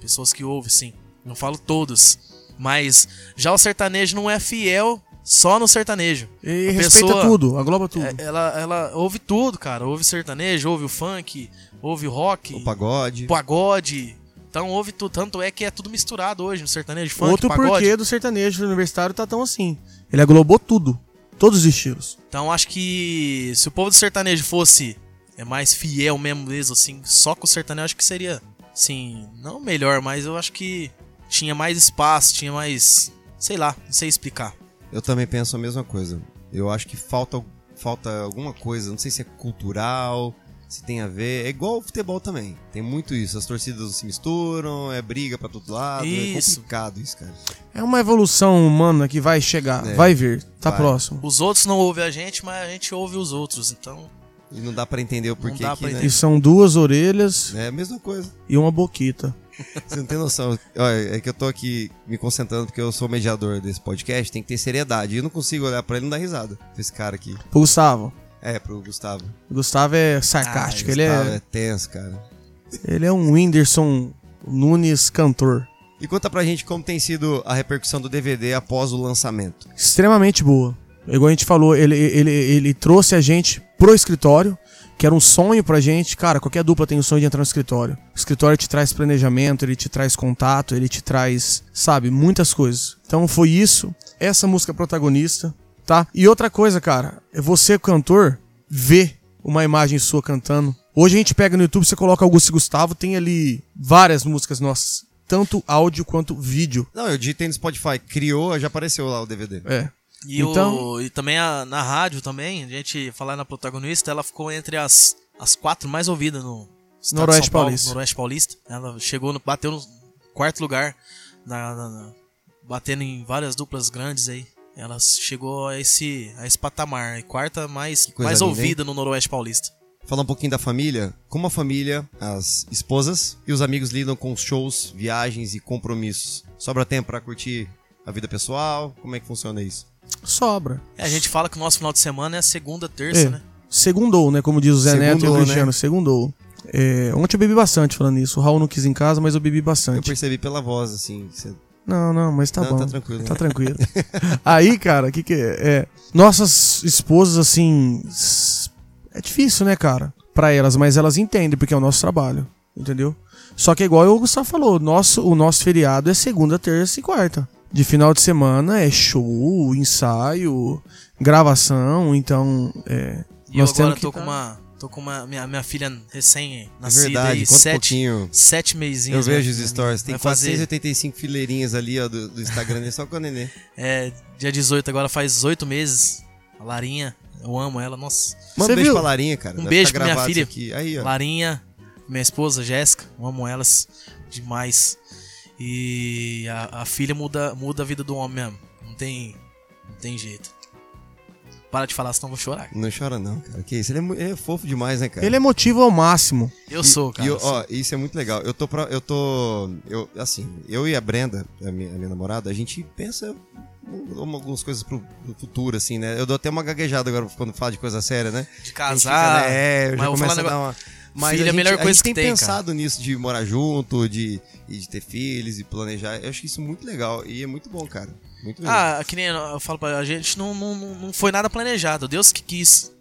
[SPEAKER 2] pessoas que ouvem, sim. Não falo todos. Mas já o sertanejo não é fiel só no sertanejo.
[SPEAKER 3] E,
[SPEAKER 2] A
[SPEAKER 3] respeita
[SPEAKER 2] pessoa-
[SPEAKER 3] tudo, agloba tudo.
[SPEAKER 2] é, Ela, ela ouve tudo, cara. Ouve sertanejo, ouve o funk, ouve o rock,
[SPEAKER 1] O pagode.
[SPEAKER 2] pagode. Então ouve tudo. Tanto é que é tudo misturado hoje no sertanejo, funk,
[SPEAKER 3] Outro
[SPEAKER 2] pagode.
[SPEAKER 3] porquê do sertanejo universitário tá tão assim. Ele aglobou tudo. Todos os estilos.
[SPEAKER 2] Então acho que se o povo do sertanejo fosse é mais fiel mesmo, mesmo assim, só com o sertanejo, acho que seria, sim, não melhor, mas eu acho que tinha mais espaço, tinha mais, sei lá, não sei explicar.
[SPEAKER 1] Eu também penso a mesma coisa. Eu acho que falta, falta alguma coisa, não sei se é cultural, se tem a ver. É igual o futebol também. Tem muito isso. As torcidas não se misturam, é briga pra todo lado. É
[SPEAKER 2] Isso.
[SPEAKER 1] complicado isso, cara.
[SPEAKER 3] É uma evolução humana que vai chegar,
[SPEAKER 1] É,
[SPEAKER 3] vai vir, tá
[SPEAKER 1] vai.
[SPEAKER 3] próximo.
[SPEAKER 2] Os outros não ouvem a gente, mas a gente ouve os outros, então
[SPEAKER 1] E não dá pra entender o porquê
[SPEAKER 2] dá
[SPEAKER 1] que,
[SPEAKER 2] pra
[SPEAKER 1] né?
[SPEAKER 3] E são duas orelhas
[SPEAKER 1] É a mesma coisa.
[SPEAKER 3] e uma boquita.
[SPEAKER 1] Você não tem noção. Olha, é que eu tô aqui me concentrando porque eu sou o mediador desse podcast, tem que ter seriedade. Eu não consigo olhar pra ele e não dar risada. Pra esse cara aqui.
[SPEAKER 3] Pro Gustavo.
[SPEAKER 1] É, pro Gustavo.
[SPEAKER 3] O Gustavo é sarcástico, ele,
[SPEAKER 1] Gustavo
[SPEAKER 3] é,
[SPEAKER 1] é tenso, cara.
[SPEAKER 3] ele é um Whindersson Nunes cantor.
[SPEAKER 1] E conta pra gente como tem sido a repercussão do DVD após o lançamento.
[SPEAKER 3] Extremamente boa. Igual a gente falou, ele, ele, ele trouxe a gente pro escritório, que era um sonho pra gente. Cara, qualquer dupla tem o sonho de entrar no escritório. O escritório te traz planejamento, ele te traz contato, ele te traz, sabe, muitas coisas. Então foi isso, essa música protagonista, tá? E outra coisa, cara, é você, cantor, ver uma imagem sua cantando. Hoje a gente pega no YouTube, você coloca Augusto e Gustavo, tem ali várias músicas nossas, tanto áudio quanto vídeo.
[SPEAKER 1] Não, eu digitei no Spotify, criou, já apareceu lá o DVD.
[SPEAKER 3] É.
[SPEAKER 2] E,
[SPEAKER 3] Então-
[SPEAKER 2] o, e também a- na rádio também, a gente falar na protagonista, ela ficou entre as, as quatro mais ouvidas no estado
[SPEAKER 3] Noroeste
[SPEAKER 2] de São Paulo,
[SPEAKER 3] Paulista.
[SPEAKER 2] Noroeste Paulista. Ela chegou, no, bateu no quarto lugar, na, na- na- batendo em várias duplas grandes aí. Ela chegou a esse, a esse patamar, quarta mais,
[SPEAKER 1] coisa
[SPEAKER 2] mais
[SPEAKER 1] linda,
[SPEAKER 2] ouvida no Noroeste Paulista.
[SPEAKER 1] Falar um pouquinho da família. Como a família, as esposas e os amigos lidam com shows, viagens e compromissos. Sobra tempo pra curtir a vida pessoal? Como é que funciona isso?
[SPEAKER 3] Sobra.
[SPEAKER 2] É, a gente fala que o nosso final de semana é a segunda, terça,
[SPEAKER 3] É.
[SPEAKER 2] né?
[SPEAKER 3] Segundou, né? Como diz o Zé Neto e o
[SPEAKER 1] Segundou,
[SPEAKER 3] Cristiano, segundou. É, ontem eu bebi bastante falando isso. O Raul não quis ir em casa, mas eu bebi
[SPEAKER 1] Eu
[SPEAKER 3] bastante.
[SPEAKER 1] percebi pela voz, assim. que você-
[SPEAKER 3] Não, não, mas tá
[SPEAKER 1] Não,
[SPEAKER 3] bom.
[SPEAKER 1] tá tranquilo.
[SPEAKER 2] né?
[SPEAKER 3] Tá tranquilo. Aí, cara, o que que é? é? Nossas esposas, assim. s- É difícil, né, cara? Pra elas, mas elas entendem, porque é o nosso trabalho. Entendeu? Só que é igual o Gustavo falou, nosso, o nosso feriado é segunda, terça e quarta. De final de semana é show, ensaio, gravação, então. É,
[SPEAKER 2] E
[SPEAKER 3] nós
[SPEAKER 2] eu agora
[SPEAKER 3] temos que
[SPEAKER 2] tô com
[SPEAKER 3] tá-
[SPEAKER 2] uma. Tô com uma. Minha, minha filha
[SPEAKER 1] É
[SPEAKER 2] recém-nascida
[SPEAKER 1] verdade,
[SPEAKER 2] aí,
[SPEAKER 1] conta um
[SPEAKER 2] sete,
[SPEAKER 1] pouquinho.
[SPEAKER 2] sete meizinhos.
[SPEAKER 1] Eu vejo
[SPEAKER 2] né?
[SPEAKER 1] os stories. Tem
[SPEAKER 2] Vai fazer-
[SPEAKER 1] 485
[SPEAKER 2] <laughs>
[SPEAKER 1] fileirinhas ali, ó, do, do Instagram, né? só com a Nenê.
[SPEAKER 2] É, dia 18 agora faz oito meses A Larinha, eu amo ela, nossa.
[SPEAKER 1] Manda
[SPEAKER 3] Você
[SPEAKER 1] um beijo
[SPEAKER 3] viu?
[SPEAKER 1] pra Larinha, cara.
[SPEAKER 2] Um
[SPEAKER 1] Deve tá
[SPEAKER 2] beijo pra minha
[SPEAKER 1] gravado
[SPEAKER 2] filha.
[SPEAKER 1] isso aqui. Aí, ó.
[SPEAKER 2] Larinha, minha esposa, Jéssica, eu amo elas demais. E a, a filha muda, muda a vida do homem mesmo. Não tem, não tem jeito. Para de falar, senão eu vou chorar.
[SPEAKER 1] Não chora não, cara. Que isso? Ele é, mu- ele é fofo demais, né, cara?
[SPEAKER 3] Ele é emotivo ao máximo.
[SPEAKER 2] Eu
[SPEAKER 1] E-
[SPEAKER 2] sou, cara.
[SPEAKER 1] E, eu- ó, isso é muito legal. Eu tô pra, eu tô, eu assim, eu e a Brenda, a minha, a minha namorada, a gente pensa um- um- algumas coisas pro, pro futuro assim, né? Eu dou até uma gaguejada agora quando fala de coisa séria, né?
[SPEAKER 2] assim, de
[SPEAKER 1] A gente
[SPEAKER 2] casar.
[SPEAKER 1] fica, né? É, eu
[SPEAKER 2] mas
[SPEAKER 1] já
[SPEAKER 2] eu vou falar
[SPEAKER 1] começo
[SPEAKER 2] um
[SPEAKER 1] a dar
[SPEAKER 2] negócio.
[SPEAKER 1] uma mas
[SPEAKER 2] Filho é
[SPEAKER 1] a
[SPEAKER 2] a melhor
[SPEAKER 1] gente,
[SPEAKER 2] coisa
[SPEAKER 1] gente
[SPEAKER 2] que
[SPEAKER 1] tem
[SPEAKER 2] tem,
[SPEAKER 1] pensado nisso de morar junto, de, e de ter filhos e planejar. Eu acho isso muito legal e é muito bom, cara. Muito legal.
[SPEAKER 2] Ah, que nem eu falo pra a gente, não, não, não não foi nada planejado. Deus que quis.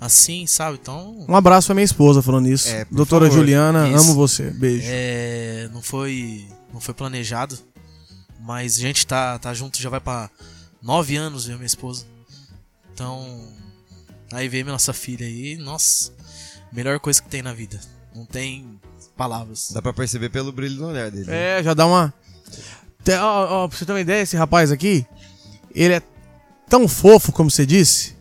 [SPEAKER 2] Assim, sabe? Então.
[SPEAKER 3] Um abraço pra minha esposa falando isso.
[SPEAKER 1] É, por
[SPEAKER 3] Doutora
[SPEAKER 1] favor.
[SPEAKER 3] Juliana,
[SPEAKER 2] Isso.
[SPEAKER 3] amo você. Beijo.
[SPEAKER 2] É, não foi não foi planejado, mas a gente tá, tá junto já vai pra nove anos, eu e minha esposa. Então, aí veio minha nossa filha aí, nossa, melhor coisa que tem na vida. Não tem palavras.
[SPEAKER 1] Dá pra perceber pelo brilho no olhar dele. né?
[SPEAKER 3] É, já dá uma. Te- Ó, ó, pra você ter uma ideia, esse rapaz aqui, ele é tão fofo, como você disse,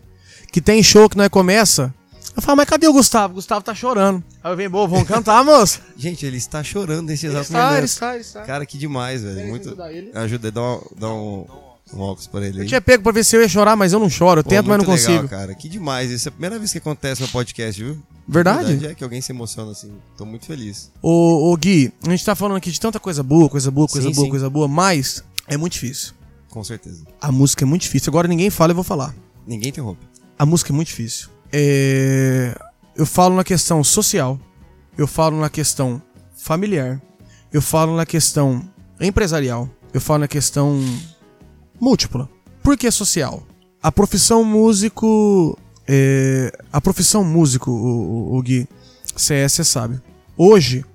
[SPEAKER 3] que tem show que nós começa. Eu falo, mas cadê o Gustavo? O Gustavo tá chorando. Aí eu venho, boa, vamos
[SPEAKER 1] <laughs>
[SPEAKER 3] cantar, moço.
[SPEAKER 1] Gente, ele está chorando nesse exato
[SPEAKER 3] está,
[SPEAKER 1] momento.
[SPEAKER 3] ele está, ele está.
[SPEAKER 1] Cara, que demais, velho. Muito...
[SPEAKER 3] ajudar ele?
[SPEAKER 1] Ajuda ele, dá, um- dá um, um óculos pra ele
[SPEAKER 3] Eu
[SPEAKER 1] aí.
[SPEAKER 3] tinha pego pra ver se eu ia chorar, mas eu não choro, eu
[SPEAKER 1] Pô,
[SPEAKER 3] tento, mas não
[SPEAKER 1] muito legal,
[SPEAKER 3] consigo.
[SPEAKER 1] cara. Que demais. Isso é a primeira vez que acontece no podcast, viu?
[SPEAKER 3] Verdade?
[SPEAKER 1] é que alguém se emociona assim. Tô muito feliz.
[SPEAKER 3] Ô, ô, Gui, a gente tá falando aqui de tanta coisa boa, coisa boa, coisa
[SPEAKER 1] Sim,
[SPEAKER 3] boa,
[SPEAKER 1] sim.
[SPEAKER 3] coisa boa, mas é muito difícil.
[SPEAKER 1] Com certeza.
[SPEAKER 3] A música é muito difícil. Agora ninguém fala, eu vou falar.
[SPEAKER 1] Ninguém interrompe.
[SPEAKER 3] A música é muito difícil. É, Eu falo na questão social, eu falo na questão familiar, eu falo na questão empresarial, eu falo na questão múltipla. Por que social? A profissão músico. é, A profissão músico, o, o- o Gui, CS você sabe. Hoje,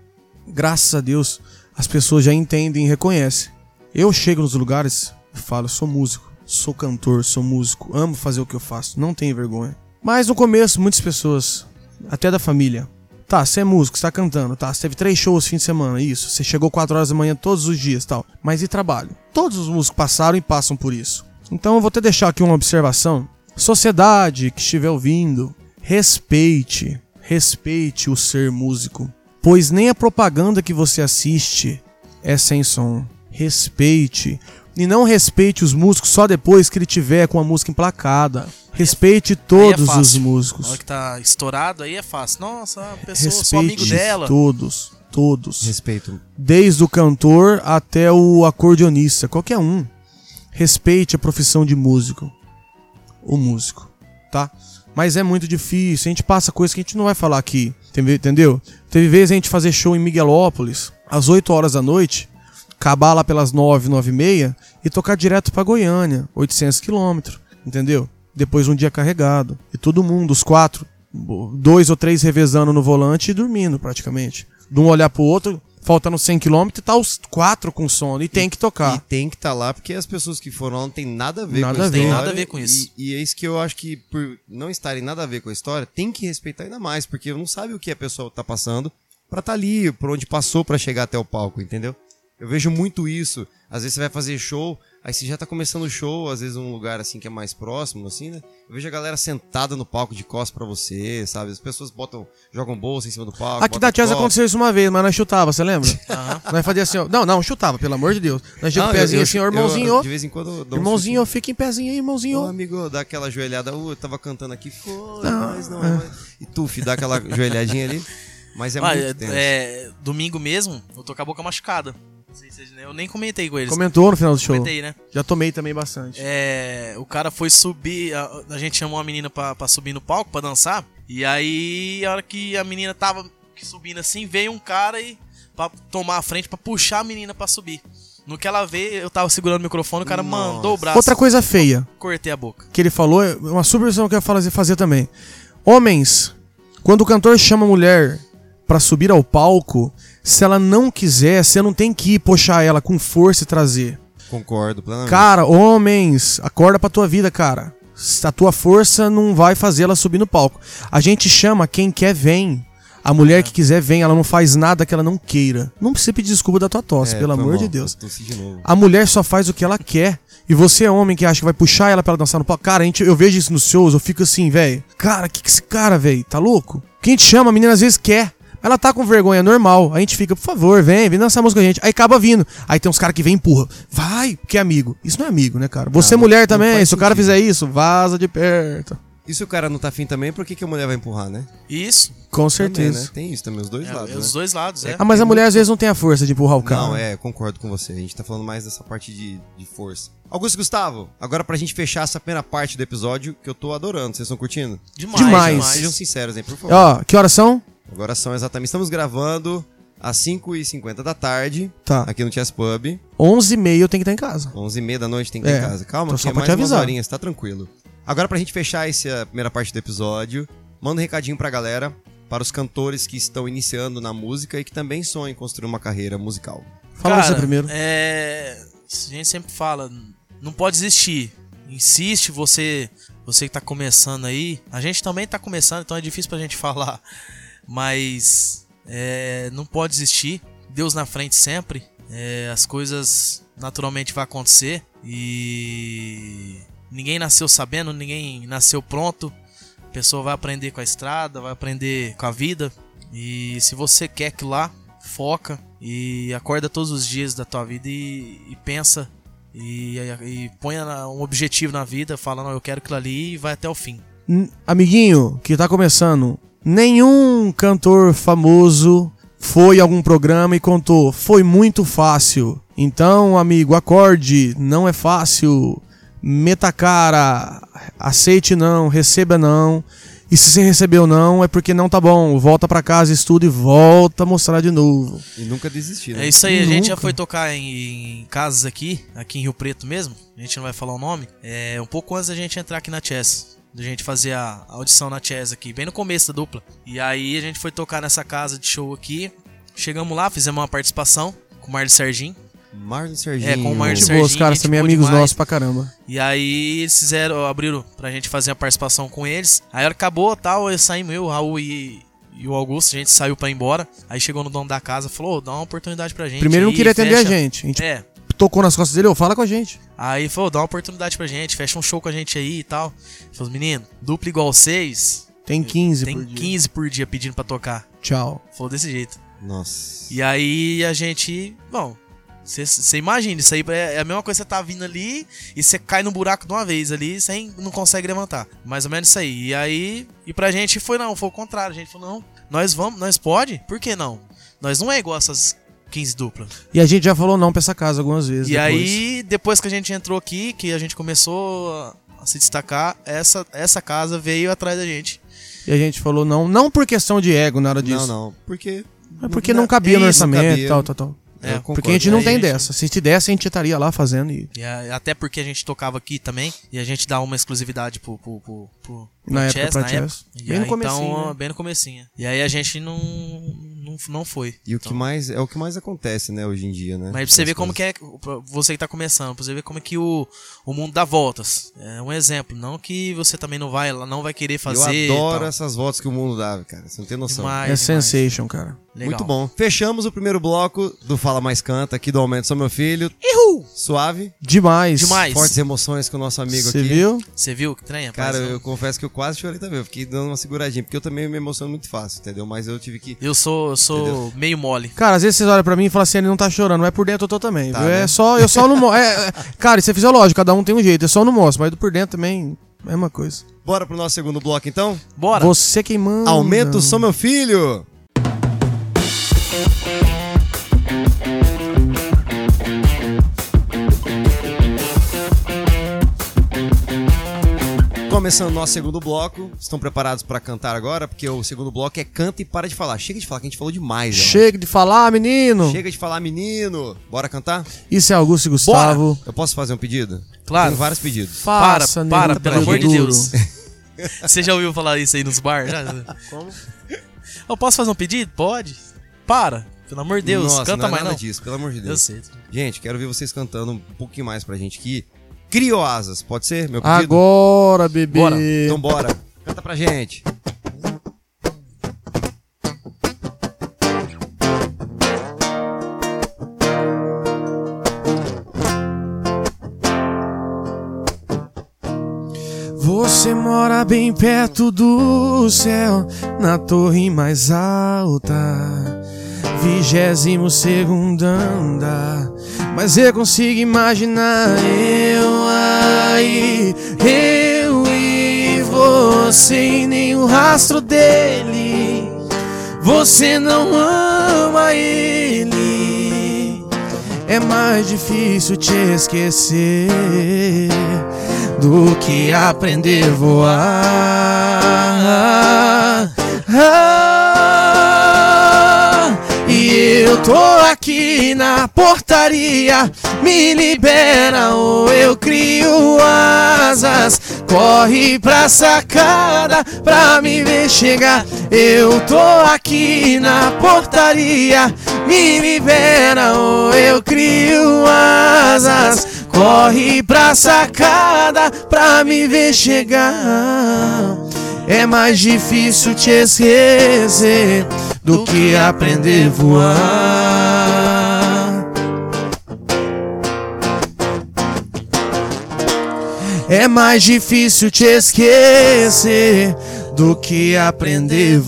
[SPEAKER 3] graças a Deus, as pessoas já entendem e reconhecem. Eu chego nos lugares e falo, sou músico, sou cantor, sou músico, amo fazer o que eu faço, não tenho vergonha. Mas no começo, muitas pessoas, até da família, tá, você é músico, você tá cantando, tá, você teve três shows fim de semana, isso, você chegou 4 horas da manhã todos os dias, tal, mas e trabalho? Todos os músicos passaram e passam por isso. Então eu vou até deixar aqui uma observação. Sociedade que estiver ouvindo, respeite, respeite o ser músico, pois nem a propaganda que você assiste é sem som. Respeite. E não respeite os músicos só depois que ele tiver com a música emplacada. Respeite
[SPEAKER 2] Aí é
[SPEAKER 3] todos
[SPEAKER 2] fácil.
[SPEAKER 3] os
[SPEAKER 2] Na hora
[SPEAKER 3] músicos.
[SPEAKER 2] que tá estourado aí é fácil. Nossa, a pessoa, sou amigo
[SPEAKER 3] Respeite
[SPEAKER 2] dela.
[SPEAKER 3] todos, todos.
[SPEAKER 1] Respeito.
[SPEAKER 3] Desde o cantor até o acordeonista, qualquer um. Respeite a profissão de músico. O músico, tá? Mas é muito difícil, a gente passa coisas que a gente não vai falar aqui, entende- entendeu? Teve vezes a gente fazer show em Miguelópolis, às 8 horas da noite, acabar lá pelas 9, 9 e meia e tocar direto pra Goiânia, 800 quilômetros, entendeu? Depois um dia carregado. E todo mundo, os quatro, bo- dois ou três revezando no volante e dormindo praticamente. De um olhar pro outro, faltando 100 quilômetros, tá os quatro com sono e, tem que tocar.
[SPEAKER 1] E tem que estar lá, porque as pessoas que foram lá não tem nada a ver
[SPEAKER 3] Tá. Nada
[SPEAKER 1] com a
[SPEAKER 3] a ver.
[SPEAKER 1] história.
[SPEAKER 3] Tem
[SPEAKER 2] nada a ver com isso.
[SPEAKER 1] E, e é isso que eu acho que, por não estarem nada a ver com a história, tem que respeitar ainda mais, porque não sabe o que a pessoa tá passando pra tá ali, por onde passou pra chegar até o palco, entendeu? Eu vejo muito isso. Às vezes você vai fazer show, aí você já tá começando o show, às vezes um lugar assim que é mais próximo, assim, né? Eu vejo a galera sentada no palco de costas pra você, sabe? As pessoas botam, jogam bolsa em cima do palco.
[SPEAKER 3] Aqui
[SPEAKER 1] botam
[SPEAKER 3] da Tiasa
[SPEAKER 1] copo.
[SPEAKER 3] aconteceu isso uma vez, mas nós chutava,
[SPEAKER 1] <laughs>
[SPEAKER 3] você lembra? Nós fazia assim, ó. Não, não, chutava, pelo amor de Deus. Nós tinha
[SPEAKER 1] Não,
[SPEAKER 3] o
[SPEAKER 1] Ah, eu-
[SPEAKER 3] pezinho
[SPEAKER 1] eu-
[SPEAKER 3] assim, ó,
[SPEAKER 1] eu-
[SPEAKER 3] irmãozinho.
[SPEAKER 1] de vez em quando eu dou um
[SPEAKER 3] irmãozinho, fica em pezinho aí, irmãozinho.
[SPEAKER 1] Ô, amigo, dá aquela joelhada. Uh, eu tava cantando aqui, foi, mas não é. mais. E tuf, dá aquela joelhadinha ali. Mas é
[SPEAKER 2] Ah,
[SPEAKER 1] muito tenso.
[SPEAKER 2] é, domingo mesmo, eu tô com a boca machucada. Não sei se vocês- Eu nem comentei com eles.
[SPEAKER 3] Comentou no final do show.
[SPEAKER 2] Comentei, né?
[SPEAKER 3] Já tomei também bastante.
[SPEAKER 2] É, o cara foi subir, a, a gente chamou a menina pra, pra subir no palco pra dançar. E aí, a hora que a menina tava subindo assim, veio um cara e pra tomar a frente, pra puxar a menina pra subir. No que ela veio, eu tava segurando o microfone, o cara
[SPEAKER 1] Nossa.
[SPEAKER 2] mandou o braço,
[SPEAKER 3] Outra coisa feia
[SPEAKER 2] cortei a boca.
[SPEAKER 3] que ele falou, é uma subversão que eu ia fazer, fazer também. Homens, quando o cantor chama a mulher pra subir ao palco, se ela não quiser, você não tem que ir puxar ela com força e trazer.
[SPEAKER 1] Concordo plenamente.
[SPEAKER 3] Cara, homens, acorda pra tua vida, cara. A tua força não vai fazer ela subir no palco. A gente chama quem quer vem. A
[SPEAKER 1] É.
[SPEAKER 3] mulher que quiser vem, ela não faz nada que ela não queira. Não precisa pedir desculpa da tua tosse,
[SPEAKER 1] É,
[SPEAKER 3] pelo
[SPEAKER 1] foi
[SPEAKER 3] amor
[SPEAKER 1] mal.
[SPEAKER 3] de Deus.
[SPEAKER 1] Tossi de novo.
[SPEAKER 3] A mulher só faz o que ela quer. E você é homem que acha que vai puxar ela pra ela dançar no palco. Cara, a gente, eu vejo isso nos shows, eu fico assim, velho. Cara, que que esse cara, velho? Tá louco? Quem te chama, a menina às vezes quer. Ela tá com vergonha, é normal. A gente fica, por favor, vem, vem dançar música com a gente. Aí acaba vindo. Aí tem uns caras que vem e empurra. Vai, porque é amigo. Isso não é amigo, né, cara? Você é
[SPEAKER 1] Ah, não-
[SPEAKER 3] mulher
[SPEAKER 1] não
[SPEAKER 3] também,
[SPEAKER 1] faz
[SPEAKER 3] se o cara
[SPEAKER 1] sentido.
[SPEAKER 3] fizer isso, vaza de perto.
[SPEAKER 1] E se o cara não tá afim também, por que, que a mulher vai empurrar, né?
[SPEAKER 2] Isso.
[SPEAKER 3] Com
[SPEAKER 1] Também,
[SPEAKER 3] certeza.
[SPEAKER 1] né? Tem isso também, os dois
[SPEAKER 2] É,
[SPEAKER 1] lados,
[SPEAKER 2] é
[SPEAKER 1] né?
[SPEAKER 2] os dois lados, é.
[SPEAKER 3] Ah, mas a mulher às vezes não tem a força de empurrar o cara.
[SPEAKER 1] Não, é, concordo com você. A gente tá falando mais dessa parte de, de força. Augusto e Gustavo, agora pra gente fechar essa primeira parte do episódio, que eu tô adorando. Vocês estão curtindo?
[SPEAKER 2] Demais,
[SPEAKER 3] demais.
[SPEAKER 2] demais.
[SPEAKER 1] Sejam sinceros, hein, por favor.
[SPEAKER 3] Ó, que horas são?
[SPEAKER 1] Agora são exatamente... Estamos gravando às 5h50 da tarde,
[SPEAKER 3] Tá.
[SPEAKER 1] aqui no Chess Pub.
[SPEAKER 3] 11h30 eu tenho que estar em casa.
[SPEAKER 1] 11h30 da noite tem que estar
[SPEAKER 3] É,
[SPEAKER 1] em casa. Calma,
[SPEAKER 3] tô
[SPEAKER 1] que
[SPEAKER 3] só
[SPEAKER 1] é
[SPEAKER 3] pra
[SPEAKER 1] mais
[SPEAKER 3] te
[SPEAKER 1] umas
[SPEAKER 3] avisar.
[SPEAKER 1] horinhas, tá tranquilo. Agora pra gente fechar essa primeira parte do episódio, manda um recadinho pra galera, para os cantores que estão iniciando na música e que também sonham em construir uma carreira musical.
[SPEAKER 3] Fala
[SPEAKER 2] Cara,
[SPEAKER 3] você primeiro.
[SPEAKER 2] É, a gente sempre fala, não pode desistir. Insiste, você, você que tá começando aí. A gente também tá começando, então é difícil pra gente <laughs> falar. Mas é, não pode desistir. Deus na frente sempre. É, as coisas naturalmente vão acontecer. E ninguém nasceu sabendo, ninguém nasceu pronto. A pessoa vai aprender com a estrada, vai aprender com a vida. E se você quer que lá, foca e acorda todos os dias da tua vida e, e pensa e, e põe na- um objetivo na vida, fala, não, eu quero aquilo ali e vai até o fim.
[SPEAKER 3] N- Amiguinho que tá começando, nenhum cantor famoso foi a algum programa e contou, foi muito fácil. Então, amigo, acorde, não é fácil. Meta a cara, aceite não, receba não. E se você recebeu não, é porque não tá bom. Volta pra casa, estuda e volta a mostrar de novo.
[SPEAKER 1] E nunca desistir, né?
[SPEAKER 2] É isso aí, a gente já
[SPEAKER 3] Nunca.
[SPEAKER 2] foi tocar em, em casas aqui, aqui em Rio Preto mesmo, a gente não vai falar o nome, é um pouco antes da gente entrar aqui na Chess, da gente fazer a audição na Chess aqui, bem no começo da dupla. E aí a gente foi tocar nessa casa de show aqui, chegamos lá, fizemos uma participação com o Marlon Serginho,
[SPEAKER 1] Marlon Serginho.
[SPEAKER 2] É, com o Marlon
[SPEAKER 3] Gente
[SPEAKER 2] Serginho,
[SPEAKER 3] boa, os caras
[SPEAKER 2] gente
[SPEAKER 3] também
[SPEAKER 2] boa
[SPEAKER 3] amigos
[SPEAKER 2] demais.
[SPEAKER 3] nossos pra caramba.
[SPEAKER 2] E aí eles fizeram, abriram pra gente fazer a participação com eles. Aí a hora que acabou tal, eu saí eu, o Raul e, e o Augusto, a gente saiu pra ir embora. Aí chegou no dono da casa falou, "Ô, dá uma oportunidade pra gente.
[SPEAKER 3] Primeiro ele não
[SPEAKER 2] aí,
[SPEAKER 3] queria atender a
[SPEAKER 2] fecha."
[SPEAKER 3] gente. A gente
[SPEAKER 2] É.
[SPEAKER 3] tocou nas costas dele, ô, fala com a gente.
[SPEAKER 2] Aí falou, dá uma oportunidade pra gente, fecha um show com a gente aí e tal. Ele Falou, menino, dupla igual vocês,
[SPEAKER 3] Tem 15
[SPEAKER 2] tem
[SPEAKER 3] por dia.
[SPEAKER 2] 15 por dia pedindo pra tocar.
[SPEAKER 3] Tchau.
[SPEAKER 2] Falou desse jeito.
[SPEAKER 1] Nossa.
[SPEAKER 2] E aí a gente. Bom, você imagina, isso aí é é a mesma coisa que você tá vindo ali e você cai no buraco de uma vez ali sem não consegue levantar. Mais ou menos isso aí. E aí. E pra gente foi não, foi o contrário. A gente falou, não, nós vamos, nós pode? Por que não? Nós não é igual essas 15 duplas.
[SPEAKER 3] E a gente já falou não pra essa casa algumas vezes.
[SPEAKER 2] E
[SPEAKER 3] depois.
[SPEAKER 2] aí, depois que a gente entrou aqui, que a gente começou a- a se destacar, essa, essa casa veio atrás da gente.
[SPEAKER 3] E a gente falou não, não por questão de ego, nada disso.
[SPEAKER 1] Não, não. Porque.
[SPEAKER 3] É porque não cabia no
[SPEAKER 1] Isso, não
[SPEAKER 3] orçamento
[SPEAKER 1] cabia.
[SPEAKER 3] e tal, tal, tal.
[SPEAKER 2] É,
[SPEAKER 1] Eu concordo.
[SPEAKER 3] Porque a gente não
[SPEAKER 2] Aí
[SPEAKER 3] tem
[SPEAKER 2] a gente-
[SPEAKER 3] dessa. Se a gente desse, a gente estaria lá fazendo e.
[SPEAKER 2] E a- até porque a gente tocava aqui também e a gente dá uma exclusividade pro, pro, pro, pro- pro
[SPEAKER 3] Na época, pra
[SPEAKER 2] na
[SPEAKER 3] Chess.
[SPEAKER 2] época. E
[SPEAKER 3] Bem no
[SPEAKER 2] aí,
[SPEAKER 3] comecinho,
[SPEAKER 2] Então,
[SPEAKER 3] né?
[SPEAKER 2] bem no comecinho. E aí a gente não não, não foi.
[SPEAKER 1] E o que
[SPEAKER 2] Então,
[SPEAKER 1] mais. É o que mais acontece, né, hoje em dia, né?
[SPEAKER 2] mas pra você
[SPEAKER 1] As
[SPEAKER 2] ver como que é, pra você que tá começando, pra você ver como é que o, o mundo dá voltas. É um exemplo, não que você também não vai, não vai querer fazer. e
[SPEAKER 1] Eu adoro
[SPEAKER 2] tal.
[SPEAKER 1] essas voltas que o mundo dá, cara. Você não tem noção.
[SPEAKER 2] Demais,
[SPEAKER 3] é
[SPEAKER 2] demais.
[SPEAKER 3] sensation, cara.
[SPEAKER 2] Legal.
[SPEAKER 1] Muito bom. Fechamos o primeiro bloco do Fala Mais Canta, aqui do Aumento Sou Meu Filho.
[SPEAKER 2] Ihu!
[SPEAKER 1] Suave.
[SPEAKER 3] Demais.
[SPEAKER 2] Demais.
[SPEAKER 1] Fortes emoções com o nosso amigo
[SPEAKER 3] Você
[SPEAKER 1] aqui.
[SPEAKER 3] viu?
[SPEAKER 2] Você viu que trem, rapaz?
[SPEAKER 1] Cara, eu confesso que eu quase chorei também. Eu fiquei dando uma seguradinha, porque eu também me emociono muito fácil, entendeu? Mas eu tive que.
[SPEAKER 2] Eu sou, eu sou meio mole.
[SPEAKER 3] Cara, às vezes vocês olham pra mim e falam assim, ele não tá chorando, mas por dentro eu tô também.
[SPEAKER 1] Tá,
[SPEAKER 3] viu?
[SPEAKER 1] né?
[SPEAKER 3] É só, eu só não mo- é, é- Cara, isso é fisiológico, cada um tem um jeito. Eu só não mostro, mas por dentro também, mesma coisa.
[SPEAKER 1] Bora pro nosso segundo bloco então?
[SPEAKER 2] Bora!
[SPEAKER 3] Você quem manda.
[SPEAKER 1] Aumento Sou Meu Filho! Começando nosso segundo bloco, estão preparados pra cantar agora? Porque o segundo bloco é canta e para de falar. Chega de falar, que a gente falou demais. né?
[SPEAKER 3] Chega de falar, menino.
[SPEAKER 1] Chega de falar, menino. Bora cantar?
[SPEAKER 3] Isso é Augusto e Gustavo.
[SPEAKER 1] Eu posso fazer um pedido?
[SPEAKER 2] Claro.
[SPEAKER 1] Tem vários pedidos.
[SPEAKER 2] Para,
[SPEAKER 3] Faça,
[SPEAKER 2] para,
[SPEAKER 3] nego
[SPEAKER 2] pelo amor de
[SPEAKER 3] duro.
[SPEAKER 2] Deus. <laughs> Você já ouviu falar isso aí nos bar? Já?
[SPEAKER 3] Como?
[SPEAKER 2] Eu posso fazer um pedido? Pode. Para, pelo amor de Deus,
[SPEAKER 1] Nossa,
[SPEAKER 2] canta
[SPEAKER 1] não é
[SPEAKER 2] mais
[SPEAKER 1] nada
[SPEAKER 2] não.
[SPEAKER 1] disso, pelo amor de
[SPEAKER 2] Eu
[SPEAKER 1] Deus.
[SPEAKER 2] sei.
[SPEAKER 1] Gente, quero ver vocês cantando um pouquinho mais pra gente aqui. Crioasas, pode ser? Meu pedido?
[SPEAKER 3] Agora, bebê.
[SPEAKER 2] Bora.
[SPEAKER 1] Então bora. Canta pra gente.
[SPEAKER 3] mora bem perto do céu, na torre mais alta, vigésimo segundo andar. Mas eu consigo imaginar eu aí, eu e você, e nem o rastro dele. Você não ama ele. É mais difícil te esquecer do que aprender a voar. Ah, e eu tô aqui na portaria, me libera ou eu crio asas. Corre pra sacada pra me ver chegar. Eu tô aqui na portaria, me libera ou eu crio asas. Corre pra sacada pra me ver chegar. É mais difícil te esquecer do que aprender a voar. É mais difícil te esquecer do que aprender a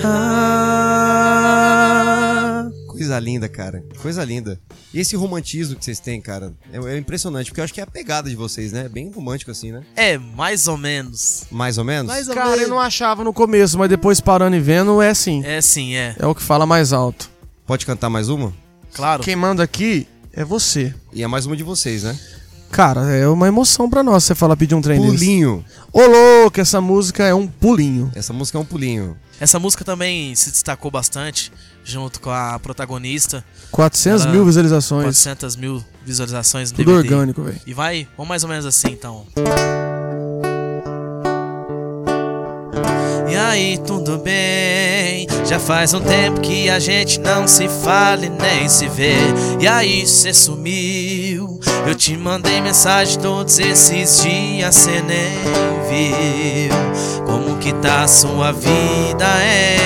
[SPEAKER 3] voar.
[SPEAKER 1] Coisa linda, cara. Coisa linda. E esse romantismo que vocês têm, cara, é, é impressionante, porque eu acho que é a pegada de vocês, né? É bem romântico assim, né?
[SPEAKER 2] É, mais ou menos.
[SPEAKER 1] Mais ou menos?
[SPEAKER 2] Mais ou
[SPEAKER 3] Cara, eu
[SPEAKER 2] menos.
[SPEAKER 3] não achava no começo, mas depois parando e vendo, é assim.
[SPEAKER 2] É sim, é.
[SPEAKER 3] É o que fala mais alto.
[SPEAKER 1] Pode cantar mais uma?
[SPEAKER 2] Claro.
[SPEAKER 3] Quem manda aqui é você.
[SPEAKER 1] E é mais uma de vocês, né?
[SPEAKER 3] Cara, é uma emoção pra nós você falar pedir um trem desse.
[SPEAKER 1] Pulinho.
[SPEAKER 3] Ô louco, essa música é um pulinho.
[SPEAKER 1] Essa música é um pulinho.
[SPEAKER 2] Essa música também se destacou bastante, junto com a protagonista.
[SPEAKER 3] 400
[SPEAKER 2] Ela-
[SPEAKER 3] mil visualizações.
[SPEAKER 2] 400 mil visualizações no
[SPEAKER 3] Tudo
[SPEAKER 2] DVD.
[SPEAKER 3] orgânico, velho.
[SPEAKER 2] E vai, vamos mais ou menos assim então. E aí, tudo bem? Já faz um tempo que a gente não se fala e nem se vê. E aí, cê sumiu. Eu te mandei mensagem todos esses dias, cê nem viu. Como que tá a sua vida,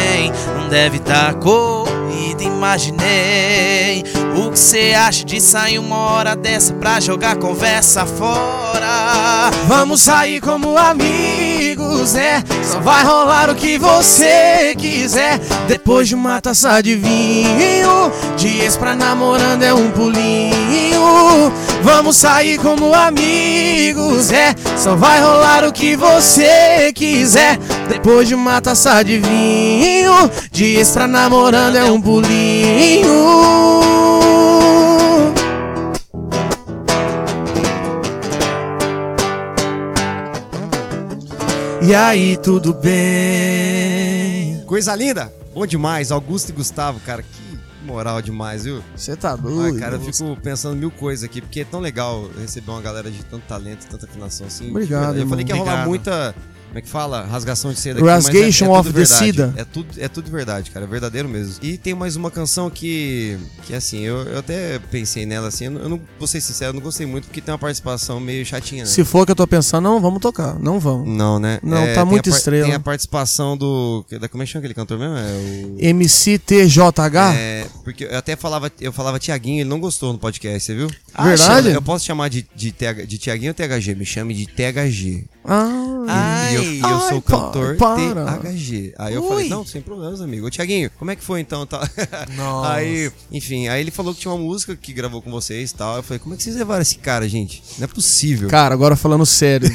[SPEAKER 2] hein? Não deve tá corrida, imaginei. O que cê acha de sair uma hora dessa pra jogar conversa fora?
[SPEAKER 3] Vamos sair como amigos,
[SPEAKER 2] é.
[SPEAKER 3] né? Só vai rolar o que você quiser. Depois de uma taça de vinho, dias pra namorando é um pulinho. Vamos sair como amigos, é. Só vai rolar o que você quiser. Depois de uma taça de vinho, dias pra namorando é um pulinho. E aí, tudo bem?
[SPEAKER 1] Coisa linda! Bom demais, Augusto e Gustavo, cara. Que moral demais, viu?
[SPEAKER 3] Você tá
[SPEAKER 1] Ai,
[SPEAKER 3] doido?
[SPEAKER 1] cara, eu fico pensando mil coisas aqui, porque é tão legal receber uma galera de tanto talento, tanta afinação assim. de
[SPEAKER 3] Obrigado,
[SPEAKER 1] verdade. Eu falei
[SPEAKER 3] irmão.
[SPEAKER 1] que ia rolar
[SPEAKER 2] Obrigado.
[SPEAKER 1] muita. Como é que fala? Rasgação de seda aqui.
[SPEAKER 3] Rasgation
[SPEAKER 1] mas é, é
[SPEAKER 3] of
[SPEAKER 1] tudo
[SPEAKER 3] the
[SPEAKER 1] verdade.
[SPEAKER 3] seda.
[SPEAKER 1] É tudo, é tudo verdade, cara. É verdadeiro mesmo. E tem mais uma canção que. Que assim, eu, eu até pensei nela assim. Eu não, eu não vou ser sincero, eu não gostei muito, porque tem uma participação meio chatinha, né?
[SPEAKER 3] Se for o que eu tô pensando, não vamos tocar. Não vamos.
[SPEAKER 1] Não, né?
[SPEAKER 3] Não, tá
[SPEAKER 1] tem a
[SPEAKER 3] muito
[SPEAKER 1] par-
[SPEAKER 3] estrela.
[SPEAKER 1] Tem a participação do. Da, como é que chama aquele cantor mesmo? É o.
[SPEAKER 3] MCTJH?
[SPEAKER 1] É, porque eu até falava, eu falava Tiaguinho, ele não gostou no podcast, você viu?
[SPEAKER 3] Ah, Verdade?
[SPEAKER 1] Eu posso chamar de, de, TH de Tiaguinho ou THG? Me chame de THG.
[SPEAKER 3] Ah,
[SPEAKER 1] e eu, e eu
[SPEAKER 3] Ai,
[SPEAKER 1] sou o
[SPEAKER 3] pa-
[SPEAKER 1] cantor
[SPEAKER 3] para.
[SPEAKER 1] THG. Aí eu
[SPEAKER 2] Ui.
[SPEAKER 1] falei, não, sem problemas, amigo. Ô, Tiaguinho, como é que foi então? Tá.
[SPEAKER 2] Nossa.
[SPEAKER 1] Aí, enfim, aí ele falou que tinha uma música que gravou com vocês e tal. Eu falei, como é que vocês levaram esse cara, gente? Não é possível.
[SPEAKER 3] Cara, agora falando sério.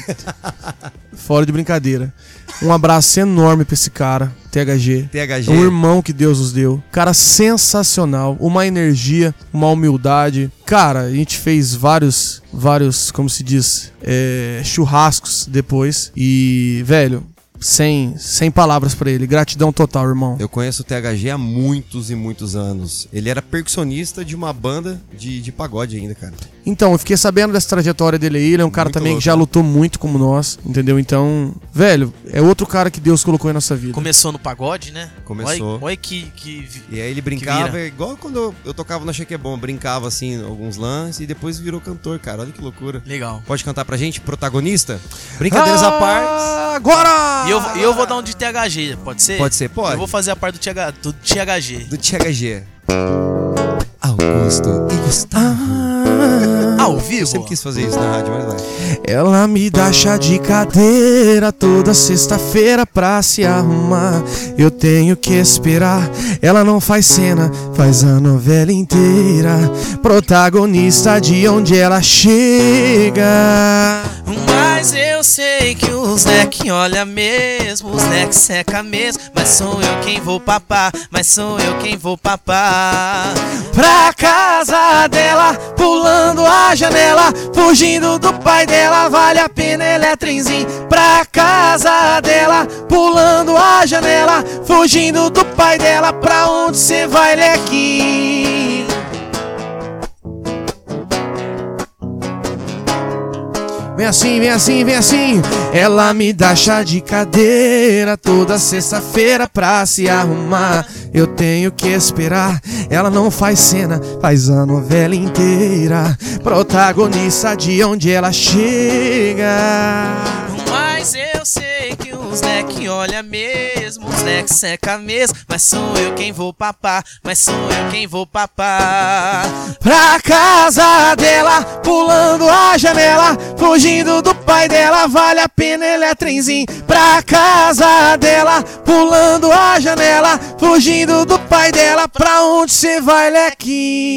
[SPEAKER 3] fora de brincadeira. Um abraço enorme pra esse cara, THG.
[SPEAKER 1] THG.
[SPEAKER 3] É um irmão que Deus nos deu. Cara sensacional, uma energia, uma humildade. Cara, a gente fez vários, vários, como se diz, é, churrascos depois. E, velho, sem, sem palavras pra ele. Gratidão total, irmão.
[SPEAKER 1] Eu conheço o THG há muitos e muitos anos. Ele era percussionista de uma banda de, de pagode ainda, cara.
[SPEAKER 3] Então, eu fiquei sabendo dessa trajetória dele aí. Ele é um cara
[SPEAKER 1] Muito
[SPEAKER 3] também
[SPEAKER 1] louco,
[SPEAKER 3] que já
[SPEAKER 1] né?
[SPEAKER 3] lutou muito como nós, entendeu? Então, velho, é outro cara que Deus colocou em nossa vida.
[SPEAKER 2] Começou no pagode, né?
[SPEAKER 1] Começou.
[SPEAKER 2] Olha, olha que, que vi-
[SPEAKER 1] E aí ele brincava, igual quando eu, eu tocava na Chequebom, brincava assim, alguns lances e depois virou cantor, cara. Olha que loucura.
[SPEAKER 2] legal.
[SPEAKER 1] Pode cantar pra gente, protagonista? Brincadeiras
[SPEAKER 3] Ah!
[SPEAKER 1] à parte.
[SPEAKER 3] Agora!
[SPEAKER 2] E eu, eu vou dar um de THG, pode ser?
[SPEAKER 1] Pode ser, pode.
[SPEAKER 2] Eu vou fazer a parte do, TH, do THG.
[SPEAKER 1] Do THG. Ao Augusto e Gustavo.
[SPEAKER 2] Ao
[SPEAKER 1] Eu
[SPEAKER 2] vivo.
[SPEAKER 1] sempre quis fazer isso na rádio, mas vai.
[SPEAKER 3] Ela me dá chá de cadeira toda sexta-feira pra se arrumar. Eu tenho que esperar. Ela não faz cena, faz a novela inteira. Protagonista de onde ela chega.
[SPEAKER 2] Mas eu sei que os neck olha mesmo, os neck seca mesmo. Mas sou eu quem vou papar, mas sou eu quem vou papar.
[SPEAKER 3] Pra casa dela, pulando a janela, fugindo do pai dela, vale a pena eletrinzinho. Pra casa dela, pulando a janela, fugindo do pai dela, pra onde cê vai, Lequim? Vem assim, vem assim, vem assim. Ela me dá chá de cadeira toda sexta-feira pra se arrumar. Eu tenho que esperar. Ela não faz cena, faz a novela inteira. Protagonista de onde ela chega.
[SPEAKER 2] Mas eu sei que os neck olha mesmo, os neck seca mesmo. Mas sou eu quem vou papar, mas sou eu quem vou papar.
[SPEAKER 3] Pra casa dela, pulando a janela, fugindo do pai dela, vale a pena ele é trenzinho. Pra casa dela, pulando a janela, fugindo do pai dela, pra onde cê vai,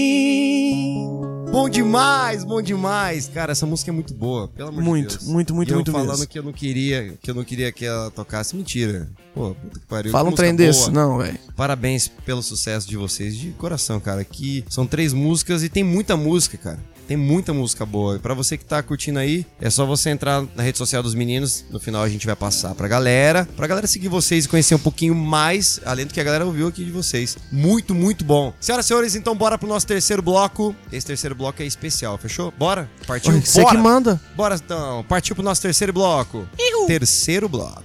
[SPEAKER 3] Lequim?
[SPEAKER 1] Bom demais, bom demais. Cara, essa música é muito boa, pelo amor
[SPEAKER 3] Muito,
[SPEAKER 1] de Deus.
[SPEAKER 3] muito, muito,
[SPEAKER 1] E eu
[SPEAKER 3] muito
[SPEAKER 1] falando
[SPEAKER 3] mesmo.
[SPEAKER 1] que eu não queria, que eu não queria que ela tocasse, mentira. Pô, puta que pariu.
[SPEAKER 3] Fala
[SPEAKER 1] que
[SPEAKER 3] um
[SPEAKER 1] música
[SPEAKER 3] trem
[SPEAKER 1] boa.
[SPEAKER 3] desse, não, velho.
[SPEAKER 1] Parabéns pelo sucesso de vocês de coração, cara. Que são três músicas e tem muita música, cara. Tem muita música boa. E pra você que tá curtindo aí, é só você entrar na rede social dos meninos. No final a gente vai passar pra galera. Pra galera seguir vocês e conhecer um pouquinho mais, além do que a galera ouviu aqui de vocês. Muito, muito bom. Senhoras e senhores, então bora pro nosso terceiro bloco. Esse terceiro bloco é especial, fechou? Bora? Partiu?
[SPEAKER 3] Você que
[SPEAKER 1] bora!
[SPEAKER 3] manda.
[SPEAKER 1] Bora então, partiu pro nosso terceiro bloco. Terceiro bloco.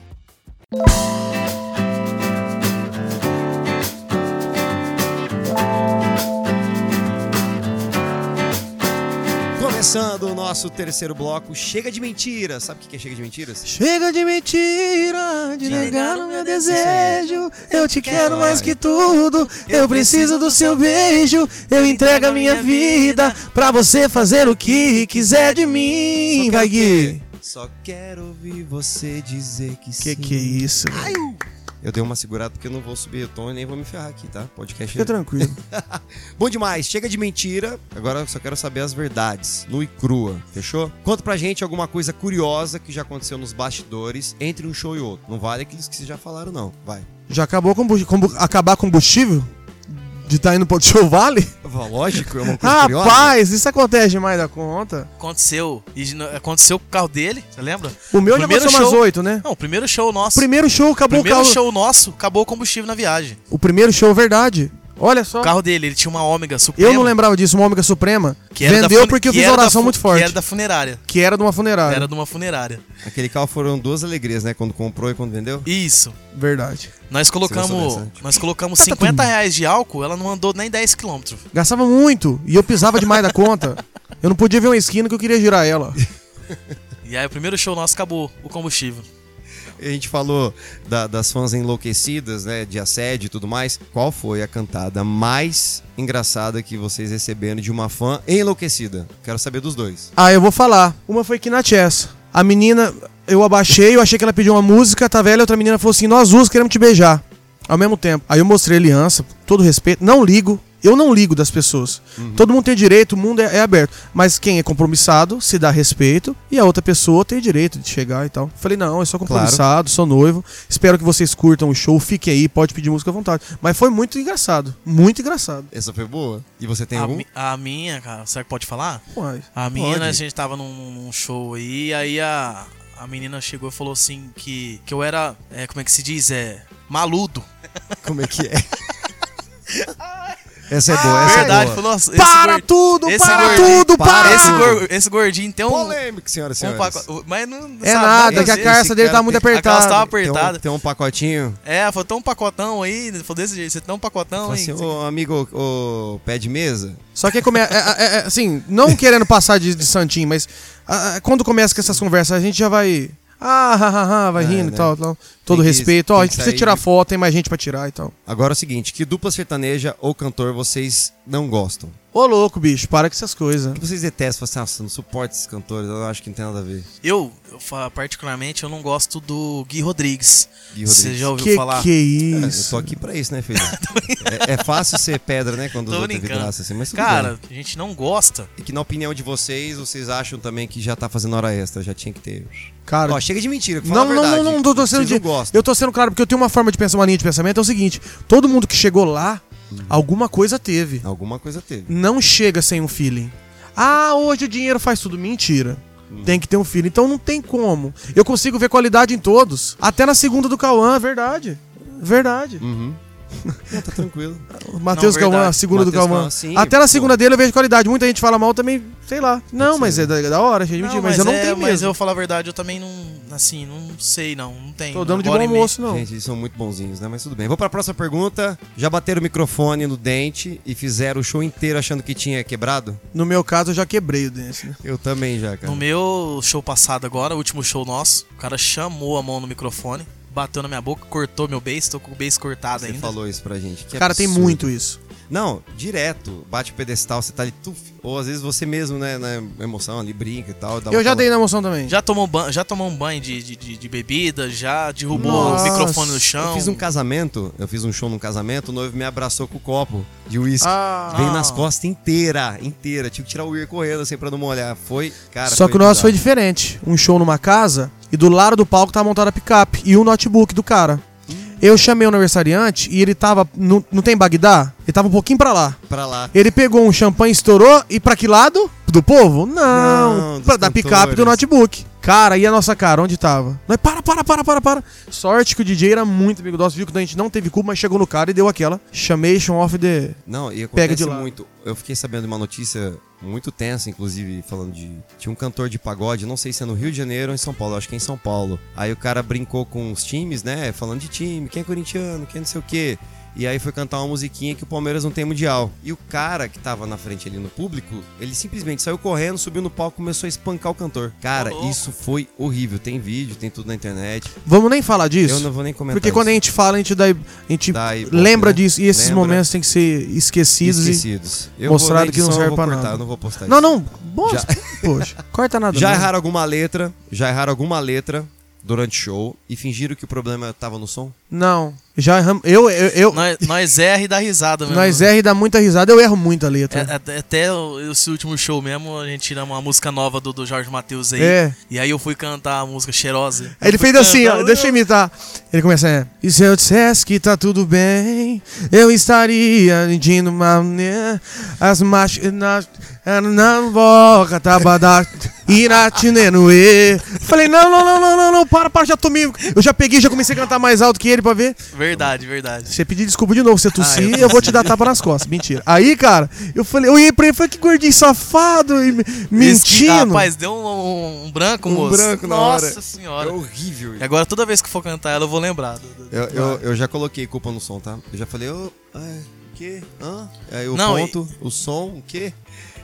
[SPEAKER 1] Começando o nosso terceiro bloco, chega de mentiras. Sabe o que que é chega de mentiras?
[SPEAKER 3] Chega de mentira, de negar o meu desejo. Eu te quero mais que tudo. Eu preciso do seu beijo. Eu entrego a minha vida pra você fazer o que quiser de mim, vai Gui.
[SPEAKER 1] Só quero ouvir você dizer que,
[SPEAKER 3] Que
[SPEAKER 1] sim.
[SPEAKER 3] que é isso? velho?
[SPEAKER 1] Eu dei uma segurada porque eu não vou subir o tom e nem vou me ferrar aqui, tá? Podcast
[SPEAKER 3] Fica tranquilo.
[SPEAKER 1] Bom demais, chega de mentira. Agora eu só quero saber as verdades, nua e crua, fechou? Conta pra gente alguma coisa curiosa que já aconteceu nos bastidores entre um show e outro. Não vale aqueles que vocês já falaram, não. Vai.
[SPEAKER 3] <laughs> Já acabou com acabar combustível? De tá indo pro <laughs> show vale?
[SPEAKER 1] Lógico, é uma coisa
[SPEAKER 3] né?
[SPEAKER 1] curiosa.
[SPEAKER 3] Rapaz, isso acontece demais da conta.
[SPEAKER 2] Aconteceu, e no- aconteceu com o carro dele, você lembra?
[SPEAKER 3] O meu já
[SPEAKER 2] Primeiro
[SPEAKER 3] aconteceu umas
[SPEAKER 2] show.
[SPEAKER 3] oito, né?
[SPEAKER 2] Não, o primeiro show nosso.
[SPEAKER 3] Primeiro show acabou
[SPEAKER 2] primeiro
[SPEAKER 3] o carro.
[SPEAKER 2] show nosso, acabou o combustível na viagem.
[SPEAKER 3] O primeiro show, é verdade. Olha só.
[SPEAKER 2] O carro dele, ele tinha uma ômega suprema.
[SPEAKER 3] Eu não lembrava disso, uma ômega suprema.
[SPEAKER 2] que era da
[SPEAKER 3] vendeu
[SPEAKER 2] fune-
[SPEAKER 3] porque eu
[SPEAKER 2] que
[SPEAKER 3] fiz
[SPEAKER 2] era da
[SPEAKER 3] oração
[SPEAKER 2] fu-
[SPEAKER 3] muito forte.
[SPEAKER 2] Que era da funerária.
[SPEAKER 3] de uma funerária.
[SPEAKER 2] Era de uma funerária.
[SPEAKER 1] Aquele carro foram duas alegrias, né? Quando comprou e quando vendeu.
[SPEAKER 2] Isso.
[SPEAKER 3] Verdade.
[SPEAKER 2] Nós
[SPEAKER 1] Você vai
[SPEAKER 2] colocamos,
[SPEAKER 1] saber, sabe?
[SPEAKER 2] nós colocamos
[SPEAKER 3] Tá
[SPEAKER 2] 50 reais de álcool, ela não andou nem 10 km.
[SPEAKER 3] Gastava muito e eu pisava demais da conta. Eu não podia ver uma esquina que eu queria girar ela.
[SPEAKER 2] E aí o primeiro show nosso acabou o combustível.
[SPEAKER 1] A gente falou da- das fãs enlouquecidas, né? De assédio e tudo mais. Qual foi a cantada mais engraçada que vocês receberam de uma fã enlouquecida? Quero saber dos dois.
[SPEAKER 3] Ah, eu vou falar. Uma foi aqui na Chess. A menina, eu abaixei, eu achei que ela pediu uma música, tá velha, outra menina falou assim: nós duas queremos te beijar. Ao mesmo tempo. Aí eu mostrei a aliança, todo respeito, não ligo. Eu não ligo das pessoas. Todo mundo tem direito, o mundo é, é aberto. Mas quem é compromissado se dá respeito e a outra pessoa tem direito de chegar e tal. Falei, não, eu sou compromissado, sou noivo. Espero que vocês curtam o show, fiquem aí, pode pedir música à vontade. Mas foi muito engraçado. Muito engraçado.
[SPEAKER 1] Essa foi boa. E você tem
[SPEAKER 2] A,
[SPEAKER 1] algum?
[SPEAKER 2] mi- a minha, cara, será que pode falar?
[SPEAKER 3] Uai.
[SPEAKER 2] A menina,
[SPEAKER 1] Pode.
[SPEAKER 2] a gente tava num, num show aí, aí a, a menina chegou e falou assim que, que eu era, é, como é que se diz? É. Maludo.
[SPEAKER 1] Como é que é? essa é boa, essa
[SPEAKER 2] Verdade,
[SPEAKER 1] é boa.
[SPEAKER 2] falou, nossa, esse
[SPEAKER 3] Para
[SPEAKER 2] gor-
[SPEAKER 3] tudo,
[SPEAKER 2] esse
[SPEAKER 3] para
[SPEAKER 2] gordinho-
[SPEAKER 3] tudo,
[SPEAKER 1] para
[SPEAKER 3] para
[SPEAKER 2] Esse,
[SPEAKER 3] tudo.
[SPEAKER 2] gor- esse gordinho tem um.
[SPEAKER 1] Polêmico, senhoras e
[SPEAKER 2] um
[SPEAKER 1] senhores.
[SPEAKER 2] pacote, mas não.
[SPEAKER 3] É
[SPEAKER 2] sabe,
[SPEAKER 3] nada,
[SPEAKER 2] às
[SPEAKER 3] que a
[SPEAKER 2] vezes-
[SPEAKER 3] carça dele
[SPEAKER 1] cara
[SPEAKER 3] tá muito
[SPEAKER 2] tem- a
[SPEAKER 3] apertada.
[SPEAKER 2] calça tava
[SPEAKER 1] Tem um-
[SPEAKER 2] apertada.
[SPEAKER 1] Tem um pacotinho.
[SPEAKER 2] É, falou, tem um pacotão aí, ele falou desse jeito, você tem um pacotão
[SPEAKER 1] Fala assim,
[SPEAKER 2] aí.
[SPEAKER 1] ô amigo, ô pé de mesa.
[SPEAKER 3] Só que come... é, é- é- assim, não querendo passar de, de santinho, mas ah, ah, quando começa com essas conversas, a gente já vai. Ah, ah, ah, ah, vai
[SPEAKER 1] É, né?
[SPEAKER 3] rindo e tal, tal. Todo
[SPEAKER 1] Tem que-
[SPEAKER 3] respeito. Ó,
[SPEAKER 1] tem
[SPEAKER 3] a gente
[SPEAKER 1] que
[SPEAKER 3] precisa
[SPEAKER 1] sair
[SPEAKER 3] tirar
[SPEAKER 1] de-
[SPEAKER 3] foto, tem mais gente pra tirar e tal.
[SPEAKER 1] Agora é o seguinte, que dupla sertaneja ou cantor vocês não gostam?
[SPEAKER 3] Ô, louco, bicho, para com essas coisas.
[SPEAKER 1] O que vocês detestam? Falam assim, ah, não suporto esses cantores, eu acho que não tem nada a ver.
[SPEAKER 2] Eu, eu fa- particularmente, eu não gosto do Gui Rodrigues.
[SPEAKER 1] Gui
[SPEAKER 2] Você
[SPEAKER 1] Rodrigues.
[SPEAKER 2] já ouviu
[SPEAKER 3] Que
[SPEAKER 2] falar?
[SPEAKER 3] que
[SPEAKER 1] É,
[SPEAKER 3] é
[SPEAKER 1] eu tô
[SPEAKER 3] isso?
[SPEAKER 1] aqui pra isso, né,
[SPEAKER 3] <laughs>
[SPEAKER 1] filho? é, é fácil ser pedra, né, quando os
[SPEAKER 2] Tô
[SPEAKER 1] outros
[SPEAKER 2] brincando.
[SPEAKER 1] vidraçam assim, mas tudo bem.
[SPEAKER 2] Cara, a gente não gosta.
[SPEAKER 1] E que na opinião de vocês, vocês acham também que já tá fazendo hora extra, já tinha que ter.
[SPEAKER 3] Cara,
[SPEAKER 1] Ó, chega de mentira, fala
[SPEAKER 3] Não,
[SPEAKER 1] a
[SPEAKER 3] não,
[SPEAKER 1] verdade.
[SPEAKER 3] não, não, tô, tô sendo
[SPEAKER 1] Vocês
[SPEAKER 3] de,
[SPEAKER 1] não gostam.
[SPEAKER 3] Eu tô sendo claro, porque eu tenho uma forma de pensar, uma linha de pensamento, é o seguinte: todo mundo que chegou lá,
[SPEAKER 1] Uhum.
[SPEAKER 3] alguma coisa teve.
[SPEAKER 1] Alguma coisa teve.
[SPEAKER 3] Não chega sem um feeling. Ah, hoje o dinheiro faz tudo. Mentira. Tem que ter um feeling. Então não tem como. Eu consigo ver qualidade em todos. Até na segunda do Cauã, é verdade. Verdade.
[SPEAKER 1] Uhum. Não, tá tranquilo.
[SPEAKER 3] O Matheus
[SPEAKER 2] Não, verdade.
[SPEAKER 3] Cauã, a segunda
[SPEAKER 1] Matheus
[SPEAKER 3] do Cauã.
[SPEAKER 1] Cauã, sim,
[SPEAKER 3] Até na
[SPEAKER 1] pô.
[SPEAKER 3] segunda dele eu vejo qualidade. Muita gente fala mal também, sei lá. Não, mas é da, da hora, cheio de mentira. Mas, eu não
[SPEAKER 2] é,
[SPEAKER 3] tenho
[SPEAKER 2] Mas
[SPEAKER 3] mesmo.
[SPEAKER 2] eu, falar a verdade, eu também não, assim, não sei não, não tenho.
[SPEAKER 3] Tô dando de bom assim,
[SPEAKER 2] Agora e meio.
[SPEAKER 3] almoço, <laughs> não.
[SPEAKER 1] Gente, eles são muito bonzinhos, né? Mas tudo bem. Vou pra próxima pergunta. Já bateram o microfone no dente e fizeram o show inteiro achando que tinha quebrado?
[SPEAKER 3] No meu caso, eu já quebrei o dente. né?
[SPEAKER 1] Eu também já, cara.
[SPEAKER 2] No meu show passado agora, o último show nosso, o cara chamou a mão no microfone, bateu na minha boca, cortou meu beijo, tô com o beijo cortado
[SPEAKER 1] Você
[SPEAKER 2] ainda.
[SPEAKER 1] falou isso pra gente. Que
[SPEAKER 3] Cara, tem
[SPEAKER 1] absurdo.
[SPEAKER 3] muito isso.
[SPEAKER 1] Não, direto. Bate o pedestal, você tá ali, tuf. Ou às vezes você mesmo, né, na emoção ali, brinca e tal. dá
[SPEAKER 3] Eu
[SPEAKER 1] uma
[SPEAKER 3] já
[SPEAKER 1] fala-
[SPEAKER 3] dei na emoção também.
[SPEAKER 2] Já tomou, ban já tomou um banho de, de, de- de bebida, já derrubou
[SPEAKER 3] Nossa.
[SPEAKER 2] o microfone no chão.
[SPEAKER 1] Eu fiz um casamento, eu fiz um show num casamento, o noivo me abraçou com o copo de uísque.
[SPEAKER 3] Ah.
[SPEAKER 1] Veio nas costas inteira, inteira. Tive que tirar o ir correndo assim pra não molhar. Foi, cara.
[SPEAKER 3] Só que o nosso foi
[SPEAKER 1] bizarro.
[SPEAKER 3] diferente. Um show numa casa e do lado do palco tava montada a picape e um notebook do cara. Eu chamei o aniversariante e ele tava. Não, não tem Bagdá? Ele tava um pouquinho pra lá.
[SPEAKER 1] pra lá.
[SPEAKER 3] Ele pegou um champanhe, estourou e pra que lado? Do povo? Não.
[SPEAKER 1] Não, dos
[SPEAKER 3] pra da picape do
[SPEAKER 1] cantores.
[SPEAKER 3] notebook. Cara, e a nossa cara, onde tava? Nós, para, para, para, para, para. Sorte que o DJ era muito amigo nosso, viu que a gente não teve culpa, mas chegou no cara e deu aquela. Chamation off the.
[SPEAKER 1] Não, e acontece
[SPEAKER 3] Pega de lado.
[SPEAKER 1] muito. Eu fiquei sabendo de uma notícia muito tensa, inclusive, falando de. Tinha um cantor de pagode, não sei se é no Rio de Janeiro ou em São Paulo, acho que é em São Paulo. Aí o cara brincou com os times, né? Falando de time, quem é corintiano, quem é não sei o quê. E aí foi cantar uma musiquinha que o Palmeiras não tem mundial. E o cara que tava na frente ali no público, ele simplesmente saiu correndo, subiu no palco e começou a espancar o cantor. Cara,
[SPEAKER 2] Ô, louco.
[SPEAKER 1] isso foi horrível. Tem vídeo, tem tudo na internet.
[SPEAKER 3] Vamos nem falar disso?
[SPEAKER 1] Eu não vou nem comentar.
[SPEAKER 3] Porque quando é a
[SPEAKER 1] isso.
[SPEAKER 3] gente fala, a gente, dá, a gente
[SPEAKER 1] Dá ibope,
[SPEAKER 3] lembra
[SPEAKER 1] né?
[SPEAKER 3] disso e esses
[SPEAKER 1] Lembra.
[SPEAKER 3] momentos têm que ser esquecidos. e-
[SPEAKER 1] Esquecidos. Eu
[SPEAKER 3] mostrado
[SPEAKER 1] vou, na
[SPEAKER 3] que não
[SPEAKER 1] edição,
[SPEAKER 3] serve
[SPEAKER 1] eu vou
[SPEAKER 3] pra
[SPEAKER 1] cortar,
[SPEAKER 3] nada.
[SPEAKER 1] Eu não vou postar
[SPEAKER 3] Não,
[SPEAKER 1] isso.
[SPEAKER 3] não. Bosta. <laughs> Poxa, corta nada.
[SPEAKER 1] Já
[SPEAKER 3] não.
[SPEAKER 1] erraram alguma letra, já erraram alguma letra durante o show e fingiram que o problema tava no som?
[SPEAKER 3] Não. Já erramos. Eu, eu, eu-
[SPEAKER 2] Nós, nós erra e dá risada mesmo.
[SPEAKER 3] nós erra e dá muita risada. Eu erro muito a
[SPEAKER 2] É,
[SPEAKER 3] letra.
[SPEAKER 2] até- até o- esse último show mesmo, a gente tirou uma música nova do, do Jorge Matheus aí.
[SPEAKER 3] É.
[SPEAKER 2] E aí eu fui cantar a música cheirosa.
[SPEAKER 3] Aí Ele fez assim, ó, deixa eu imitar. Ele começa, é. E se eu dissesse que tá tudo bem, eu estaria medindo uma. né, As máquinas. Na boca, tabadá. Iratinenuê. Falei, não, não, não, não, não, não, para, para, já tomei. Eu já peguei, já comecei a cantar mais alto que ele pra ver.
[SPEAKER 2] Verdade, verdade.
[SPEAKER 3] Você pedir desculpa de novo, você tossir,
[SPEAKER 2] Ah,
[SPEAKER 3] eu, vou te dar tapa nas costas. Mentira. Aí, cara, eu falei, eu olhei pra ele e falei, que gordinho safado, e me-
[SPEAKER 2] Esse que-
[SPEAKER 3] mentindo.
[SPEAKER 2] rapaz, deu um, um- um branco,
[SPEAKER 1] Um
[SPEAKER 2] moço.
[SPEAKER 1] branco na
[SPEAKER 2] Nossa
[SPEAKER 1] hora.
[SPEAKER 3] É
[SPEAKER 2] senhora.
[SPEAKER 1] horrível.
[SPEAKER 2] E agora toda vez que eu for cantar ela, eu vou lembrar. do- do- do-
[SPEAKER 1] Eu, eu, eu já coloquei culpa no som, tá? Eu já falei, ô, ai, o quê? Hã? Aí eu
[SPEAKER 2] Não,
[SPEAKER 1] ponto, o som, o quê?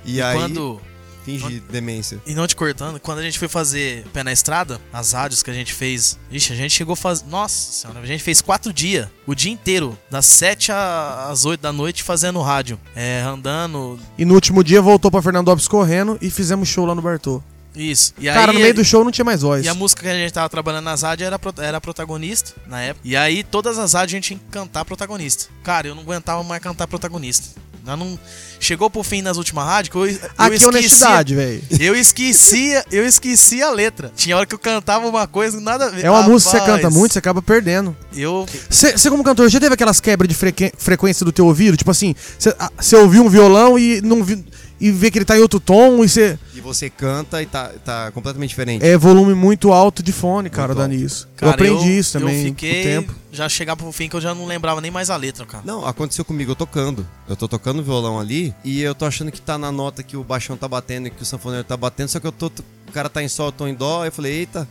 [SPEAKER 1] E, aí,
[SPEAKER 2] Quando.
[SPEAKER 1] fingi demência.
[SPEAKER 2] E não te cortando, quando a gente foi fazer Pé na Estrada, as rádios que a gente fez. Ixi, a gente chegou a fazer. Nossa senhora, a gente fez quatro dias, o dia inteiro, das 7 a- às 8 da noite, fazendo rádio. É, andando.
[SPEAKER 3] E no último dia voltou pra Fernando Lopes correndo e fizemos show lá no Bartô.
[SPEAKER 2] Isso. E
[SPEAKER 3] Cara,
[SPEAKER 2] aí, é
[SPEAKER 3] no meio do show não tinha mais voz.
[SPEAKER 2] E a música que a gente tava trabalhando nas rádios era, pro- era protagonista na época. E aí todas as rádios a gente tinha que cantar protagonista. Cara, eu não aguentava mais cantar protagonista. Já não... Chegou pro fim nas últimas rádios que eu, eu
[SPEAKER 3] Aqui é
[SPEAKER 2] esquecia-
[SPEAKER 3] honestidade, velho.
[SPEAKER 2] Eu esquecia, eu esquecia a letra. Tinha hora que eu cantava uma coisa, nada a ver.
[SPEAKER 3] É uma música que você
[SPEAKER 2] Rapaz,
[SPEAKER 3] canta muito, você acaba perdendo.
[SPEAKER 2] Eu.
[SPEAKER 3] Você, como cantor, já teve aquelas quebras de frequen- frequência do teu ouvido? Tipo assim, você ouviu um violão e não vi- e vê que ele tá em outro tom e você.
[SPEAKER 1] E você canta e tá, tá completamente diferente.
[SPEAKER 3] É volume muito alto de fone, cara, dá
[SPEAKER 1] alto.
[SPEAKER 3] nisso. eu
[SPEAKER 2] Cara,
[SPEAKER 3] aprendi isso também
[SPEAKER 2] Eu
[SPEAKER 3] com
[SPEAKER 2] fiquei.
[SPEAKER 3] o tempo.
[SPEAKER 2] Já chegava pro fim que eu já não lembrava nem mais a letra, cara.
[SPEAKER 1] Não, aconteceu comigo, eu tocando. Eu tô tocando violão ali e eu tô achando que tá na nota que o baixão tá batendo e que o sanfoneiro tá batendo, só que eu tô. O cara tá em sol, eu tô em dó, aí eu falei, eita.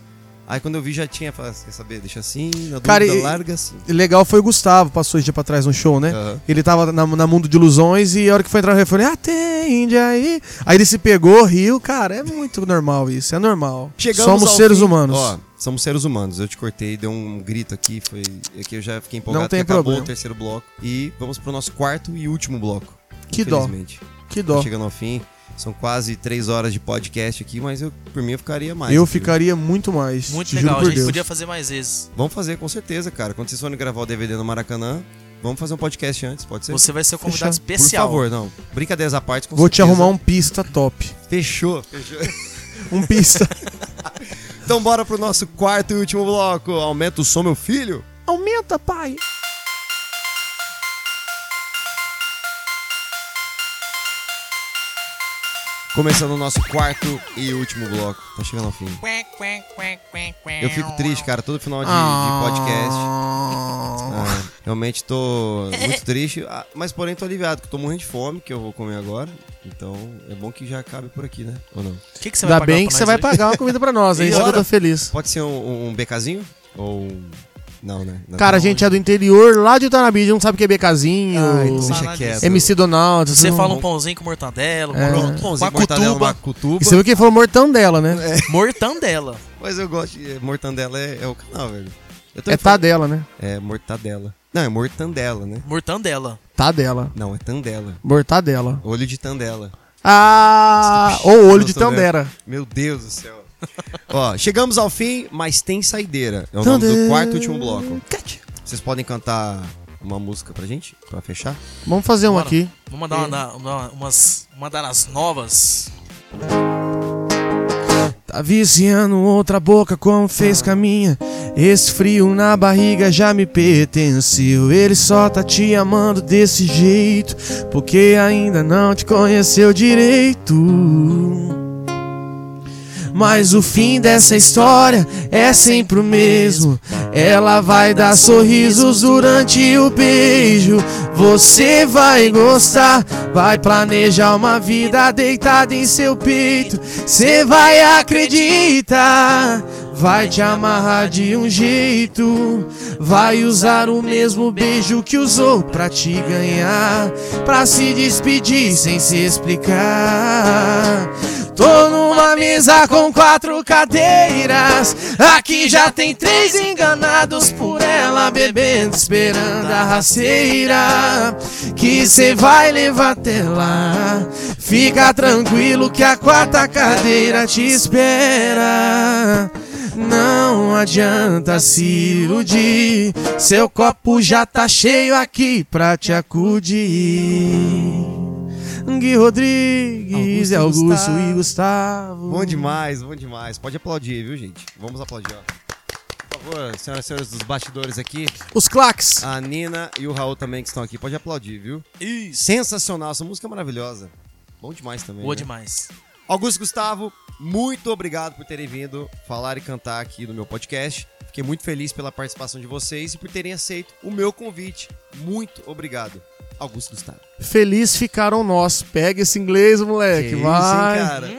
[SPEAKER 1] Aí quando eu vi já tinha, falei, "Ah, quer saber? Deixa assim, na
[SPEAKER 3] Cara,
[SPEAKER 1] dúvida,
[SPEAKER 3] e-
[SPEAKER 1] larga assim.
[SPEAKER 3] E Legal foi o Gustavo, passou esse dia pra trás no show, né?
[SPEAKER 1] Aham.
[SPEAKER 3] Ele tava na, na Mundo de Ilusões e a hora que foi entrar no refrão, ele, atende aí. Aí ele se pegou, riu. Cara, é muito normal isso, é normal. Somos
[SPEAKER 1] ao
[SPEAKER 3] seres
[SPEAKER 1] fim-
[SPEAKER 3] humanos.
[SPEAKER 1] Ó, somos seres humanos. Eu te cortei, deu um grito aqui, foi é que eu já fiquei empolgado
[SPEAKER 3] Não tem
[SPEAKER 1] que acabou
[SPEAKER 3] problema.
[SPEAKER 1] o terceiro bloco e vamos pro nosso quarto e último bloco.
[SPEAKER 3] Que dó.
[SPEAKER 1] infelizmente.
[SPEAKER 3] Que
[SPEAKER 1] Tá
[SPEAKER 3] dó.
[SPEAKER 1] chegando ao fim. São quase três horas de podcast aqui, mas eu, por mim eu ficaria mais.
[SPEAKER 3] Eu
[SPEAKER 1] Ah, aqui.
[SPEAKER 3] ficaria muito mais.
[SPEAKER 2] Muito
[SPEAKER 3] te
[SPEAKER 2] legal, a
[SPEAKER 3] juro por
[SPEAKER 2] gente
[SPEAKER 3] Deus.
[SPEAKER 2] podia fazer mais vezes.
[SPEAKER 1] Vamos fazer, com certeza, cara. Quando vocês forem gravar o DVD no Maracanã, vamos fazer um podcast antes, pode ser?
[SPEAKER 2] Você vai ser o
[SPEAKER 3] Fechado.
[SPEAKER 2] convidado especial.
[SPEAKER 1] Por favor, não. Brincadeiras à parte, com
[SPEAKER 3] Vou te
[SPEAKER 1] certeza.
[SPEAKER 3] arrumar um pista top.
[SPEAKER 1] Fechou. Fechou.
[SPEAKER 3] Um pista.
[SPEAKER 1] Então bora pro nosso quarto e último bloco. Aumenta o som, meu filho.
[SPEAKER 3] Aumenta, pai.
[SPEAKER 1] Começando o nosso quarto e último bloco. Tá chegando ao fim. Eu fico triste, cara, todo final de, de
[SPEAKER 3] Ah.
[SPEAKER 1] podcast. Ah, realmente tô muito triste, ah, mas porém tô aliviado, que eu tô morrendo de fome, que eu vou comer agora. Então é bom que já acabe por aqui, né? Ou não?
[SPEAKER 2] O que, que você vai
[SPEAKER 3] Ainda
[SPEAKER 2] pagar
[SPEAKER 3] bem
[SPEAKER 2] pra
[SPEAKER 3] que você
[SPEAKER 2] nós
[SPEAKER 3] vai
[SPEAKER 2] hoje?
[SPEAKER 3] pagar uma comida pra nós, hein?
[SPEAKER 1] E
[SPEAKER 3] Isso que eu
[SPEAKER 1] hora?
[SPEAKER 3] tô feliz.
[SPEAKER 1] Pode ser um, um becazinho? Ou um... Não, né? Não,
[SPEAKER 3] Cara, a
[SPEAKER 1] não.
[SPEAKER 3] gente é do interior, lá de Utanabide, não sabe o que é BKzinho,
[SPEAKER 1] Ai,
[SPEAKER 3] ou
[SPEAKER 1] deixa
[SPEAKER 2] Salada.
[SPEAKER 1] quieto.
[SPEAKER 3] MC Donald.
[SPEAKER 2] Você
[SPEAKER 3] não-
[SPEAKER 2] fala um pãozinho com mortadela, com
[SPEAKER 3] É.
[SPEAKER 1] Pronto,
[SPEAKER 2] com
[SPEAKER 1] pãozinho
[SPEAKER 2] a
[SPEAKER 1] com mortadela, uma
[SPEAKER 2] cutuba.
[SPEAKER 1] cutuba.
[SPEAKER 3] E você viu quem falou mortandela, né?
[SPEAKER 2] <laughs> Mortandela.
[SPEAKER 1] é- Mas eu gosto de... Mortandela é, é o canal, velho. Eu tô
[SPEAKER 3] É, Tadela, né?
[SPEAKER 1] É mortadela. Não, é mortandela, né?
[SPEAKER 2] Mortandela.
[SPEAKER 3] Tadela.
[SPEAKER 1] Não, é tandela.
[SPEAKER 3] Mortadela.
[SPEAKER 1] Olho de tandela.
[SPEAKER 3] tá Ah! Ou olho de
[SPEAKER 1] Nossa,
[SPEAKER 3] Tandera.
[SPEAKER 1] né? Meu Deus do
[SPEAKER 3] <laughs>
[SPEAKER 1] céu. Ó, chegamos ao fim, mas tem saideira. É o nome do
[SPEAKER 3] Tandera.
[SPEAKER 1] quarto e último bloco. Vocês podem cantar uma música pra gente? Pra fechar?
[SPEAKER 3] Vamos fazer um
[SPEAKER 2] Bora.
[SPEAKER 3] aqui.
[SPEAKER 2] Vamos mandar uma, da- uma- umas, mandar as novas.
[SPEAKER 3] Tá viciando outra boca como fez com a minha. Esse frio na barriga já me pertenceu. Ele só tá te amando desse jeito, porque ainda não te conheceu direito. Mas o fim dessa história é sempre o mesmo. Ela vai dar sorrisos durante o beijo. Você vai gostar, vai planejar uma vida deitada em seu peito. Você vai acreditar, vai te amarrar de um jeito. Vai usar o mesmo beijo que usou pra te ganhar, pra se despedir sem se explicar. Tô numa mesa com quatro cadeiras. Aqui já tem três enganados por ela, bebendo, esperando a rasteira. Que cê vai levar até lá. Fica tranquilo que a quarta cadeira te espera. Não adianta se iludir. Seu copo já tá cheio aqui pra te acudir. Gui Rodrigues,
[SPEAKER 1] Augusto
[SPEAKER 3] é Augusto
[SPEAKER 1] Gustavo.
[SPEAKER 3] e Gustavo.
[SPEAKER 1] Bom demais, bom demais. Pode aplaudir, viu, gente? Vamos aplaudir, ó. Por favor, senhoras e senhores dos bastidores aqui,
[SPEAKER 3] Os claques.
[SPEAKER 1] a Nina e o Raul também que estão aqui. Pode aplaudir, viu?
[SPEAKER 2] Isso.
[SPEAKER 1] Sensacional, essa música é maravilhosa. Bom demais também.
[SPEAKER 2] Boa
[SPEAKER 1] né?
[SPEAKER 2] demais.
[SPEAKER 1] Augusto Gustavo, muito obrigado por terem vindo falar e cantar aqui no meu podcast. Fiquei muito feliz pela participação de vocês e por terem aceito o meu convite. Muito obrigado, Augusto Gustavo.
[SPEAKER 3] Feliz ficaram nós. Pega esse inglês, moleque.
[SPEAKER 1] Que isso, hein,
[SPEAKER 3] vai.
[SPEAKER 1] cara?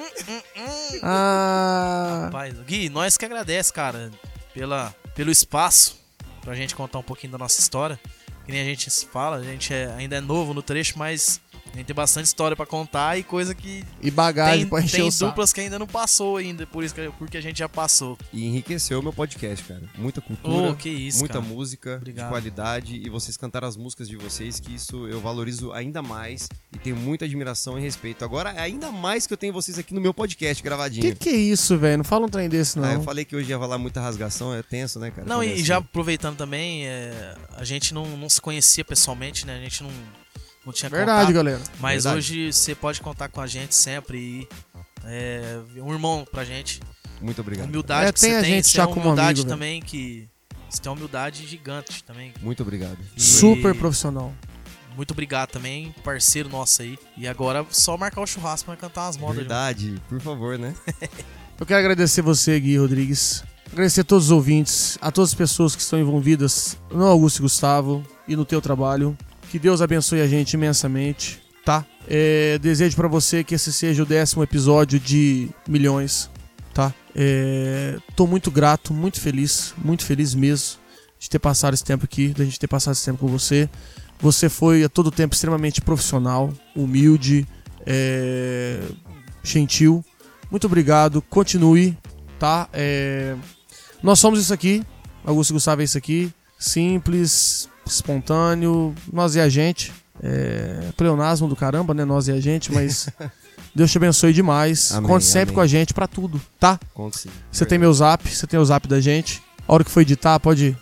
[SPEAKER 3] Ah,
[SPEAKER 2] Rapaz, Gui, nós que agradece, cara, pela, pelo espaço pra gente contar um pouquinho da nossa história. Que nem a gente se fala, a gente é- ainda é novo no trecho, mas a gente tem bastante história pra contar e coisa que
[SPEAKER 3] e bagagem
[SPEAKER 2] tem,
[SPEAKER 3] pra encher
[SPEAKER 2] tem
[SPEAKER 3] o saco.
[SPEAKER 2] duplas que ainda não passou ainda, por isso que, porque a gente já passou.
[SPEAKER 1] E enriqueceu o meu podcast, cara. Muita cultura,
[SPEAKER 2] Oh, que isso,
[SPEAKER 1] muita
[SPEAKER 2] cara.
[SPEAKER 1] música de
[SPEAKER 2] Obrigado.
[SPEAKER 1] qualidade e vocês cantaram as músicas de vocês, que isso eu valorizo ainda mais e tenho muita admiração e respeito. Agora, é ainda mais que eu tenho vocês aqui no meu podcast
[SPEAKER 3] Que
[SPEAKER 1] gravadinho.
[SPEAKER 3] que é isso, velho? Não fala um trem desse, não.
[SPEAKER 1] Ah, eu falei que hoje ia rolar muita rasgação, é tenso, né, cara?
[SPEAKER 2] Não,
[SPEAKER 1] Quando é
[SPEAKER 2] e
[SPEAKER 1] assim.
[SPEAKER 2] já aproveitando também, é, a gente não, não se conhecia pessoalmente, né? A gente não, não tinha
[SPEAKER 3] Verdade,
[SPEAKER 2] contato.
[SPEAKER 3] galera.
[SPEAKER 2] Mas
[SPEAKER 1] Verdade.
[SPEAKER 2] hoje você pode contar com a gente sempre e é, um irmão pra gente.
[SPEAKER 1] Muito obrigado.
[SPEAKER 2] Humildade
[SPEAKER 3] É,
[SPEAKER 2] que
[SPEAKER 3] tem
[SPEAKER 2] você
[SPEAKER 3] a
[SPEAKER 2] tem,
[SPEAKER 3] gente
[SPEAKER 2] você
[SPEAKER 3] já
[SPEAKER 2] é uma
[SPEAKER 3] como
[SPEAKER 2] humildade
[SPEAKER 3] amigo, velho.
[SPEAKER 2] também que. Você tem uma humildade gigante também.
[SPEAKER 1] Muito obrigado.
[SPEAKER 3] Super
[SPEAKER 2] E-
[SPEAKER 3] profissional.
[SPEAKER 2] Muito obrigado também, parceiro nosso aí. E agora só marcar o churrasco pra cantar umas modas.
[SPEAKER 1] Verdade, por favor, né?
[SPEAKER 3] Eu quero agradecer você, Gui Rodrigues. Agradecer a todos os ouvintes, a todas as pessoas que estão envolvidas no Augusto e Gustavo e no teu trabalho. Que Deus abençoe a gente imensamente, tá? É, desejo pra você que esse seja o décimo episódio de milhões, tá? É, tô muito grato, muito feliz, muito feliz mesmo de ter passado esse tempo aqui, da gente ter passado esse tempo com você. Você foi a todo tempo extremamente profissional, humilde, é, gentil. Muito obrigado, continue, tá? É, Nós somos isso aqui, Augusto e Gustavo é isso aqui, simples, espontâneo, nós e a gente, É, pleonasmo do caramba, né? Nós e a gente, mas
[SPEAKER 1] <laughs>
[SPEAKER 3] Deus te abençoe demais.
[SPEAKER 1] Amém,
[SPEAKER 3] Conte sempre
[SPEAKER 1] amém.
[SPEAKER 3] com a gente pra tudo, tá?
[SPEAKER 1] Conto sim.
[SPEAKER 3] Você tem meu zap, você tem o zap da gente. A hora que for editar, pode.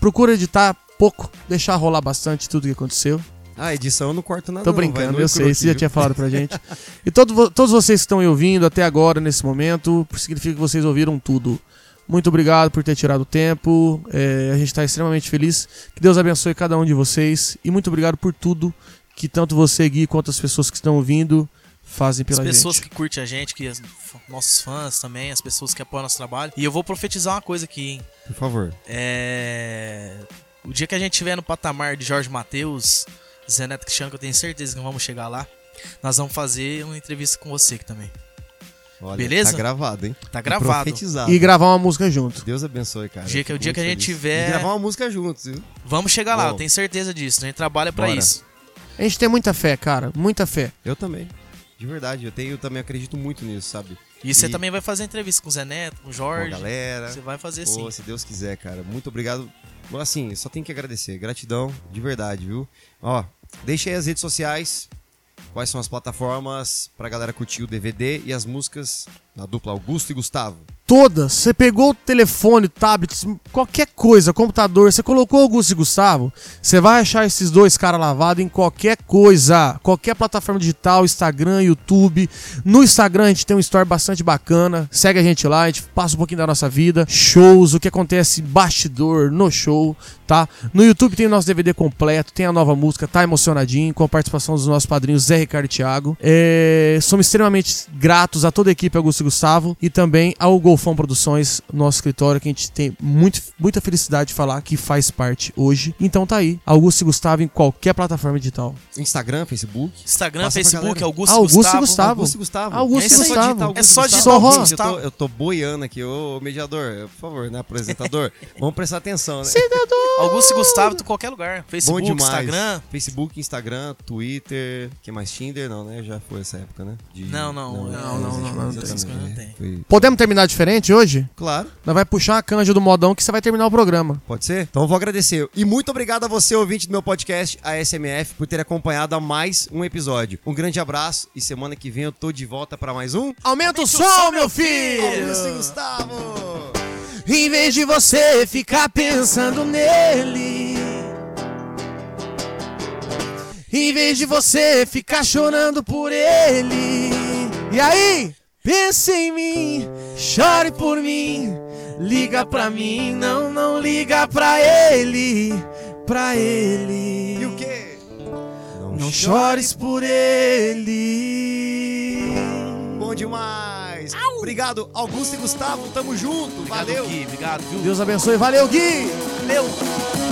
[SPEAKER 3] Procura editar pouco, deixar rolar bastante tudo que aconteceu.
[SPEAKER 1] Ah, edição eu não corto nada.
[SPEAKER 3] Tô
[SPEAKER 1] não, vai
[SPEAKER 3] brincando,
[SPEAKER 1] no
[SPEAKER 3] eu
[SPEAKER 1] e cru
[SPEAKER 3] sei, você
[SPEAKER 1] aqui,
[SPEAKER 3] já
[SPEAKER 1] viu?
[SPEAKER 3] tinha falado pra gente. E todo vo- todos vocês que estão me ouvindo até agora, nesse momento, significa que vocês ouviram tudo. Muito obrigado por ter tirado o tempo. é, a gente tá extremamente feliz. Que Deus abençoe cada um de vocês. E muito obrigado por tudo que tanto você, Gui, quanto as pessoas que estão ouvindo fazem
[SPEAKER 2] As
[SPEAKER 3] pela
[SPEAKER 2] pessoas
[SPEAKER 3] gente.
[SPEAKER 2] que curtem a gente, que as- f- nossos fãs também, as pessoas que apoiam nosso trabalho. E eu vou profetizar uma coisa aqui, hein?
[SPEAKER 1] Por favor.
[SPEAKER 2] É. O dia que a gente estiver no patamar de Jorge Matheus, Zé Neto Cristiano, que eu tenho certeza que vamos chegar lá, nós vamos fazer uma entrevista com você aqui também.
[SPEAKER 1] Olha,
[SPEAKER 2] Beleza?
[SPEAKER 1] Tá gravado, hein?
[SPEAKER 2] Tá gravado.
[SPEAKER 1] Profetizado.
[SPEAKER 3] E gravar uma música junto.
[SPEAKER 1] Deus abençoe, cara.
[SPEAKER 2] O dia que- é o
[SPEAKER 1] Fico
[SPEAKER 2] dia que
[SPEAKER 1] muito
[SPEAKER 2] a gente
[SPEAKER 1] feliz.
[SPEAKER 2] tiver-
[SPEAKER 1] E gravar uma música juntos, viu?
[SPEAKER 2] Vamos chegar lá,
[SPEAKER 1] Bom.
[SPEAKER 2] eu tenho certeza disso. A gente trabalha pra
[SPEAKER 1] Bora.
[SPEAKER 2] isso.
[SPEAKER 3] A gente tem muita fé, cara. Muita fé.
[SPEAKER 1] Eu também. De verdade, eu tenho, eu também acredito muito nisso, sabe?
[SPEAKER 2] E você
[SPEAKER 1] E-
[SPEAKER 2] também vai fazer entrevista com o Zé Neto, com o
[SPEAKER 1] Com a
[SPEAKER 2] Jorge.
[SPEAKER 1] galera.
[SPEAKER 2] Você vai fazer assim. sim.
[SPEAKER 1] Pô, se Deus quiser, cara. Muito obrigado. Bom, Assim, só tenho que agradecer. Gratidão, de verdade, viu? Ó, deixa aí as redes sociais. Quais são as plataformas pra galera curtir o DVD e as músicas na dupla Augusto e Gustavo.
[SPEAKER 3] todas. Você pegou o telefone, tablet, qualquer coisa, computador, você colocou Augusto e Gustavo, você vai achar esses dois caras lavados em qualquer coisa, qualquer plataforma digital, Instagram, YouTube. No Instagram a gente tem um story bastante bacana, segue a gente lá, a gente passa um pouquinho da nossa vida, shows, o que acontece bastidor no show, tá? No YouTube tem o nosso DVD completo, tem a nova música, tá emocionadinho, com a participação dos nossos padrinhos Zé Ricardo e Thiago. É, somos extremamente gratos a toda a equipe Augusto e Gustavo e também ao Golfão Produções, nosso escritório, que a gente tem muito, muita felicidade de falar que faz parte hoje. Então tá aí, Augusto e Gustavo em qualquer plataforma digital.
[SPEAKER 1] Instagram, Facebook.
[SPEAKER 2] Instagram,
[SPEAKER 1] Passa pra
[SPEAKER 2] Facebook,
[SPEAKER 1] galera.
[SPEAKER 2] Augusto,
[SPEAKER 3] Ah, Augusto e
[SPEAKER 2] Gustavo.
[SPEAKER 3] Gustavo.
[SPEAKER 1] Augusto e Gustavo.
[SPEAKER 3] Augusto
[SPEAKER 1] É
[SPEAKER 2] e
[SPEAKER 1] só
[SPEAKER 2] Gustavo.
[SPEAKER 1] digitar Augusto
[SPEAKER 2] É só
[SPEAKER 1] e
[SPEAKER 2] digitar
[SPEAKER 1] Gustavo.
[SPEAKER 3] Augusto
[SPEAKER 1] Eu
[SPEAKER 2] e
[SPEAKER 1] tô,
[SPEAKER 2] Gustavo.
[SPEAKER 1] eu tô boiando aqui, ô mediador, por favor, né, apresentador?
[SPEAKER 2] <laughs>
[SPEAKER 1] Vamos prestar atenção, né?
[SPEAKER 2] Augusto e Gustavo, tô em qualquer lugar.
[SPEAKER 1] Bom
[SPEAKER 2] Facebook,
[SPEAKER 1] demais.
[SPEAKER 2] Instagram.
[SPEAKER 1] Facebook, Instagram, Twitter. que mais? Tinder? Não, né? Já foi essa época, né? De-
[SPEAKER 2] Não, não, não, não,
[SPEAKER 1] existe
[SPEAKER 3] não, não,
[SPEAKER 1] mais
[SPEAKER 3] não
[SPEAKER 1] essa
[SPEAKER 3] tem.
[SPEAKER 1] também,
[SPEAKER 2] Não
[SPEAKER 1] né?
[SPEAKER 2] tem.
[SPEAKER 1] Foi-
[SPEAKER 3] Podemos terminar diferente hoje?
[SPEAKER 1] Claro.
[SPEAKER 3] Nós vai puxar a canja do modão que você vai terminar o programa.
[SPEAKER 1] Pode ser? Então eu vou agradecer. E muito obrigado a você, ouvinte do meu podcast, a SMF, por ter acompanhado a mais um episódio. Um grande abraço e semana que vem eu tô de volta pra mais um.
[SPEAKER 3] Aumenta o som, meu filho!
[SPEAKER 1] Augusto e Gustavo!
[SPEAKER 3] Em vez de você ficar pensando nele. Em vez de você ficar chorando por ele. E aí? Pense em mim, chore por mim. Liga pra mim, não, não liga pra ele. Pra ele.
[SPEAKER 1] E o quê?
[SPEAKER 3] Não chores por ele.
[SPEAKER 1] Bom demais! Obrigado, Augusto e Gustavo. Tamo junto.
[SPEAKER 2] Obrigado,
[SPEAKER 1] Valeu!
[SPEAKER 2] Gui. Obrigado, viu?
[SPEAKER 3] Deus abençoe, valeu, Gui!
[SPEAKER 2] Valeu.